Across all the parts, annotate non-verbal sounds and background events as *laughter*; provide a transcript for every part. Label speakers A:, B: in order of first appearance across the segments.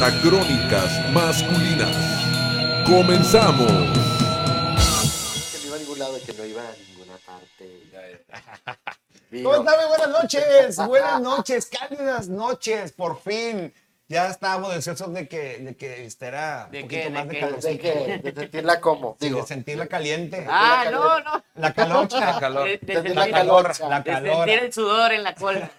A: Acrónicas Masculinas. Comenzamos.
B: que no iba a ningún lado, que no iba a ninguna parte. *laughs*
C: ¿Cómo
B: Vino,
C: están? Muy Buenas noches, buenas noches, cálidas noches, por fin. Ya estábamos deseosos de que, de que estará
D: ¿De
C: un
D: qué?
C: poquito
D: ¿De
C: más de
D: qué?
C: calor.
B: de que de sentirla como,
C: Sí,
B: digo,
C: de sentirla caliente.
D: Ah,
B: la
D: no,
B: calor.
D: no.
C: La calocha.
D: De, de
B: desde
D: sentir,
B: la
C: La
B: calor.
C: calor, la
D: de
C: calor.
D: sentir el sudor en la cola.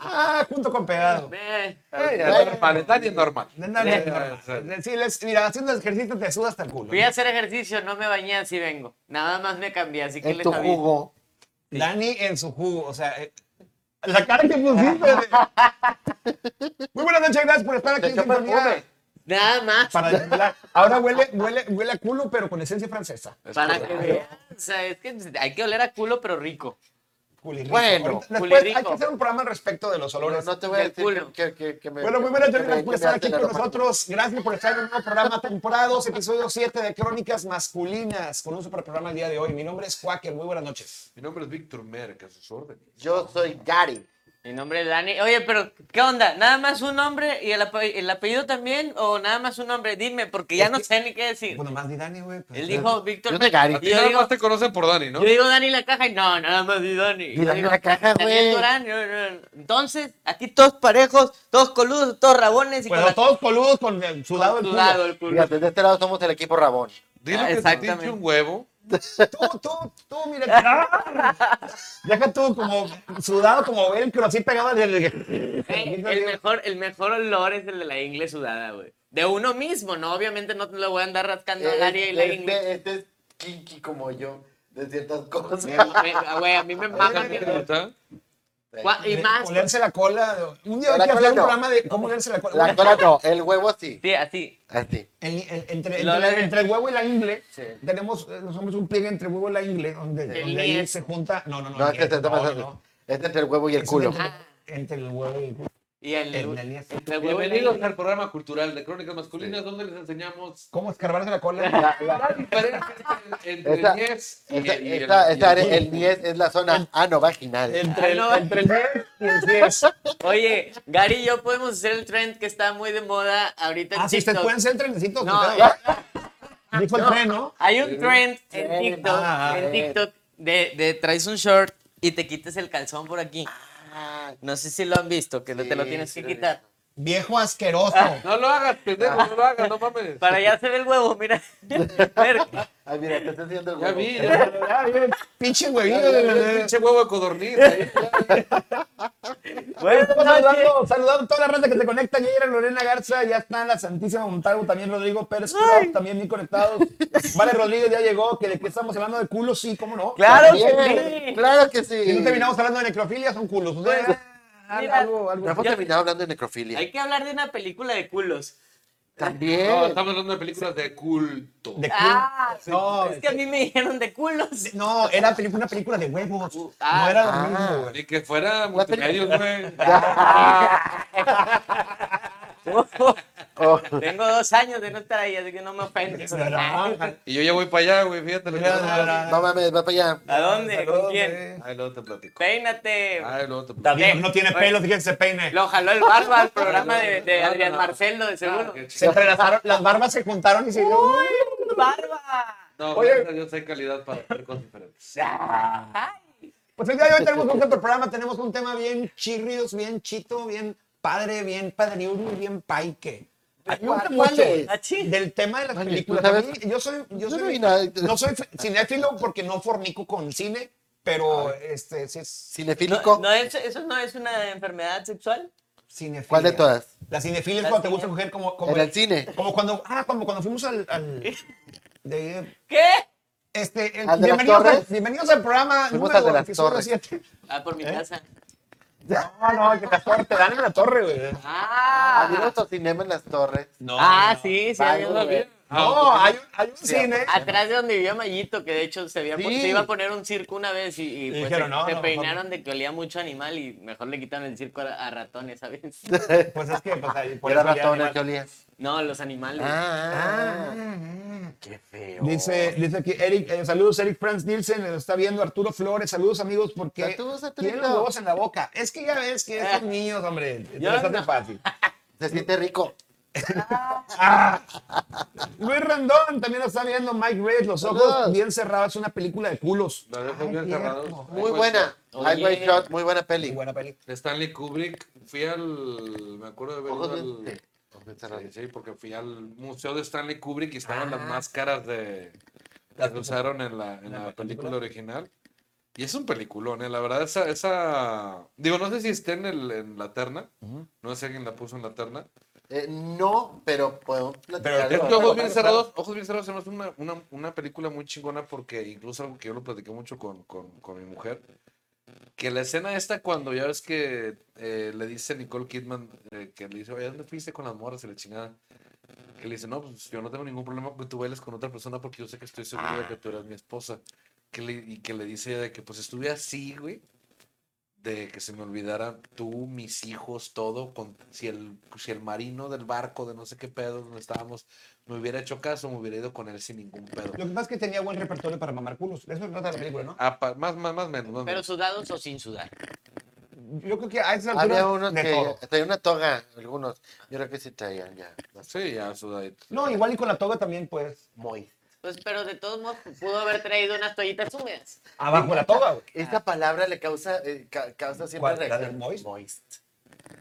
C: Ah, junto con pegado.
D: Ve,
C: Ay,
B: Bueno.
C: ay,
A: Normal, está bien normal.
C: ándale, ándale. Sí, les- mira, haciendo ejercicio te sudas hasta el culo.
D: Fui a hacer ejercicio, no me bañé así vengo. Nada más me cambié, así que
B: en
D: les
B: tu
D: aviso.
B: jugo.
C: Dani en su jugo, o sea, eh, la cara que pusiste. de- Muy buenas noches, gracias por estar aquí
B: Te
C: en
B: echó
C: sintonía.
B: perfume.
D: Nada más para,
C: Para disimular. Ahora huele, huele, huele a culo, pero con esencia francesa.
D: que vean. O sea, es que hay que oler a culo, pero rico.
C: Culirrico.
B: Bueno,
C: Ahorita- después
D: culirrico.
C: hay que hacer un programa al respecto de los
B: No,
C: olores.
B: no te voy a
D: Del
B: decir
D: culo.
B: que, que, que me.
C: Bueno, muy
B: que
C: buenas
B: me-
C: noches, gracias por
B: que me
C: estar
B: hace
C: aquí
B: la
C: con
B: ropa.
C: nosotros. Gracias por estar en un nuevo programa, temporada 2, episodio 7 de Crónicas Masculinas, con un super programa el día de hoy. Mi nombre es Quaker, muy buenas noches.
A: Mi nombre es Víctor Merck, a sus órdenes.
B: Yo soy Gary.
D: Mi nombre es Dani. Oye, pero ¿qué onda? ¿Nada más un nombre y el, ape- el apellido también? ¿O nada más un nombre? Dime, porque ya no sé ni qué decir.
C: Bueno, más de Dani, güey. pues,
D: Él
C: ya.
D: dijo Víctor.
B: Yo soy Gary.
A: A ti
D: Y yo
A: nada
D: digo-
A: más te conocen por Dani, ¿no?
D: Yo digo Dani la caja y no, nada más di Dani.
B: Di Dani
D: Yo digo,
B: la caja,
D: Daniel
B: güey.
D: Durán, no, no, no. Entonces, aquí todos parejos, todos coludos, todos rabones y
C: Bueno,
D: con *laughs* la-
C: todos coludos con el
D: con
C: sudado el
D: tu
C: culo.
D: lado el culo.
B: Fíjate, de este lado somos el equipo Rabón.
A: Dile
D: Ah,
A: que te
D: exactamente.
A: tinche un huevo.
C: Tú, tú, tú,
D: *laughs*
C: mira. Deja tú como sudado, como velcro, así pegado *laughs* desde
D: Eh, el, mejor, el mejor olor es el de la ingle sudada, güey. De uno mismo, ¿no? Obviamente no te lo voy a andar rascando
C: Eh,
D: a Dani y la ingle.
B: Este,
D: *laughs*
B: este es kinky como yo, de ciertas cosas.
C: eh,
D: Me- me- Güey, a mí me mama. mi
A: ¿Te
D: olor.
A: gusta?
D: Gua-
C: eh,
D: Y más.
C: Olerse la cola. Un día hay
B: La
C: que hacer
B: cola
C: un
B: no.
C: programa de cómo olerse la cola.
B: La cola no, el huevo Ah, así.
D: Sí, así.
B: Así.
C: El- el- entre,
D: Lo
C: entre-
D: de-
C: entre el huevo y la ingle,
B: Sí.
C: tenemos eh, nosotros un pliegue entre el huevo y la ingle, donde,
D: El
C: donde ahí
D: niés.
C: se junta. No, no, no.
B: No, es
C: el
B: que
C: niés,
B: te
C: no,
B: tomas
C: no,
B: así.
C: no.
B: Este es el huevo y el
C: Es
B: culo.
C: Entre, entre el huevo y el culo.
D: Y el,
C: El del niés.
D: el huevo y la
E: Bienvenidos
D: ingle.
E: al programa cultural de Crónicas Masculinas, donde les
C: *laughs*
E: enseñamos
C: ¿Cómo escarbarse la cola?
E: la diferencia entre
B: Esta-
E: el niés y,
B: Esta,
E: el- y el-
B: esta, esta
E: y el-
B: área, el 10 es la zona anovaginal.
C: entre, el-
D: Ah, no.
C: entre el niés y el niés.
D: Oye, Gary y yo podemos hacer el trend que está muy de moda ahorita en
C: Ah, si ustedes
D: TikTok.
C: pueden ser trenecitos.
D: No,
C: ustedes. Dijo el tren, ¿no?
D: Hay un trend en
B: Trend.
D: TikTok,
C: Ah,
D: en
B: trend.
D: TikTok de, de traes un short y te quites el calzón por aquí.
B: Ah,
D: No sé si lo han visto, que te lo
B: Sí,
D: tienes
B: sí
D: que
B: lo he
D: quitar.
C: Viejo asqueroso.
E: No lo hagas, pendejo, no lo hagas, no mames.
D: Para allá se ve el huevo, mira. Ver,
B: Ay, mira, te está haciendo el
E: Ya
B: huevo.
E: vi, ya
C: Pinche
E: vi,
C: huevillo.
E: ya vi el
C: de-
E: pinche huevo de codorniz. ¿eh? ahí.
C: Bueno, estamos saludando, saludando a toda la raza que se conecta. Ya era Lorena Garza, ya está la Santísima Montalvo, también Rodrigo Pérez, Cruz, también bien conectados. Vale Rodríguez ya llegó, que de qué estamos hablando de culos, sí, cómo no.
D: claro que
B: Bien,
D: sí.
B: Claro que
C: Si no
B: sí.
C: terminamos hablando de necrofilia, son culos. O sea,
D: Mira,
C: algo, algo.
B: Ya hemos
D: Ya-
B: terminado hablando de necrofilia.
D: Hay que hablar de una película de culos.
B: También.
E: No, estamos hablando de películas de culto.
C: De culo.
D: Ah,
C: no,
D: es que a mí me dijeron de culos.
C: no, era peli- una película de huevos.
D: Ah,
C: no era lo
B: ah.
C: mismo, güey.
E: Ni que fuera multimedia, güey.
B: Oh,
D: Tengo dos años de no estar ahí, así que no me ofendes.
C: No, no,
E: Y yo ya voy para allá, güey, fíjate. lo que-
C: no, no,
B: no mames, va para allá.
D: ¿A dónde? ¿Con
C: Saludos,
D: quién?
C: güey.
E: Ay, luego te platico.
D: Peínate.
E: Ay, luego te platico.
C: Está bien,
D: Eh,
C: no tiene
D: oye.
C: pelos, fíjense, peine.
D: Lo jaló el barba al programa de, de
E: No, no,
D: Adrián
E: no.
D: Marcelo, de seguro.
E: Qué
C: Se
E: chido.
C: entrelazaron, las barbas se juntaron y se dieron.
D: ¡Barba!
E: No,
C: Oye.
E: gracias a Dios hay calidad para hacer cosas diferentes.
C: Pues el día de hoy tenemos
B: *laughs*
C: un super programa, tenemos un tema bien chirrios, bien chito, bien padre, bien padriuro y bien paique. A mí me gusta
B: ¿Cuál
C: mucho
B: es?
D: Achí.
C: del tema de las
B: Ay,
C: películas.
B: Ah, tú sabes-
C: A mí- yo soy, yo
B: Yo no
C: soy,
B: vi nada.
C: no soy f- cinéfilo porque no fornico con cine, pero este sí es
B: Cinefílico.
D: ¿No es, ¿Eso no es una enfermedad sexual?
C: cinefilia.
B: ¿Cuál de todas?
C: La cinefilia es
D: La
C: cuando te gusta
D: cine-
C: coger como, como
B: En el cine.
C: como cuando ah como cuando fuimos al,
B: *laughs*
C: al de-
D: ¿Qué?
C: este el-
B: ¿Al de las
C: bienvenidos, al-
B: torres?
C: bienvenidos al programa
B: Fuimos
C: número
B: al de las
C: episodio
B: torres.
C: siete.
D: Ah, por mi casa.
C: *laughs* No, no, que las torres te dan en la torre, güey.
D: ¡Ah!
B: Había un autocinema en las torres.
E: No. Ah,
D: ah, sí, sí,
B: Vale,
D: había uno
B: *laughs* güey.
D: bien.
C: No, ah. hay, un- hay un cine.
D: Atrás de donde vivía Mayito, que de hecho se, había,
B: Sí.
D: se iba a poner un circo una vez y, y,
C: Y
D: pues
C: dijeron,
D: se,
C: no,
D: se
C: no,
D: peinaron de que olía mucho animal y mejor le quitaron el circo a, a ratones, ¿sabes?
C: Pues es que, pues ahí. por
B: Era
C: eso ya
B: ratón el
C: animal.
B: que olía.
D: No, los animales.
B: Ah,
E: Qué feo.
C: ah. Dice, dice aquí Eric, eh, saludos Eric Franz Nielsen, nos está viendo Arturo Flores, saludos amigos, porque
B: Saludos, Arturito.
C: Ah. tienen los huevos en la boca. Es que ya ves que estos niños, hombre, se les hace fácil.
B: sí. Se siente rico.
C: Luis Rendón también lo está viendo. Mike Reid, los ojos
B: Saludos.
C: bien cerrados. Es una película de culos.
E: Lo dejo
F: Ay,
E: bien
F: cierto.
E: cerrado.
B: Muy buena.
D: Oye.
B: Highway Shot, muy buena
F: Muy
B: peli.
F: buena peli.
E: De Stanley Kubrick, fui al. Me acuerdo de haber
B: Ojos
E: ido
B: bien-
E: al.
B: sí, ojos bien cerrados.
E: Sí, sí, porque fui al museo de Stanley Kubrick y estaban
F: Ah.
E: las máscaras de las que usaron en la, en la película original. Y es un peliculón, ¿eh? la verdad, esa, esa... Digo, no sé si está en, el, en la terna, no sé si alguien la puso en la terna.
B: Eh, no, pero podemos platicar.
E: Es que
B: de-
E: Ojos Bien Cerrados, Ojos Bien Cerrados se me hace una, una, una película muy chingona porque incluso algo que yo lo platiqué mucho con, con, con mi mujer, que la escena esta cuando ya ves que eh, le dice Nicole Kidman, eh, que le dice, oye, ¿dónde fuiste con las morras y la chingada? Que le dice, no, pues yo no tengo ningún problema con que tú bailes con otra persona porque yo sé que estoy seguro de que tú eres mi esposa. Que le- y que le dice ella de que pues estuve así, güey, de que se me olvidara tú, mis hijos, todo, con, si, el, si el marino del barco de no sé qué pedo donde estábamos me hubiera hecho caso, me hubiera ido con él sin ningún pedo.
F: Lo que pasa es que tenía buen repertorio para mamar culos. Eso trata la película, ¿no?
E: Ah, pa- más, más, más, menos. más
D: Pero
E: menos.
D: sudados o sin sudar.
F: Yo creo que a esas alturas
B: Había unos
F: de todo.
B: que traían una toga, algunos. Yo creo que sí traían ya.
E: Sí, ya, sudadito.
F: No, igual y con la toga también, pues.
B: Muy.
D: Pues, pero de todos modos pudo haber traído unas toallitas húmedas.
C: Ah,
F: Abajo de la toga, güey.
B: Esta palabra le causa, eh, ca- causa siempre
F: ¿Cuál? ¿La
B: reacción.
F: del moist?
E: Es-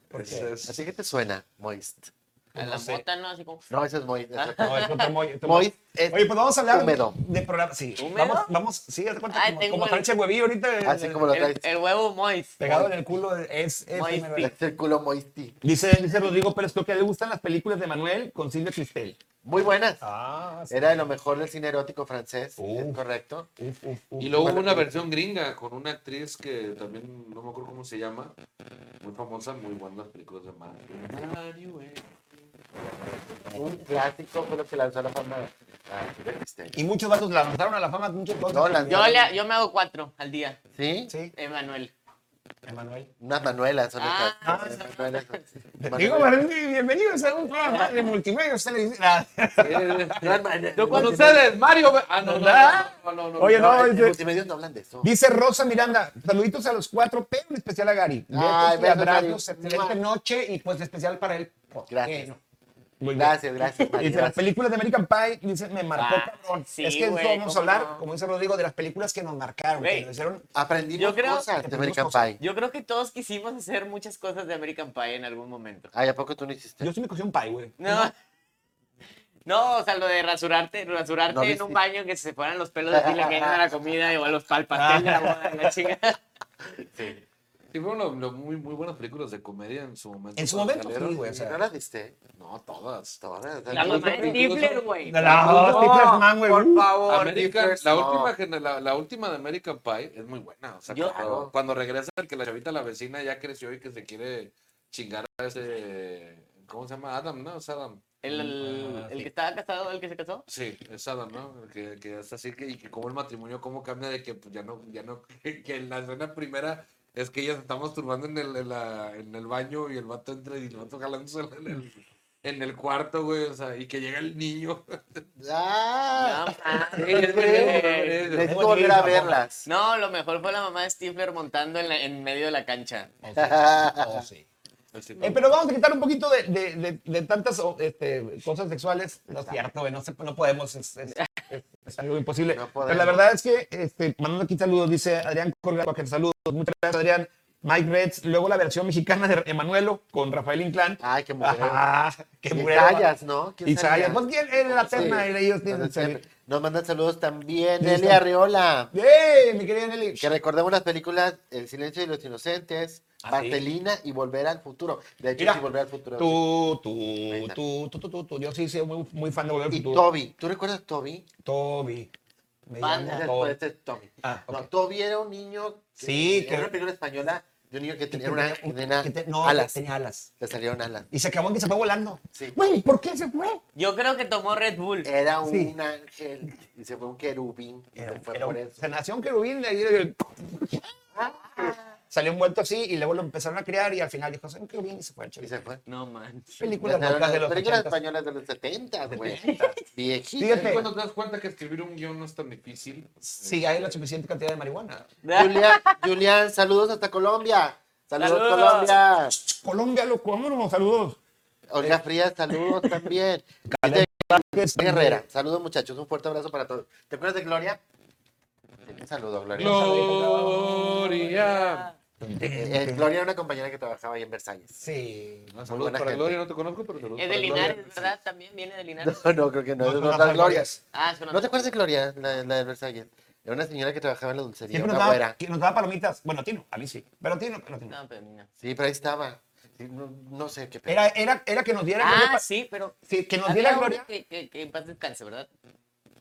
F: Porque
E: es-
B: Así que te suena, moist.
D: A
F: No
D: la
F: sé.
D: mota, ¿no? Así como.
B: No, ese es moist. ese
F: *laughs*
B: es-
F: no, es otro moy- otro moy.
B: Moist es
F: Ah. Oye, pues vamos a hablar
B: húmedo.
F: de programas. Sí,
D: ¿Húmedo?
F: vamos, vamos, sí, haz de cuenta
D: Ay,
F: como,
D: tengo
F: como
D: el-
F: Sánchez Huevillo ahorita. eh,
B: Así como lo
D: El,
B: traes.
D: el huevo moist.
F: Pegado en el culo es. es
D: Moisty.
F: primero.
B: Es el culo moisty.
C: Dice, dice Rodrigo Pérez, creo que a él le gustan las películas de Manuel con Silvia Cristel.
B: Muy buenas.
F: Ah, sí.
B: Era de lo mejor del cine erótico francés,
F: Uh.
B: ¿es correcto?
F: Uf, uf, uf.
E: Y luego hubo
F: Bueno,
E: una versión gringa con una actriz que también no me acuerdo cómo se llama, muy famosa, muy buena en las películas de
D: Ah,
E: Mario. eh.
B: Un clásico fue lo que lanzó a la ah, fama. a Silvia Cristel.
F: Y muchos vatos lanzaron a la fama muchos cosas.
B: No, lanzó-
D: Yo, le- yo me hago cuatro al día,
B: ¿Sí?
F: Sí,
D: Emanuel.
F: Emanuel.
B: Unas manuelas son
D: Ah,
B: estas. eh,
D: ah,
B: Manuelas.
F: Digo, Barrendi, bienvenidos a un programa de multimedia. Usted le dice. Ah,
E: Yo con ustedes, Mario. Be- Ah, no, no, no, no, no, no.
C: Oye, no,
B: Los
C: dice,
B: multimedios no hablan de eso.
C: dice Rosa Miranda, saluditos a los cuatro, pero en especial a Gary.
B: Ay,
F: Besos y
B: besos,
F: abrazos,
B: Mario.
F: excelente noche y pues especial para él.
B: Gracias.
C: Muy bien.
B: Gracias, gracias. Mario,
C: Dice, las
B: gracias.
C: películas de American Pie, dice, me marcó,
D: Ah,
C: cabrón.
D: sí,
C: es que
D: güey,
C: eso vamos a
D: cómo
C: hablar,
D: no.
C: como dice Rodrigo, de las películas que nos marcaron, que
D: Güey.
C: nos hicieron
B: Aprendimos
D: Yo creo-
B: cosas de American
C: cosas.
B: Pie.
D: Yo creo que todos quisimos hacer muchas cosas de American Pie en algún momento.
B: Ay, ¿a poco tú no hiciste?
C: Yo sí me cogí un pie, güey.
D: No. No, o sea, lo de rasurarte, rasurarte
B: No,
D: en
B: viste.
D: un baño que se separan los pelos así le caen a la comida o a los palpas. la chingada.
E: Sí, fueron lo- lo muy, muy buenas películas de comedia en su momento.
F: En su
E: Para
F: momento,
E: Calero.
F: sí, güey. O
B: ¿No
F: sea,
B: las viste?
E: No, todas.
B: Todas.
D: La mamá de Stifler, güey.
F: la- la- Stifler's Man, güey.
D: Por
F: Uh.
D: favor.
E: American-
D: Stifler's
E: la,
D: Man.
E: última, gene- la, la última de American Pie es muy buena. O sea,
D: Yo-
E: cuando, cuando regresa el que la chavita, la vecina, ya creció y que se quiere chingar a ese. ¿Cómo se llama? Adam, ¿no? Es Adam. Ah,
D: El, el- el que estaba casado, el que se casó.
E: Sí, es Adam, ¿no? El Que, que es así que, y que como el matrimonio, cómo cambia de que pues, ya no, ya no, *laughs* que, en la escena primera es que ella se está masturbando en el, en la- en el baño y el vato entra y el vato jalándose en el, en el cuarto, güey, o sea, y que llega el niño. *laughs*
B: ¡Ah!
D: No,
E: Sí, es que-
D: mames.
B: Necesito volver a verlas.
D: No, lo mejor fue la mamá de Stifler montando en, la- en medio de la cancha.
F: oh, sí.
E: Así,
C: Eh, pero vamos a quitar un poquito de, de- de- de tantas oh, este, cosas sexuales.
F: No es cierto, güey. No, se- no podemos. Es, es- es- es algo imposible.
B: No podemos.
C: Pero la verdad es que, este, mandando aquí saludos, dice Adrián Correa, que saludos, muchas gracias Adrián, Mike Reds, luego la versión mexicana de Emanuelo con Rafael Inclán.
B: *laughs* Ay, qué mujer.
C: Ajá, qué
B: Ah, Y
C: murero.
B: Sayas, ¿no? ¿Quién
C: Y
B: salía?
C: Sayas, pues quién era la terna,
B: Sí.
C: era ellos tienen
B: Entonces,
C: que salir.
B: Nos mandan saludos también
C: Sí,
B: Nelly
C: está.
B: Arriola.
C: ¡Ey, ¡Eh, mi querida Nelly!
B: Que recordemos las películas El silencio de los inocentes,
F: Ah, sí.
B: Bartelina y Volver al futuro. De hecho,
F: Mira,
B: sí, Volver al futuro.
F: Tú,
B: Ahí
F: tú,
B: está.
F: tú, tú, tú, tú, tú. Yo sí soy muy, muy fan de Volver al
B: Y
F: Futuro.
B: Toby. ¿Tú recuerdas Toby?
F: Toby. Me
D: Banda.
F: llamo
B: Después
F: Toby.
B: de Toby.
F: Ah, ok.
B: No, Toby era un niño. que-
F: Sí, que-
B: Era una película española de un niño que tenía una.
F: un-
B: nena-
F: que te- no,
B: alas.
F: tenía alas.
B: Le salieron alas.
F: Y se acabó en que se fue volando.
B: Sí.
F: Güey, ¿por qué se fue?
D: Yo creo que tomó Red Bull.
B: Era un
F: Sí.
B: ángel y se fue un querubín.
F: Era-
B: se fue
F: era
B: por
F: un-
B: eso.
F: se nació un querubín de ahí, de-
B: Ah.
F: Salió muerto así y luego lo empezaron a criar y al final dijo, soy un querubín y se fue al
B: Y
F: chorizo.
B: se fue.
D: No manches.
F: Películas
B: Las
F: locas de los
B: películas
F: 80s.
B: españolas de los 70, güey.
F: *laughs* Fíjate.
B: Viejita.
E: Es cuando te das cuenta que escribir un guión no es tan difícil.
F: Sí, hay la suficiente cantidad de marihuana.
B: Julián, Julián, saludos hasta Colombia. Saludos,
D: Saludos.
B: Colombia.
C: Colombia, loco, vámonos, saludos.
B: Olga Frías, saludos también. Guerrera, saludos muchachos, un fuerte abrazo para todos. ¿Te acuerdas de Gloria? Un saludo, Gloria.
E: Gloria.
B: Eh, eh, Gloria era una compañera que trabajaba ahí en Versalles.
F: Sí.
E: Ah,
B: Muy
E: Saludos
B: buena
E: para
B: gente.
E: Gloria, no te conozco, pero saludos
D: *laughs* Es de
E: para Gloria.
D: Linares, ¿verdad? También viene de Linares.
B: No, no, creo que no.
F: No,
B: es
F: no,
B: otras
F: no, no,
B: glorias.
D: Ah, se lo
B: ¿No te acuerdas de Gloria, la, la de Versalles? Era una señora que trabajaba en la dulcería,
C: Siempre nos
B: una
C: daba,
B: güera.
C: que nos daba palomitas. Bueno, a ti no, a mí sí. Pero a ti no, pero a ti no.
D: No, pero no.
B: Sí, pero ahí estaba. Sí, no, no sé qué pedo.
C: Era, era, era que nos diera gloria
D: Ah,
C: pa-
D: sí, pero.
C: sí, que nos
D: había
C: diera
D: una
C: gloria.
D: Que, que, que en paz descanse, ¿verdad?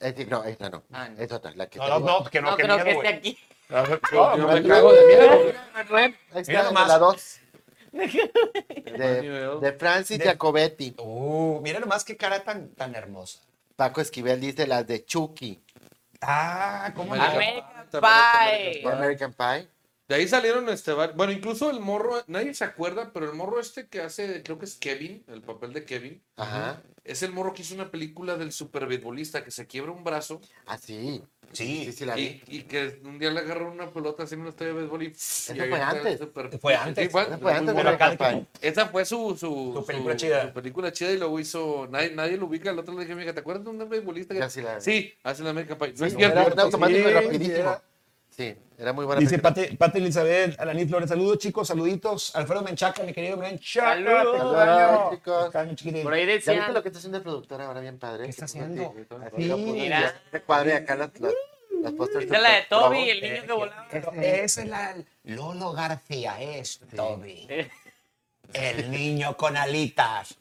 B: Eh, sí, no, esta no.
D: Ah, no.
B: Es otra, la que
C: No, no, no, que no,
D: No
C: que
D: creo
C: miedo,
D: que esté
C: güey.
D: aquí. Ah,
E: No, yo me
C: no,
E: cago de miedo.
B: Ahí está,
C: Mira
B: de
C: nomás.
B: la 2. De,
E: Manuel.
B: de Francis
C: De-
B: Jacobetti.
C: Uh, mira nomás qué cara tan, tan hermosa.
B: Paco Esquivel dice las de Chucky.
C: Ah, cómo
E: American
C: me-
D: American
E: Pie.
B: de
D: Pie.
B: American Pie.
E: De ahí salieron este var- Bueno, incluso el morro, nadie se acuerda, pero el morro este que hace, creo que es Kevin, el papel de Kevin,
B: Ajá.
E: es el morro que hizo una película del superbetbolista que se quiebra un brazo
B: Así. Ah, Sí,
C: Sí,
B: sí, la vi.
E: y, y que un día le agarró una pelota haciendo una estrella de béisbol y. y
B: fue
E: ahorita
B: antes.
E: es super-
C: Fue antes.
E: Sí, fue
B: Esa
E: antes,
B: fue
E: muy
B: antes de
E: buena.
C: acá de
B: American Pie.
E: Esa fue su, su,
C: Su película chida.
E: su película chida y luego hizo. Nadie, nadie lo ubica. El otro le dije, mija, ¿te acuerdas de un beisbolista que.?
B: Ya sí la vi.
E: Sí, hace la American Pie. No es
B: Era
E: cierto.
B: un automático y
C: Sí,
B: rapidísimo.
C: era.
B: Sí, era muy buena.
C: Dice
B: película.
C: Pati, Pati Elizabeth, Alanis Flores, saludos chicos, saluditos. Alfredo Menchaca, mi querido Menchaca. te
D: Saludos.
C: extraño.
B: chicos.
C: Te extraño, chiquitín.
D: Por ahí
B: ¿Ya viste
D: decían.
B: lo que está haciendo el productor ahora bien padre?
C: ¿Qué está haciendo? Ah,
B: Sí,
D: Mira.
B: Este cuadro y acá las, las, las pósters.
D: Esa es la de
B: super
D: Toby,
B: bravos.
D: el
C: Eh,
D: niño eh, que volaba.
C: Esa este, es la Lolo García, es Toby. El niño con alitas,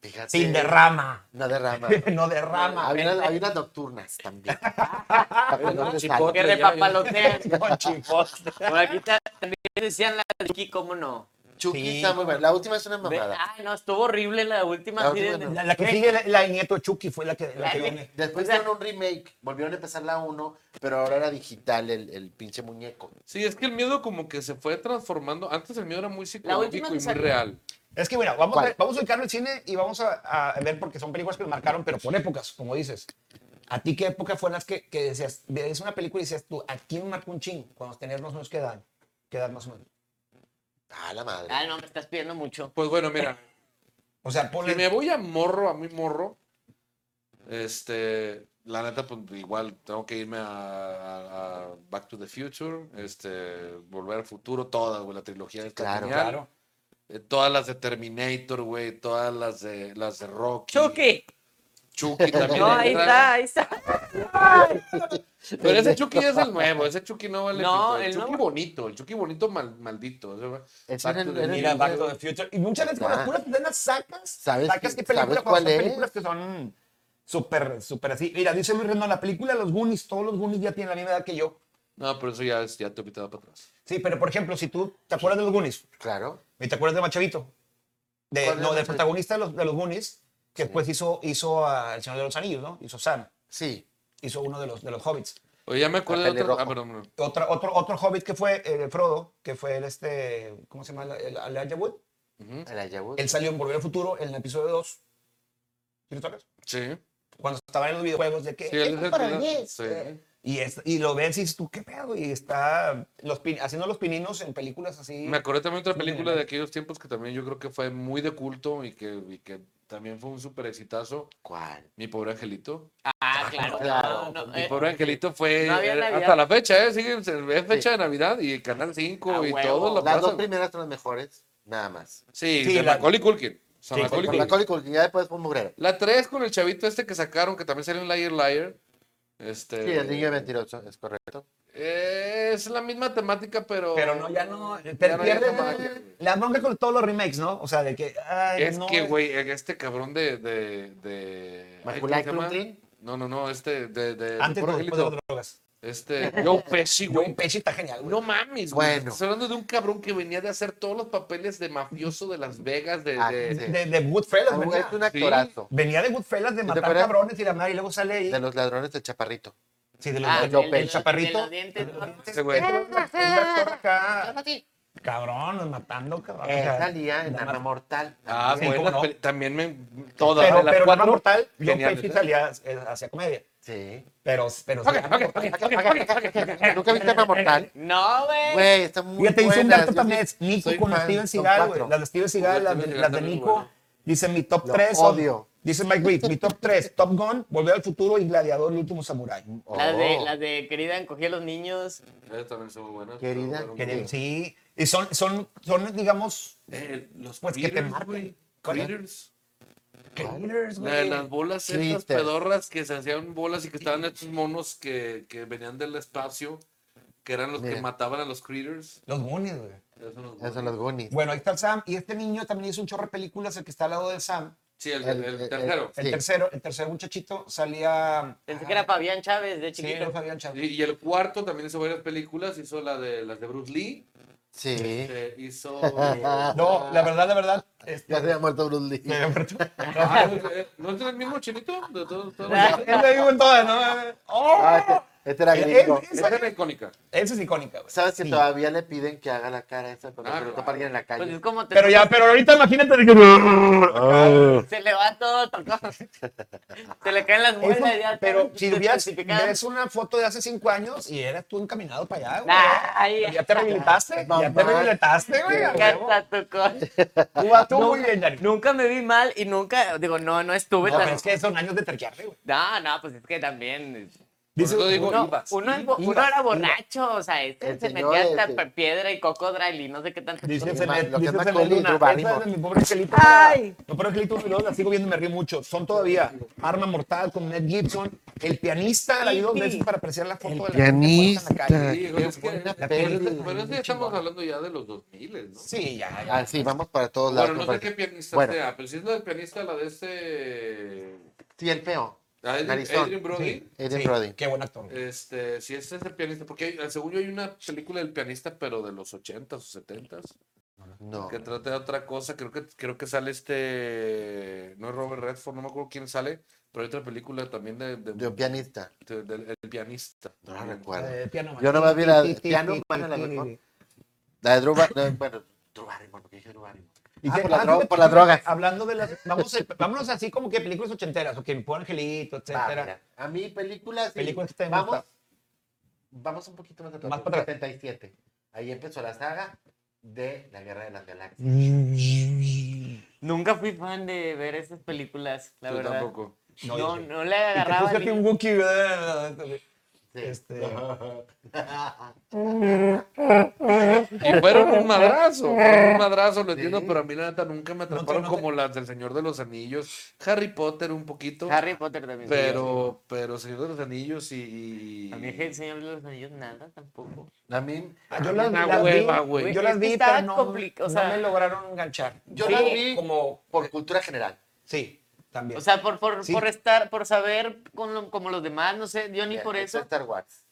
B: Fíjate.
C: sin derrama. *laughs*
B: No derrama.
C: No derrama.
B: Había unas, había unas nocturnas
C: *laughs*
B: también.
C: Ah,
B: Para
E: chipotle.
D: Que repapalotean.
C: Con chipos.
D: *laughs* Por aquí también decían la de Chucky, ¿cómo no?
B: Chucky
C: Sí.
B: está muy buena. La última es una
D: Ve- ah,
B: mamada.
D: Ay, no, estuvo horrible la última.
B: La
D: así de-
B: última no.
C: La, la que sigue, la, la de Nieto Chucky, fue la que, la que viene.
B: Después
D: O sea-
B: hicieron un remake, volvieron a empezar la 1, pero ahora era digital el, el pinche muñeco.
E: Sí, es que el miedo como que se fue transformando. Antes el miedo era muy
D: última
E: psicológico
D: que
E: y muy
D: salió.
E: real.
C: Es que mira, vamos
B: ¿Cuál?
C: a, vamos a ubicarlo al cine y vamos a, a ver porque son películas que nos marcaron, pero por épocas, como dices. ¿A ti qué época fue en las que, que decías, veías una película y decías tú, ¿a quién marcó un ching? Cuando tenías más o menos qué edad, qué edad más o menos.
B: Ah, la madre.
D: Ay, no, me estás pidiendo mucho.
E: Pues bueno, mira,
C: O sea,
E: si me
C: *laughs* ponle...
E: voy a morro, a mi morro, este, la neta, pues igual tengo que irme a, a- a Back to the Future, este, Volver al Futuro, todas, güey, la trilogía está
B: Claro,
E: genial.
C: claro.
E: Eh, todas las de Terminator, güey, todas las de, las de Rocky.
D: Chucky.
E: Chucky también.
D: No, ahí
E: entra.
D: está, ahí está.
E: Pero ese Chucky es el nuevo, ese Chucky no vale.
D: No,
E: pito, el,
D: el
E: Chucky
D: nuevo.
E: bonito, el Chucky bonito mal- maldito. ese va-
B: Ese era
E: Back
B: el-
E: to the
B: era el-
C: Mira,
E: Future.
C: Back to the Future. Y muchas veces con las puras escenas sacas,
B: Ah. ¿Sabes
C: sacas
B: qué-
C: qué películas,
B: sabes
C: cuando
B: cuál
C: son
B: es?
C: películas que son súper, súper así. Mira, dice Luis Rendón, la película de Los Goonies, todos los Goonies ya tienen la misma edad que yo.
E: No, pero eso ya, es- ya te he pitado para atrás.
C: Sí, pero por ejemplo, si tú te acuerdas de Los Goonies,
B: Claro.
C: ¿Y te acuerdas de Machavito? De,
B: ¿Cuál
C: no,
B: era
C: del
B: Machavito?
C: protagonista de los, de los Goonies, que después hizo, hizo a El Señor de los Anillos, ¿no? Hizo Sam,
B: Sí.
C: hizo uno de los, de los hobbits.
E: Oye, ya me acuerdo de
B: Papel de
E: otro. Ah,
B: rojo.
E: perdón, no.
C: Otra, otro, otro hobbit que fue eh, Frodo, que fue el este, ¿cómo se llama? El, el Elijah Wood.
B: El Ayahuasca.
C: Él salió en Volver al Futuro en el episodio 2. ¿Sí lo acuerdas?
E: Sí.
C: Cuando estaban en los videojuegos de que...
E: Sí, él
C: "Esto
E: es el
C: para
E: que la-
C: mí". eh,
E: sí.
C: y, es- y lo ves y dices tú, ¿qué pedo? Y está los pin- haciendo los pininos en películas así.
E: Me acordé también de otra
C: Sí,
E: película
C: genial.
E: de aquellos tiempos que también yo creo que fue muy de culto y que, y que también fue un súper exitazo.
B: ¿Cuál?
E: Mi pobre angelito.
D: Ah, claro.
B: Claro,
D: no, no,
E: Mi
D: eh,
E: pobre angelito fue
D: No había
E: eh,
D: Navidad.
E: hasta la fecha, ¿eh? Sigue, es fecha de Navidad y Canal 5
D: A
E: y
D: huevo.
E: todo lo
B: Las dos
E: pasan.
B: primeras son las mejores, nada más.
E: Sí,
C: Sí,
E: de
C: la-
E: Macaulay Culkin. O sea,
C: Sí,
E: Macaulay
B: Con
E: Culkin.
B: la Coli Culkin, ya después fue un mugrero.
E: La 3 con el chavito este que sacaron, que también salió en Liar Liar. Este,
B: Sí,
C: Eh.
B: el niño de mentiroso, es correcto.
E: eh, es la misma temática, pero.
C: Pero no, ya no. eh, Pero
E: Ya no hay
C: pierde
E: esa magia.
C: la bronca con todos los remakes, ¿no? O sea, de que. Ay,
E: Es
C: no,
E: que, güey, este cabrón de. de, de ay, ¿cómo
B: Macaulay
E: se llama?
B: Culkin.
E: No, no, no, este. De, de, de
C: Antes
E: Puro
C: o después de
E: Angelito.
C: las drogas.
E: Este. Joe Pesci,
C: Joe
E: güey.
C: Pesci está genial, güey.
E: No mames, güey.
B: Bueno.
E: Estás hablando de un cabrón que venía de hacer todos los papeles de mafioso de Las Vegas, de.
B: Ah,
E: de-
B: sí.
C: de, de Goodfellas, venía.
B: Es un actorazo.
C: Venía de Goodfellas de matar
B: acuerdas?
C: cabrones y la madre, y luego sale ahí.
B: De los ladrones del chaparrito.
C: Sí, de los
D: Ah,
C: de-
D: del- del-
C: el chaparrito.
D: de los dientes, ¿no?
E: Ese güey.
C: Es un actor acá. Cabrón, nos matando, cabrón.
B: Él
C: Ah, O sea,
B: Eh, salía en
C: nada
B: Arma
C: más.
B: Mortal.
E: Ah,
C: Sí,
E: güey,
C: cómo
E: las
C: no.
E: peli- también me. Todas.
C: Pero,
E: de las
C: pero
E: cuatro,
C: en Mortal, Joe
E: geniales,
C: Pesci
E: ¿eh?
C: salía, eh, hacía comedia. *laughs*
B: Sí.
C: Pero, pero. sí.
B: ¿Nunca viste Arma Mortal?
D: No, güey.
B: Güey, está muy
C: Fíjate, hizo un
B: buenas,
C: dato
B: yo
C: también.
B: sí
C: es Nico
B: soy
C: con
B: fan,
C: Steven
B: son
C: Seagal,
B: cuatro.
C: güey. Las de Steven Seagal,
E: Steven
C: las de,
E: Seagal
C: las de
E: también es
C: Nico.
E: bueno.
C: Dice mi top
B: Lo
C: 3.
B: odio.
C: Dice Mike Reed, mi top 3, Top Gun, Volver al Futuro y Gladiador, el último samurái.
D: La de,
B: Oh.
D: la de querida encogí a los niños.
E: Ellas también son muy buenas.
B: Querida,
E: pero
C: Que
E: bueno,
C: de- Sí, y son, son, son digamos,
E: eh, los
C: Pues que te
E: critters,
C: marquen.
E: güey,
C: ¿Cuál es?
E: critters.
C: critters,
E: La de
C: güey.
E: las bolas estas
B: Critters.
E: pedorras que se hacían bolas y que estaban estos monos que, que venían del espacio, que eran los que
B: Miren.
E: mataban a los critters.
C: Los Goonies, güey.
E: Esos son los
B: Esos son
E: buenos.
B: los Goonies.
C: Bueno, ahí está el Sam. Y este niño también hizo un chorro de películas, el que está al lado del Sam.
E: Sí, el,
B: El-
E: el
B: el-
E: tercero.
C: El
B: Sí.
C: tercero, el tercer muchachito salía...
D: Pensé que era Fabián Chávez de
C: Ah. Sí,
D: chiquito.
C: no sabían, chaval.
E: Y, y el cuarto también hizo varias películas, hizo la de las de Bruce Lee,
B: Sí.
E: eh, hizo *laughs* Ah,
C: No, la verdad, la verdad,
B: Ya
C: este, *laughs*
B: se había muerto Bruce Lee.
C: me había muerto.
B: *laughs*
E: Ah, eh, ¿No es el mismo chinito? De todos, todos.
D: Ah.
C: Ya te digo en todas, ¿no?
B: Ah,
C: ¡Oh!
B: este, este era gringo.
C: Eh, eh,
E: Esa era icónica.
C: Esa es icónica, güey.
B: ¿Sabes que
C: Sí.
B: todavía le piden que haga la cara esa cuando
E: Ah,
B: se lo
E: claro.
B: topa alguien en la
D: Pues es
B: calle?
D: como te-
C: Pero ya, pero ahorita imagínate de que...
D: *laughs* Se le va todo,
C: *laughs*
D: tocó. Se le caen las
C: Eso,
D: muelas ya.
C: pero
D: todo
C: si hubieras,
D: descalcificado.
C: ves una foto de hace cinco años y eras tú encaminado para allá, güey.
D: Ay,
C: Ya te rehabilitaste, ya te
B: Mamá.
C: rehabilitaste, güey.
D: me
C: a huevo.
D: encanta tu cosa.
C: *laughs* Tú vas tú
D: No,
C: muy bien, Dani.
D: Nunca me vi mal y nunca, digo, no, no estuve
C: No,
D: tan.
C: pero es que son años de terquearle, güey.
D: No, no, pues es que también.
C: Dice,
E: Por eso digo,
D: Uno,
E: ibas,
D: uno,
E: ibas,
D: uno era borracho, o sea, este
B: El
D: se
B: señor
D: metía hasta
B: este.
D: pa- piedra y cocodril y no sé qué tanto.
C: Dice
B: Lo que
C: Cenet-
B: más- lo que
C: dice
B: más
C: Cenet
B: comí,
C: Luna,
B: tú, Barrymore.
C: esa es de mi pobre angelito.
D: Ay.
C: Mi pobre angelito, y luego la sigo viendo y me río mucho. Son todavía Arma Mortal con Ned Gibson, El Pianista, la vi dos
D: Yipi.
C: veces para apreciar la foto de la
B: pianista.
C: gente puesta en la calle.
E: Sí, güey, es que-
B: buena
E: pero
B: peli,
E: este-
B: güey,
E: pero este estamos hablando ya de los 2000, ¿no?
C: Sí, ya, ya.
B: Ah, sí, vamos para todos lados.
E: Bueno, no sé
B: compadre.
E: qué pianista
B: Bueno.
E: sea, pero si es la del pianista, la de este.
B: Sí, el feo.
E: Adrian,
B: Narizón.
E: Adrian Brody.
C: Sí.
B: Adrian
C: Sí,
B: Brody.
C: Qué buen actor.
E: Este, si es ese pianista, porque hay- ah, según yo hay una película del pianista, pero de los 80s o 70s,
B: No.
E: que trata de otra cosa. Creo que, creo que sale este. No es Robert Redford, no me acuerdo quién sale, pero hay otra película también de, de-
B: De un pianista.
E: de- del el pianista.
B: No la recuerdo.
C: Eh, Piano Man.
B: Yo nomás vi la-
C: Ti, ti, ti,
B: Piano
C: ti,
B: Man, la
C: ti,
B: mejor.
C: ti, ti.
B: La de Drew *laughs* Bar- no, Bueno, Drew Barrymore, porque dije Drew Barrymore.
C: Y
B: Ah,
C: que-
B: por la
C: ah,
B: droga-
C: fíjate,
B: por la droga.
C: Hablando de las. Vamos, a- vámonos así como que películas ochenteras, o que mi pobre angelito,
B: Va,
C: etcétera.
B: Ah, mira, a mí películas. sí.
C: Películas que te
B: vamos,
C: gustan.
B: vamos un poquito más atrás.
C: Más para
B: 77. Ahí empezó la saga de la Guerra de las Galaxias.
D: Nunca fui fan de ver esas películas, la
E: Yo
D: verdad.
E: tampoco.
C: No,
D: No,
C: yo
D: no,
C: sí.
D: le
C: Y que
D: agarraba.
C: búscate
D: ni-
C: un Wookiee. ¿verdad?
B: Sí.
C: Este-
E: Y fueron
C: *laughs*
E: un madrazo, fueron un madrazo, lo entiendo,
B: Sí.
E: pero a mí la neta nunca me atraparon
C: no te-
E: como las del Señor de los Anillos, Harry Potter un poquito,
D: Harry Potter también.
E: pero, pero Señor de los Anillos y...
D: A mí el Señor de los Anillos nada tampoco.
B: A mí,
C: Ah, Yo las,
E: Una
C: las
E: hueva,
C: vi,
E: güey.
C: Yo
D: Es
C: las
D: que
C: vi,
D: estaba
C: pero no,
D: compli- o
C: no
D: sea-
C: me lograron enganchar.
B: yo
C: Sí,
B: la vi
C: como,
B: por cultura general.
C: sí, también.
D: O sea, por, por,
C: Sí.
D: por estar, por saber con lo- como los demás, no sé, yo ni por
B: Empezó
D: eso.
B: Eh, Star Wars.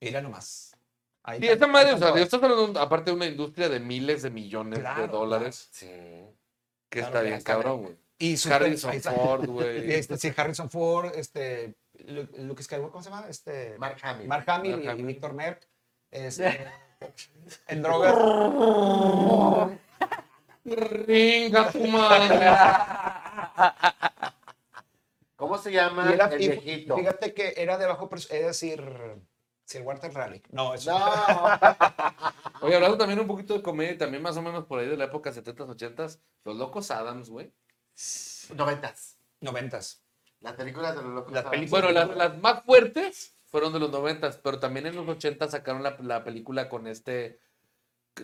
C: Mira nomás. Ahí
E: Sí,
C: está.
E: esta madre, o sea,
C: Claro,
E: esto es una- aparte de una industria de miles de millones
C: claro.
E: de dólares,
B: Sí.
E: que
C: Claro,
E: está
C: que
E: bien
C: está
E: cabrón, güey.
C: Y super- ahí
E: Harrison
C: está.
E: Ford, güey.
C: *laughs* Este, sí, Harrison Ford, este, Lu- Luke Skywalker, ¿cómo se llama? Este,
B: Mark Hamill.
C: Mark Hamill
E: Mark
C: y- y
E: Hamill.
C: Víctor Merck.
B: *laughs*
C: Este, en drogas. *laughs*
E: Ringa tu madre.
B: ¿Cómo se llama
C: Y era-
B: el
C: y
B: viejito?
C: fíjate que era de bajo pres- es decir, Sir Walter Raleigh. No, eso.
B: No,
E: Oye, hablando también un poquito de comedia, y también más o menos por ahí de la época 70s, 80s, Los Locos Adams, güey.
B: noventas.
C: Noventas.
B: Las películas de los locos.
C: Las
B: Adams.
C: películas-
E: Bueno, las, las más fuertes fueron de los 90, pero también en los 80 sacaron la, la película con este.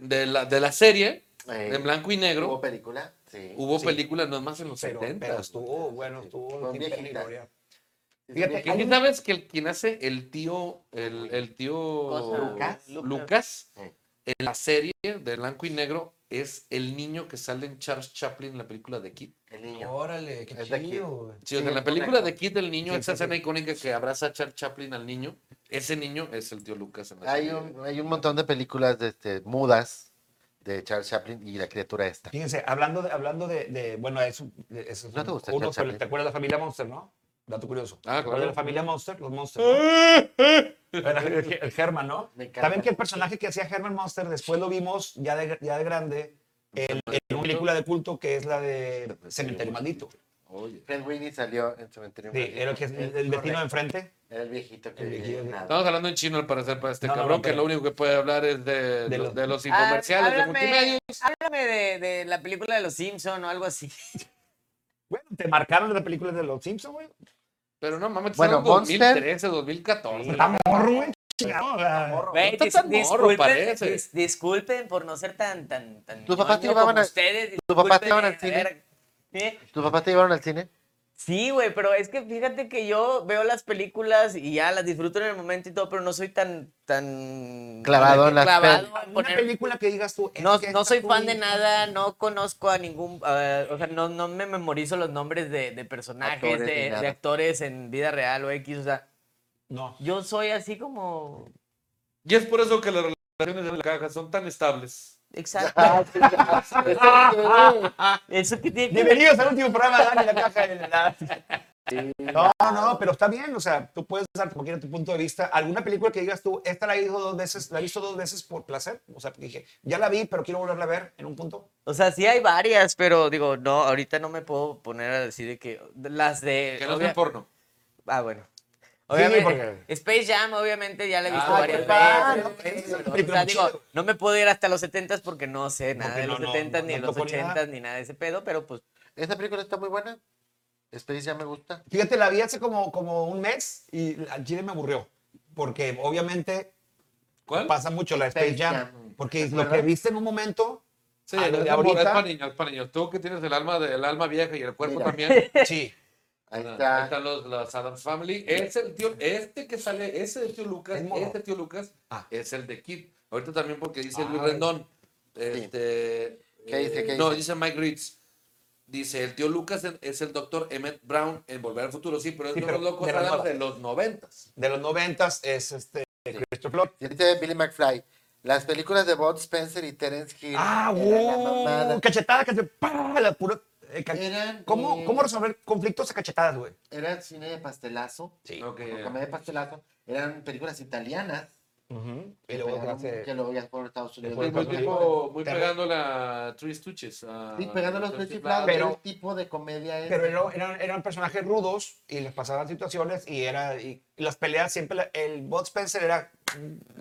E: De la, de la serie,
B: Eh,
E: en blanco y
B: ¿Hubo
E: negro.
B: película? Sí.
E: Hubo
C: Sí.
E: películas, no es más en los
C: Pero,
E: 70.
C: pero estuvo, bueno, estuvo.
B: Son
C: sin pena ni
B: viejitas.
C: gloria.
B: Fíjate,
C: Fíjate,
E: ¿Y qué sabes que el, quien hace el tío, el, el tío
D: Cosa.
B: Lucas.
E: Lucas,
B: Sí.
E: en la serie de blanco y negro, es el niño que sale en Charles Chaplin en la película de Kid.
B: el
E: Oh,
B: niño.
C: Órale, qué
B: Es de aquí.
C: chido, güey.
E: Sí, o sea,
B: Sí,
E: en la película
B: correcto.
E: de Kid, el niño,
C: Sí,
E: esa
C: sí, sí.
E: escena icónica que abraza a Charles Chaplin al niño, ese niño es el tío Lucas en la
B: Hay
E: serie.
B: un, hay un montón de películas de, este, mudas de Charles Chaplin y la criatura esta.
C: Fíjense, hablando de, hablando de, de- bueno, eso, de- eso es
B: ¿No te
C: un-
B: gusta
C: uno,
B: Charles
C: pero
B: Chaplin?
C: ¿Te acuerdas de la familia Monster, no? Dato
E: Ah,
C: curioso. ¿Te acuerdas de la
E: claro.
C: familia Monster? Los Monsters, ¿no?
B: *laughs*
C: Era el el Herman, ¿no?
B: Me encanta.
C: Saben que el personaje que hacía Herman Monster, después lo vimos ya de, ya de grande el- en una película de culto que es la de Cementerio Maldito.
E: Oye.
B: Fred Winnie salió en Cementerio.
C: Sí,
B: Maldito.
C: era el, que, el, el vecino de enfrente.
B: Era el viejito que
C: El viejito.
B: nada.
E: Estamos hablando en chino al parecer para este
C: No, no,
E: cabrón,
C: no,
E: que
C: pero-
E: lo único que puede hablar es de,
C: De
E: los,
C: los-
E: de
D: Ah,
E: los infomerciales de multimedia.
D: Háblame, háblame de, de la película de los Simpson o algo así.
C: Bueno, te marcaron las películas de Los Simpsons, güey.
E: Pero no mames,
B: Bueno,
E: bueno,
B: Monster.
E: 2013, 2014.
C: Está morro, güey. Chingado, o sea,
D: Güey,
E: No está
D: dis-
E: tan morro,
D: disculpen,
E: parece.
D: dis- disculpen por no ser tan tan tan.
B: Tus papás te
D: ñoño
B: llevaban
D: como
B: al-
D: ustedes.
B: tus papás te llevaban al
D: disculpen, a ver, ¿sí?
B: ¿Tus papás te llevaron al cine?
D: Sí, güey, pero es que fíjate que yo veo las películas y ya las disfruto en el momento y todo, pero no soy tan tan
B: Clavado en las
D: clavado
B: pel-
D: en
C: Una
D: poner-
C: película que digas tú. es
D: No,
C: que
D: no
C: esta
D: soy fan de
C: tú-
D: nada, no conozco a ningún, eh, o sea, no, no me memorizo los nombres de, de personajes,
B: Actores ni
D: de,
B: nada.
D: de actores en vida real o X, o sea,
C: No.
D: yo soy
C: *laughs*
D: así como,
E: Y es por eso que las relaciones de la caja son tan estables.
D: exacto,
C: Ah,
D: *laughs* eso que tiene que ver-
C: Bienvenidos al último programa de Dani la Caja. de la- No, no, pero está bien, o sea, tú puedes dar como quieras tu punto de vista. ¿Alguna película que digas tú, esta la he visto dos veces, la he visto dos veces por placer? O sea, porque dije, ya la vi, pero quiero volverla a ver en un punto.
D: o sea, sí hay varias, pero digo, no, ahorita no me puedo poner a decir de que las de,
E: Que no
D: obvia-
E: es porno.
D: ah, bueno,
C: porque-
D: obviamente, Space Jam, obviamente, ya la he visto
C: Ah,
D: varias
C: qué padre,
D: veces,
C: no, es una
D: pero, o
C: película
D: sea,
C: muy
D: digo,
C: chida.
D: no me puedo ir hasta los 70s porque no sé nada
C: Porque
D: de
C: no,
D: los
C: no,
D: 70s, ni
C: no
D: de los
C: tocó ni nada.
D: 80s, ni nada de ese pedo, pero pues,
B: Esta película está muy buena. Space ya me gusta.
C: Fíjate, la vi hace como, como un mes y al chile me aburrió. Porque obviamente
E: ¿Cuál?
C: pasa mucho la Space
B: Space
C: Jam.
B: Jam.
C: Porque
B: ¿Ah? ¿Te
C: lo que
B: acuerdas?
C: viste en un momento,
E: Sí,
C: Ah,
E: el-
C: no,
E: el
C: de
E: amor,
C: ahorita.
E: es para niños, para niños. Tú que tienes el alma, de- el alma vieja y el cuerpo
B: Mira.
E: también.
C: sí.
B: Ahí
E: Ah,
B: está.
E: ahí están los, las Adams Family. Es el tío, este que sale, ese del tío Lucas,
C: Es morro.
E: este tío Lucas,
C: Ah.
E: es el de Kid. Ahorita también porque dice
C: Ah,
E: Luis
C: a ver.
E: Rendón. Este,
B: ¿Qué dice, qué
E: no,
B: dice?
E: dice Mike Reeds. Dice, el tío Lucas en- es el doctor Emmett Brown en Volver al Futuro. Sí, pero es
C: Sí,
E: de
C: pero
E: los locos
C: de las
E: Adams
C: nuevas.
E: de los noventas.
C: de los noventas es este Christopher Lloyd.
B: Dice Billy McFly. Las películas de Bob Spencer y Terence Hill.
C: Ah,
B: eran la
C: wow.
B: mamada.
C: Cachetada, cachetada. pa, La pura, eh, ca-
B: Eran,
C: ¿Cómo,
B: eh,
C: ¿Cómo resolver conflictos a cachetadas, güey?
B: Era cine de pastelazo.
C: Sí.
E: Ok,
B: o
E: ya.
B: comedia de pastelazo. Eran películas italianas.
C: Y
B: que
C: luego
B: pegaron-
C: te hace-
B: que luego ya fueron a Estados Unidos.
E: Es muy
C: Después
B: Después-
E: tipo, muy
C: Terror.
E: pegando la Three Stooges. a-
B: Sí, pegando los
E: a
B: tres
E: Stooges
B: chiflados.
E: Brown.
C: pero-
B: ¿Qué tipo de comedia es?
C: Pero era- eran, eran personajes rudos y les pasaban situaciones y era y las peleas siempre la- el Bot Spencer era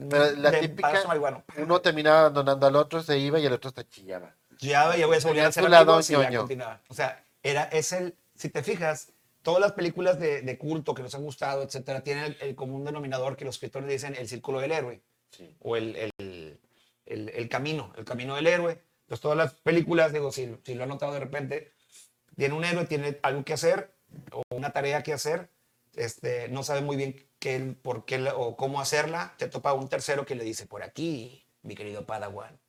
B: Pero la
C: de
B: típica-
C: palazo marihuano.
B: Uno terminaba abandonando al otro, se iba y el otro se chillaba.
C: Ya, ya voy a volver a ser
B: tu lado,
C: amigos y ya
B: ñoño.
C: continuaba. O sea, era, es el, si te fijas, todas las películas de, de culto que nos han gustado, etcétera, tienen el, el común denominador que los escritores dicen el círculo del héroe.
B: Sí.
C: o el, el- el- el camino, el camino del héroe. Entonces, todas las películas, digo, si, si lo han notado de repente, tiene un héroe, tiene algo que hacer o una tarea que hacer, este, no sabe muy bien qué, por qué la- o cómo hacerla, te topa un tercero que le dice, por aquí, mi querido Padawan,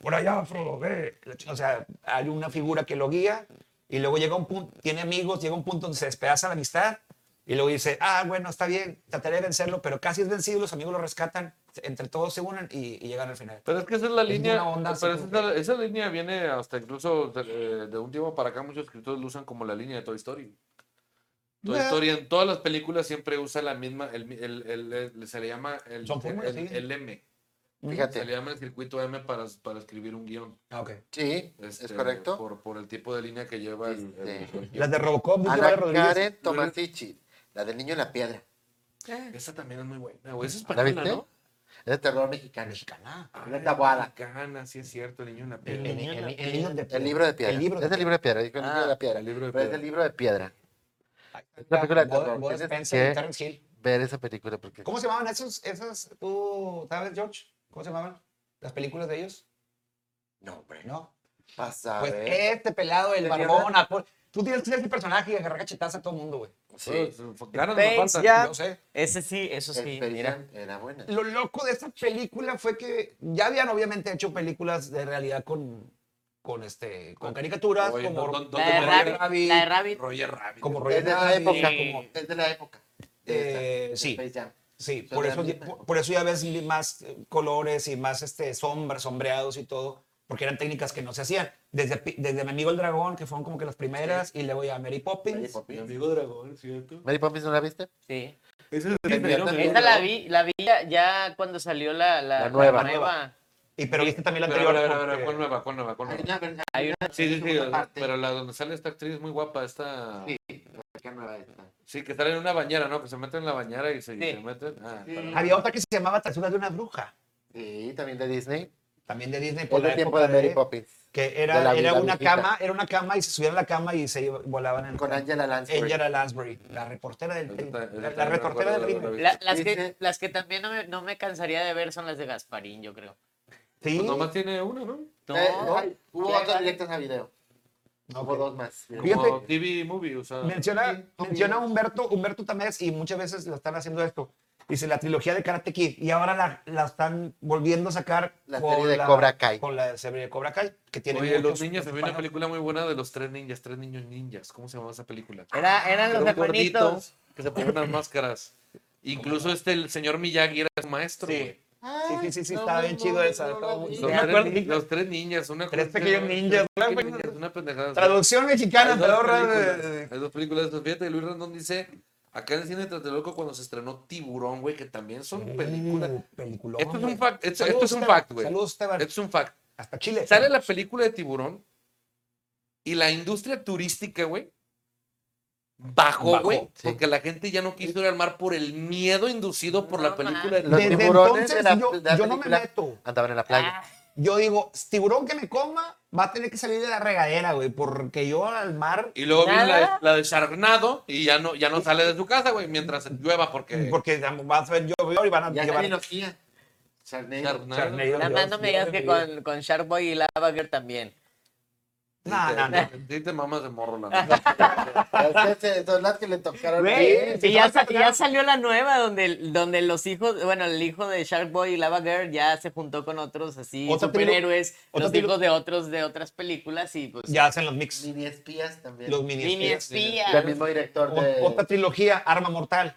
C: por allá, Frodo, ve. La chingada. O sea, hay una figura que lo guía y luego llega un punto, tiene amigos, llega un punto donde se despedaza la amistad y luego dice, ah, bueno, está bien, trataré de vencerlo, pero casi es vencido, los amigos lo rescatan, entre todos se unen y, y llegan al final.
E: Pero es que esa es la
C: Es
E: línea. eh,
C: una onda así
E: pero
C: como
E: esa, esa línea viene hasta incluso de, eh, de un tiempo para acá. Muchos escritores lo usan como la línea de Toy Story. Toy
C: Nah.
E: Story en todas las películas siempre usa la misma. El, el- el- el- se le llama el,
C: Son fórmulas,
E: el-
C: sí.
E: el M. Se le
B: Fíjate.
E: llama el circuito M para, para escribir un guión.
C: Ah, ok.
B: Sí, es
E: Este,
B: correcto.
E: Por, por el tipo de línea que lleva el- el-
B: Este.
E: el guión.
C: Las de Robocop, Dulce María
B: Ana
C: Rodríguez.
B: Karen Tomasichi. La del niño en la piedra.
E: Esa también es muy buena. güey. Esa es
B: ¿La
E: española,
B: viste?
E: ¿no?
B: Es de terror mexicano.
C: Mexicana.
E: Ah,
B: Una Ah, tabuada.
E: Gana, sí es cierto, el niño en la
C: El,
E: piel.
C: el- el- el-
B: El libro de piedra.
C: El libro de
B: es el libro de piedra. dijo el libro de la piedra.
E: el libro de
B: Pero es
E: piedra.
B: el libro de piedra.
C: piedra.
B: una película de
C: Bud-
B: terror.
C: Bud
B: Tienes
C: Spencer y
B: que-
C: Terrence Hill.
B: Ver esa película porque
C: ¿Cómo se llamaban esos, esas, tú sabes, George? ¿Cómo se llamaban? ¿Las películas de ellos?
B: no, hombre, no
C: No.
B: pasa.
C: pues
B: ¿eh?
C: este pelado, el barbón, apol- tú tienes que ser este personaje y agarrar cachetadas a todo el mundo, güey.
B: Sí.
E: Oh, Ganas me
D: Space
E: faltan.
D: Jam.
C: Yo sé.
D: ese sí, eso sí,
B: Space
D: mira.
B: Jam era buena.
C: Lo loco de esta película fue que ya habían obviamente hecho películas de realidad con, con, este, con caricaturas,
E: Oye,
C: como,
E: Don- Don-
D: La de
E: Don
D: Rabbit,
C: Rabbit.
D: la de Rabbit.
E: Roger Rabbit.
C: como
B: Es
C: Roger
B: de la
C: Rabbit,
B: época.
C: como-
B: Es de la época. de
C: Eh,
B: esa, de
C: sí.
B: Space Jam.
C: Sí,
B: Son
C: por
B: de la
C: eso,
B: misma
C: por,
B: época.
C: por eso ya ves más eh, colores y más este, sombras, sombreados y todo, porque eran técnicas que no se hacían. Desde, Pi- desde Mi Amigo el Dragón, que fueron como que las primeras, y luego ya Mary Poppins.
E: Pues,
B: Mary Poppins.
E: amigo dragón, ¿cierto?
B: Mary Poppins no la viste?
D: Sí.
E: Ese es
B: Es
E: el primero,
B: verdad.
E: ¿no?
D: Esa la vi, la vi ya, ya cuando salió la, la,
B: La nueva.
C: Y pero viste también la
E: Pero, a
C: anterior.
E: ver, a ver, a ver,
C: porque-
E: ¿cuál nueva? ¿Cuál nueva? ¿Cuál
B: Hay
E: nueva?
B: una verdad.
D: Hay una-
E: Sí, sí, sí.
B: segunda parte.
E: Pero la donde sale esta actriz muy guapa, esta.
B: Sí, acá nueva esta.
E: Sí, que sale en una bañera, ¿no? Que se mete en la bañera y se, y
D: Sí.
E: se meten. Ah,
B: Sí.
E: para-
C: Había otra que se llamaba Trazuras de una bruja.
B: Sí, también de Disney.
C: También de Disney por
B: Es
C: la
B: el tiempo
C: época
B: Pues de Mary Poppins.
C: que
B: de la
C: era, era
B: vida
C: una
B: viejita.
C: cama, era una cama y se subían a la cama y se iba- volaban en
B: Con Angela Lansbury.
C: Angela Lansbury, la reportera del
E: Ahorita-
C: la-
E: ahorita
C: la,
E: también
C: reportera del
E: recuerdo
C: ritmo.
E: haberla
D: La- las,
B: Dice-
D: que, las que también no me, no me cansaría de ver son las de Gasparín, yo creo.
C: Sí.
E: Pues nomás tiene una, ¿no?
D: No,
B: Eh, ay, hubo
D: Sí,
B: otros
D: vale.
B: directos a video. Hubo
C: Ok.
B: dos más.
C: Fíjate-
E: Como TV Movie, o sea.
C: Menciona,
B: Sí,
C: menciona
B: obvio.
C: Humberto, Humberto Tamés, y muchas veces lo están haciendo esto. Dice la trilogía de Karate Kid, y ahora la, la están volviendo a sacar
B: La serie de Cobra Kai.
C: Con la serie de Cobra Kai, que tiene.
E: Oye, los
C: muchos
E: niños, también hay una
C: españoles.
E: película muy buena de los tres ninjas, tres niños ninjas. ¿Cómo se llamaba esa película?
D: Era, eran
E: Era
D: los
E: un gordito
D: hermanitos.
E: que se ponía unas máscaras. Incluso este, el señor Miyagi era su maestro.
C: Sí.
E: güey.
C: Sí, sí, sí, sí, estaba bien chido esa, estaba muy-
E: Los,
C: me
E: tres,
C: acuerdo.
E: ni- los tres ninjas, una
C: Tres
E: cosa-
C: pequeños ninjas,
E: tres
C: una
E: pequeños ninjas, una pendejada. así.
C: Traducción mexicana,
E: Hay dos
C: pedorra, eh,
E: películas,
C: de- de-
E: Hay dos películas de esas. Fíjate, Luis Rendón dice, acá en el cine de Tlatelolco cuando se estrenó Tiburón, güey, que también son películas.
C: Uh, peliculón,
E: Esto es
C: güey.
E: un fact, esto,
C: Saludos,
E: esto es un
C: Esteban.
E: fact, güey.
C: Saludos, Esteban.
E: Esto es un fact.
C: Hasta Chile.
E: Sale la película de Tiburón y la industria turística, güey, bajó,
C: Bajó,
E: güey,
C: sí.
E: porque la gente ya no quiso ir al mar por el miedo inducido por
D: No
E: la película.
B: mames.
E: de
B: Los
C: Desde
B: tiburones
C: entonces
B: de la-
C: yo,
B: de la
C: yo no me
B: película.
C: meto.
B: Andaban en la playa.
D: Ah,
C: Yo digo, tiburón que me coma va a tener que salir de la regadera, güey, porque yo al mar,
E: Y luego viene la, de-
D: Nada.
E: la de Sharknado y ya no, ya no sale de su casa, güey, mientras llueva, porque...
C: *laughs* porque vas a ver yo y van a
B: Ya
C: llevar
B: se trilogía. Charnero.
E: Sharknado-
C: Charney,
D: nada más
C: Dios,
D: no me
C: Dios
D: digas
C: de
D: que
C: mi vida.
D: con, con Sharkboy y Lava Girl también.
C: No, no, no.
E: Sí te mamas de morro,
C: *laughs*
E: la neta.
B: Son eh, las que le tocaron.
C: Güey,
B: Sí.
C: Sí,
D: Y ya,
C: vas a
D: sa- y ya
C: tocar.
D: salió la nueva donde, donde los hijos, bueno, el hijo de Sharkboy y Lava Girl ya se juntó con otros así
C: Otra trilog-
D: superhéroes,
C: otra
D: los
C: trilog-
D: hijos de otros de otras películas y pues
C: Ya hacen los mix,
B: Mini espías también.
C: los mini,
D: mini
C: espías.
D: espías.
B: Del mismo director
C: O-
B: de.
C: Otra trilogía, Arma Mortal.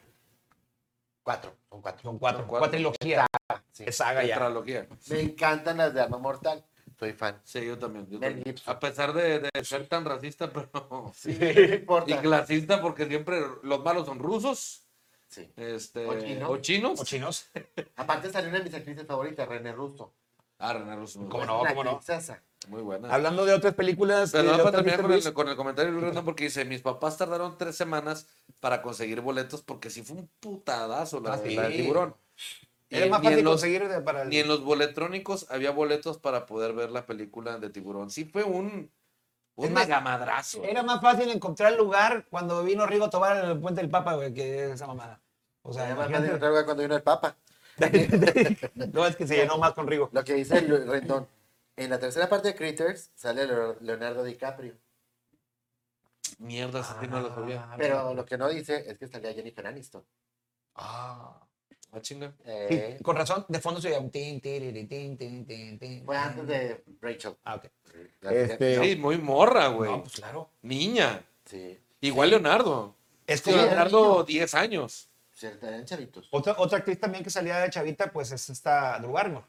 B: Cuatro. Son cuatro.
C: Son cuatro,
E: Son cuatro.
C: cuatro trilogías.
B: Sí.
C: Es saga ya.
E: Tetralogía.
B: Me encantan las de Arma Mortal. Soy fan.
E: Sí, yo también. yo
B: Mel
E: también.
B: Gibson.
E: A pesar de, de ser tan racista, *laughs* pero...
C: *laughs*
B: No me importa.
E: Y clasista, porque siempre los malos son rusos,
B: Sí.
E: este,
B: O chinos.
E: o chinos.
C: Los chinos.
B: Aparte salió una de mis actrices favoritas, René Russo.
E: Ah, René Russo. muy
C: ¿Cómo
E: buena,
C: no?
B: Una
C: ¿Cómo no?
B: actrizaza.
E: Muy buena.
C: Hablando de otras películas.
E: Pero
C: eh, de
E: nada más para
C: otras
E: terminar con
C: Mr.
E: el, con el comentario de Luis Rendón, porque dice, mis papás tardaron tres semanas para conseguir boletos porque sí fue un putadazo la,
C: Ah,
E: de-
C: sí.
E: la de tiburón.
C: Beast. Es
E: Eh,
C: más
E: ni en
C: fácil
E: los-
C: conseguir de- para el-
E: Ni en los boletrónicos había boletos para poder ver la película de tiburón. Sí fue un,
C: Es
E: un
C: más,
E: megamadrazo.
C: Era más fácil encontrar lugar cuando vino Rigo Tobar en el Puente del Papa, güey, que esa mamada. O sea,
B: Además,
C: imagínate.
B: nadie recuerda cuando vino el Papa.
C: *laughs* no, es que se llenó más con Rigo.
B: Lo que dice el Rendón. En la tercera parte de Critters sale Leo- Leonardo DiCaprio.
E: Mierda, ese sí no lo sabía.
C: Ah,
B: Pero lo que no dice es que salía Jennifer Aniston.
C: Ah.
E: Ah, chinga.
B: Eh,
C: Sí, con razón, de fondo se oía un tin, tiriri, tin, tin, tin, tin.
B: Fue antes de Rachel.
C: Ah, ok.
B: La-
C: Este-
E: Sí, muy morra,
D: Ah,
E: güey.
C: No, pues claro.
E: Niña.
B: Sí.
E: Igual Leonardo.
C: Es
E: Sí,
C: que
E: Leonardo, 10 años.
B: Sí, eran chavitos.
C: otra, otra actriz también que salía de chavita, pues es esta Drew Barrymore.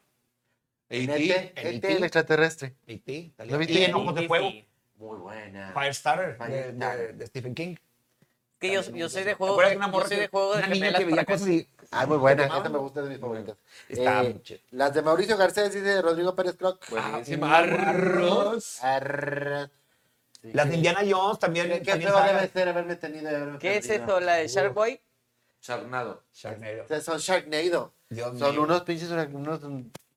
C: E
E: E.T.
C: el
B: Este es el
C: E.T.
B: extraterrestre.
C: E.T.
B: ¿Lo
C: salía.
B: viste?
C: Y en
D: Sí,
C: Ojos
D: sí,
C: de Fuego.
D: sí.
B: Muy buena.
C: Firestarter, de- de,
B: Firestarter.
C: de Stephen King.
D: Que yo, yo soy de
C: ¿Te
D: juego,
C: acuerdas de una
D: yo
C: morra
D: soy
C: que-
D: de juego de
C: una niña
D: gemelas
C: que veía
D: para acá.
C: cosas y
B: Ah, muy buena.
C: ¿Te
B: Esta me
C: tomaban?
B: gusta es de mis favoritas.
C: Estaba
B: Eh,
C: muy chida.
B: las de Mauricio Garcés, dice Rodrigo Pérez Croc.
C: Ah,
E: Buenísima. Arroz.
B: Arr- Sí.
C: Las de Indiana Jones también.
B: ¿Qué, qué
C: también
B: feo
C: saga.
B: debe ser haberme tenido y haberme
D: ¿Qué es
B: perdido?
D: eso? ¿La de Sharkboy?
E: Charnado.
C: Sharknado.
B: O sea, son Sharknado.
C: Dios
B: son
C: mío.
B: unos pinches unos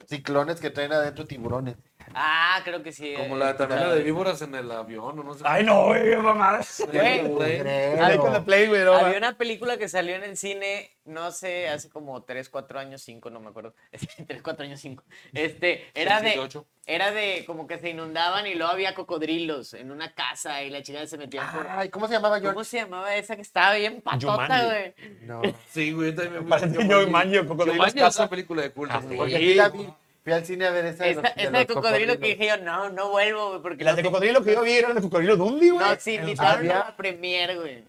B: ciclones que traen adentro tiburones.
D: Ah, creo que sí.
E: Como
D: eh,
E: la también la de
D: escuchado.
E: víboras en el avión, o no sé.
C: Ay, no, güey, qué mamadas.
E: Güey, güey.
C: Ahí
B: Creo.
C: con la Play, güey. no,
D: Había
C: va.
D: una película que salió en el cine, no sé, hace como 3, 4 años, 5, no me acuerdo. *laughs* 3, 4 años, 5. Este, era
E: Seis, siete,
D: de,
E: ocho.
D: era de como que se inundaban y luego había cocodrilos en una casa y la chica se metía por...
B: Ay, ¿cómo se llamaba George?
D: ¿Cómo se llamaba esa que estaba bien patota,
C: Jumanji.
D: güey? *laughs*
B: No.
E: Sí, güey, también me
C: Parece yo y Manjo, cocodrilos
E: Jumanji es
C: casa.
E: una película de culto.
C: Ah,
E: muy
C: sí.
E: buena.
B: Porque sí la vi. Fui al cine a ver esa.
D: Esa,
B: los-
D: esa
B: los
D: de cocodrilo que
B: cocodrilos.
D: dije yo, no, no vuelvo, güey, porque...
C: Las
D: no
C: de
D: sé-
C: cocodrilo que yo vi eran de cocodrilo Dundee, güey.
D: No, sí,
C: En los
D: invitaron a
C: aviones.
D: la premier, güey.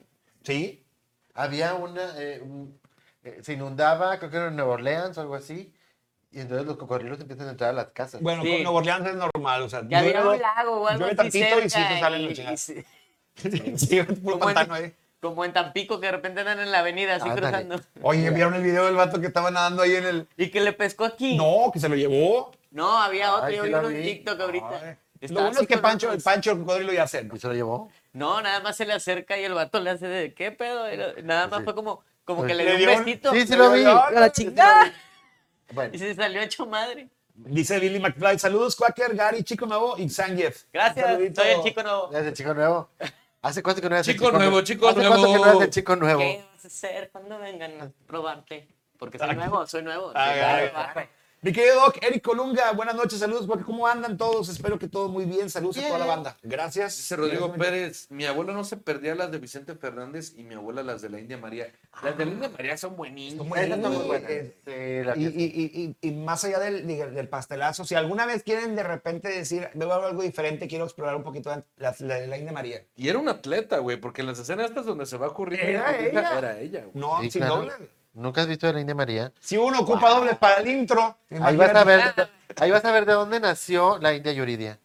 C: Sí.
B: Había una. eh, un- eh, se inundaba, creo que era en Nueva Orleans o algo así. Y entonces los cocodrilos empiezan a entrar a las casas.
C: Bueno,
D: Sí.
C: con Nueva Orleans es normal, o sea.
D: Que había
C: llueve-
D: un lago o algo
C: llueve
D: así
C: tantito y sí
D: cerca
C: se salen los
D: y-
C: chingados.
D: y se-
C: *laughs* Sí, puro
D: Como en-
C: pantano ahí.
D: Como en Tampico, que de repente andan en la avenida, así
B: Ándale.
D: cruzando.
C: Oye, ¿vieron el video del vato que estaba nadando ahí en el...?
D: Y que le pescó aquí.
C: No, que se lo llevó.
D: No, había
B: Ay,
D: otro, yo
B: sí
D: vi
B: la
D: uno
B: vi.
D: en TikTok
C: Ay.
D: ahorita.
C: Lo
D: Estaba
C: bueno
D: así
C: es que
D: con
C: Pancho,
D: unos-
C: el Pancho el cocodrilo ya hace.
B: ¿Y se lo llevó?
D: No, nada más se le acerca y el vato le hace de qué pedo. Y lo- Nada más
B: Sí.
D: fue como, como que
B: Sí.
D: le
C: Le
D: dio un
C: dio un-
D: *laughs* besito.
B: Sí, sí lo vi.
D: A
E: ¡Ah!
D: la
B: Sí, sí lo
D: chingada.
B: vi. Bueno,
D: Y se salió hecho madre.
C: Dice Billy McFly, saludos Quaker, Gary, Chico Nuevo y Sanjev.
D: Gracias,
C: Saludito.
D: soy el chico nuevo.
B: ¿Ya es el chico nuevo? ¿Hace cuánto que no eres el
E: Chico nuevo, chico
B: ¿Hace cuánto que no eres
E: nuevo.
B: el chico nuevo?
D: ¿Qué vas a hacer cuando vengan a probarte? Porque
E: Ah,
D: soy nuevo, soy nuevo.
C: Ay, ay,
D: Claro.
C: Mi querido Doc, Eric Colunga, buenas noches, saludos Quaker, ¿cómo andan todos? Espero que todo muy bien, saludos a toda la banda. Gracias.
E: Dice Rodrigo Pérez, mi abuela no se perdía las de Vicente Fernández y mi abuela las de la India María. Las de la India María son buenísimas.
C: Muy bien.
B: Esa está muy buena.
C: Eh,
B: Sí, la
C: Y,
B: que-
C: y- y- y- y más allá del, diga- del pastelazo, si alguna vez quieren de repente decir, me voy a ver algo diferente, quiero explorar un poquito la, la, la India María.
E: Y era un atleta, güey, porque en las escenas estas donde se va a ocurrir
C: Era ella.
E: era ella, güey.
C: No,
B: Sí,
C: sin
B: claro.
C: doble.
B: ¿Nunca has visto a la India María?
C: Si uno ocupa doble para el intro, eh,
B: Ahí vas, a ver, ahí vas a ver de dónde nació la India Yuridia.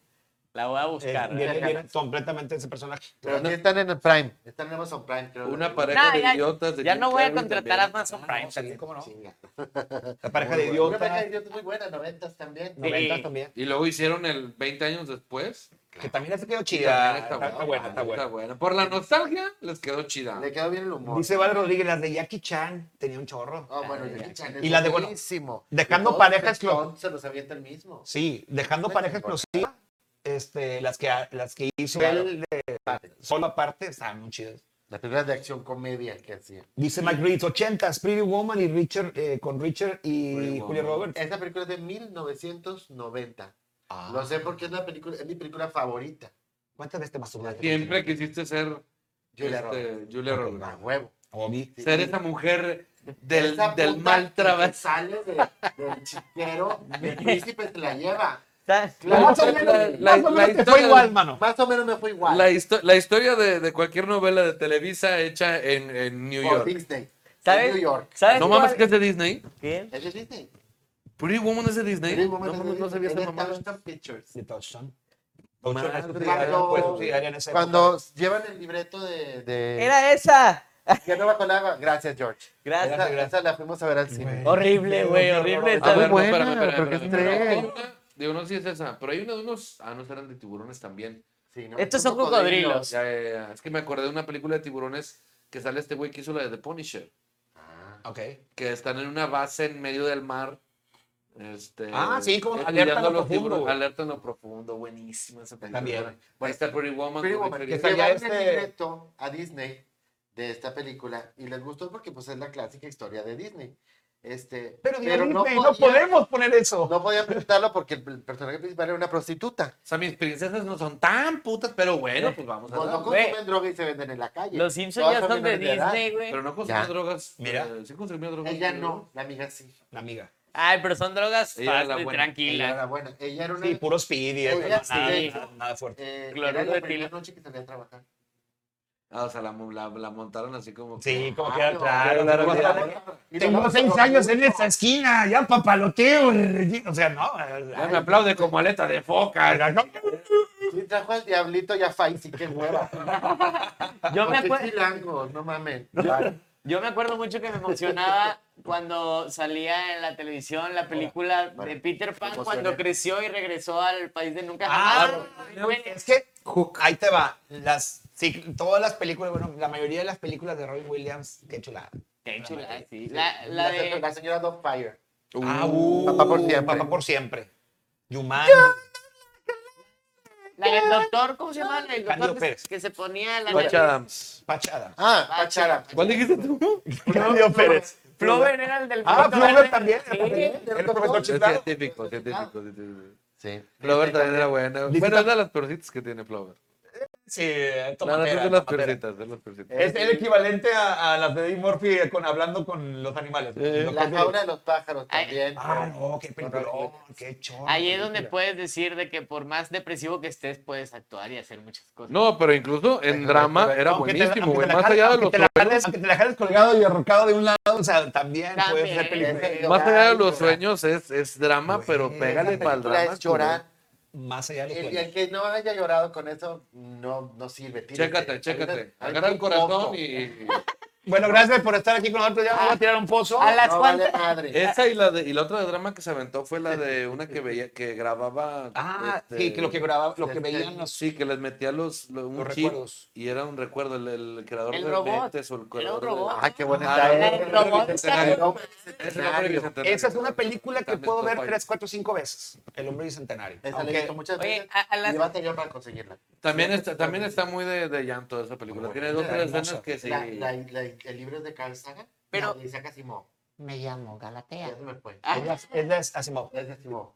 D: La voy a
C: Eh,
D: buscar.
C: viene-
D: ¿eh?
C: viene completamente ese personaje.
B: Pero aquí están en el Prime. Están en Amazon Prime, creo.
E: Una
B: pareja.
E: pareja
D: No,
E: de
D: ya-
E: idiotas. de
D: Ya
E: Jim
D: no voy a
E: Carrey
D: contratar a
E: también. Ah,
D: Amazon Prime.
C: Ah, Sí, cómo no. La
B: Una
C: pareja de
B: pareja
C: idiota,
B: de idiotas muy buena, noventas también.
D: Sí.
C: noventas también.
E: Y luego hicieron el 20 años después.
C: Que también se quedó
E: Ya,
C: chida. ah, Está, buena, está buena.
E: Por la nostalgia les quedó chida.
B: Le quedó bien el humor.
C: Ah. Dice Vale Rodríguez, las de Jackie Chan tenía un chorro.
B: Ah, bueno, Jackie Chan es
C: Y la de, bueno,
B: buenísimo.
C: dejando
B: Y todos
C: pareja
B: los
C: explo-
B: Stones Se los avienta el mismo.
C: Sí, dejando
B: Está
C: pareja
B: chingona.
C: explosiva, este, las que las que hizo
B: Claro.
C: él de solo aparte estaban muy chidas.
B: Las películas de acción comedia que hacía.
C: Dice Mike Reed, 80s, Pretty Woman y Richard eh, con Richard y
E: Pretty
C: Julia
E: Woman.
C: Roberts.
B: Esta película es de 1990. Lo sé porque
E: Ah.
B: es, la película, es mi película favorita.
C: ¿Cuántas veces te masturbaste?
E: Siempre quisiste ser
B: Julia
E: este,
B: Roberts.
E: Julia Roberts.
B: A huevo.
C: Obi.
E: Ser esa mujer del,
B: Esa
E: del
B: puta
E: mal
B: que
E: trabajo.
B: sale de- del chiquero,
E: *laughs*
B: el príncipe te la lleva.
D: ¿Sabes?
B: Claro,
C: más o
B: la-
C: menos,
E: la-
C: más o menos
E: la
C: te fue
E: historia
C: igual,
E: de-
C: mano.
B: Más o menos me fue igual.
E: La, histo- la historia de, de cualquier novela de Televisa hecha en, en New
B: Por
E: York.
B: Disney.
D: ¿Sabes?
B: En New York.
D: ¿Sabes
E: No
D: cuál-
E: mames que es de Disney.
D: ¿Qué?
B: ¿Es de Disney?
E: Pretty Woman es de Disney.
B: Pretty
E: No
B: Woman es de
E: mames, no
B: Disney.
E: sabía
B: Es
E: esa
B: de
E: mamada.
B: Touchstone Pictures.
C: De Touchstone.
E: Madre.
C: Touchstone, sí, harían, pues, sí, harían esa
B: Cuando llevan el libreto de...
E: Eh,
B: de...
D: Era esa.
B: Ya no bajo el agua. Gracias, George.
D: Gracias.
B: Esa, esa la fuimos a ver al cine.
D: Horrible, güey, horrible.
E: A
D: esa-
B: Ah, muy
E: ver, no,
B: buena,
E: Ah, espérame, espérame,
B: pero que
E: espérame, espérame.
B: estrés.
E: Hay una- Digo, no sé si es esa, pero hay una de unos. Ah, no, eran de tiburones también.
B: Sí, ¿no?
D: Estos
B: Son
D: son cocodrilos.
E: Ya, ya, ya. Es que me acordé de una película de tiburones que sale este güey que hizo la de The Punisher.
C: época. Ok.
E: Que están en una base en medio del mar. Este,
C: Ah, sí, como
E: eh,
C: Alerta en
E: cuidando
C: lo
E: los
C: Profundo,
E: tiburones.
C: güey.
E: Alerta en lo profundo, buenísima esa película.
C: También.
E: Ahí está Pretty Woman.
B: Pretty
E: Pretty
B: Woman, que
E: Feliz.
C: está ya
B: llevaron el
C: este-
B: libreto a Disney de esta película y les gustó porque pues es la clásica historia de Disney. Este,
C: Pero, digo,
B: no,
C: Disney, no,
B: podía-
C: podemos poner eso.
B: No podía presentarlo porque el, el personaje principal era una prostituta.
E: O sea, mis princesas no son tan putas, pero bueno, pues vamos a
B: No, no
E: darle.
B: consumen
D: güey.
B: droga y se venden en la calle.
D: Los Simpsons
B: Todas
D: ya son de
B: menores edad.
D: Disney, güey.
E: Pero no consumía
B: Ya.
E: drogas.
C: Mira.
E: eh, sí consumía drogas.
B: Ella
E: pero-
B: no, la amiga sí.
C: La amiga.
D: Ay, pero son drogas
E: Ella era la
D: fast y
E: buena.
B: Ella
D: tranquilas.
B: era buena. Ella era una.
C: Sí, puro speedy. eso,
B: Oye,
C: no,
B: sí.
C: nada, nada- nada fuerte.
B: eh,
D: Cloruro
B: era la
D: de
B: primera
D: etilo.
B: noche que salía a trabajar.
E: Ah, o sea, la, mo- la- la montaron así como.
C: Sí, como
B: Ah,
C: que era
B: no,
C: claro, claro,
E: no,
C: claro.
E: no,
B: Y
C: Tengo
B: luego-
C: seis años en esta esquina, ya papaloteo. eh, O sea, no. eh,
E: Ya me aplaude como aleta de foca.
B: Sí, trajo al diablito ya Faisy, qué hueva.
E: *laughs*
D: Yo me
B: Porque
D: acuerdo.
B: chilangos, Pues no mames.
D: Yo me acuerdo mucho que me emocionaba cuando salía en la televisión la película de Peter Pan
B: emocioné.
D: cuando creció y regresó al país de nunca
C: Ah,
D: jamás. güey.
C: Es que ju- ahí te va. Las, sí, todas las películas, bueno, la mayoría de las películas de Robin Williams, qué chulada.
D: Qué chula, sí. La, la
B: se-
D: de.
B: la señora Dogfire.
C: Ah,
B: uh, Papá por siempre.
C: Papá por siempre. Yumán.
D: La del doctor, ¿cómo se llama? La del
C: Cándido
D: doctor que,
C: Pérez.
D: que se ponía la
E: Patch Adams.
D: *laughs*
C: Pachada.
B: Ah,
D: Ah,
B: Pachara.
E: ¿Cuál dijiste tú?
C: Claudio Pérez.
D: Flover era el del.
C: Ah,
D: doctor
C: Flover
D: Adams.
C: también.
D: Sí.
C: El profesor
E: Es
C: Chiflado.
E: científico, científico, científico.
B: Sí.
E: Flover también era buena.
C: Dice-
E: Bueno, es de las peorcitas que tiene Flover.
C: Sí,
E: No, no,
C: tomatera,
E: es de las
C: tomatera.
E: peorcitas, de las peorcitas.
C: Es el equivalente a, a las de Eddie Murphy eh, con, hablando con los animales. Los
B: La
C: cocodrilos.
B: jaula de los pájaros
D: Ay.
B: también.
C: Ah, no, qué película. qué chorro.
D: Ahí es donde puedes decir de que por más depresivo que estés, puedes actuar y hacer muchas cosas.
E: No, pero incluso en drama era
C: Aunque te la-
E: buenísimo,
C: aunque
E: güey.
C: te la
E: Más
C: jales-
E: allá de
C: aunque
E: los
C: te la
E: sueños,
C: jales- Aunque te la jales colgado y arrocado de un lado, o sea, también, eh, puedes hacer
D: También.
C: películas.
B: Es
E: más allá de
B: llorar,
E: los sueños es, es drama,
C: Güey,
E: pero pégale
C: esa
E: para el
B: La
E: drama.
B: es llorar.
C: Más allá de los
B: El,
C: sueños.
B: el que no haya llorado con eso no, no sirve. tírate.
E: Chécate,
B: Ahorita-
E: chécate.
B: ahorita
E: Agarra el
B: un poco.
E: corazón y.
F: Bueno, gracias por estar aquí con nosotros. Ya
D: Ah,
F: me voy a tirar un pozo.
D: A las
B: No
D: cuantas.
B: vale madre.
E: Esa y la, de, y la otra de drama que se aventó fue la de una que veía que grababa.
C: Ah,
E: este,
C: sí, que lo que grababa, lo que
B: este,
C: veían los.
E: Sí, que les metía los, lo- un
C: Los
E: chip
C: recuerdos.
E: y era un recuerdo, el, el creador
D: El
E: de
D: robot.
E: Vectes o el
D: Era
E: creador
D: un
E: de-
D: robot.
B: Ah, qué buena
E: Ah,
B: está.
D: el
B: eh.
D: robot
E: bicentenario.
B: No,
E: Es el hombre
B: bicentenario.
E: bicentenario.
C: Esa es una película que
E: También
C: puedo ver
E: Popeye.
C: tres, cuatro, cinco veces. El hombre bicentenario.
B: Esa la he
C: Aunque-
B: visto muchas
D: Oye,
B: veces.
D: a- a las-
B: Y bata yo para conseguirla.
E: También está, también está muy de, de llanto esa película. Tiene dos tres
C: hermosa.
E: escenas que sí.
B: La- la- la- el libro es de Carl Sagan.
D: Pero-
B: Pero. De Isaac Asimov.
G: Me llamo Galatea.
B: Ya se me fue.
D: Ah,
C: Es la- es la Asimov.
B: Isaac Asimov.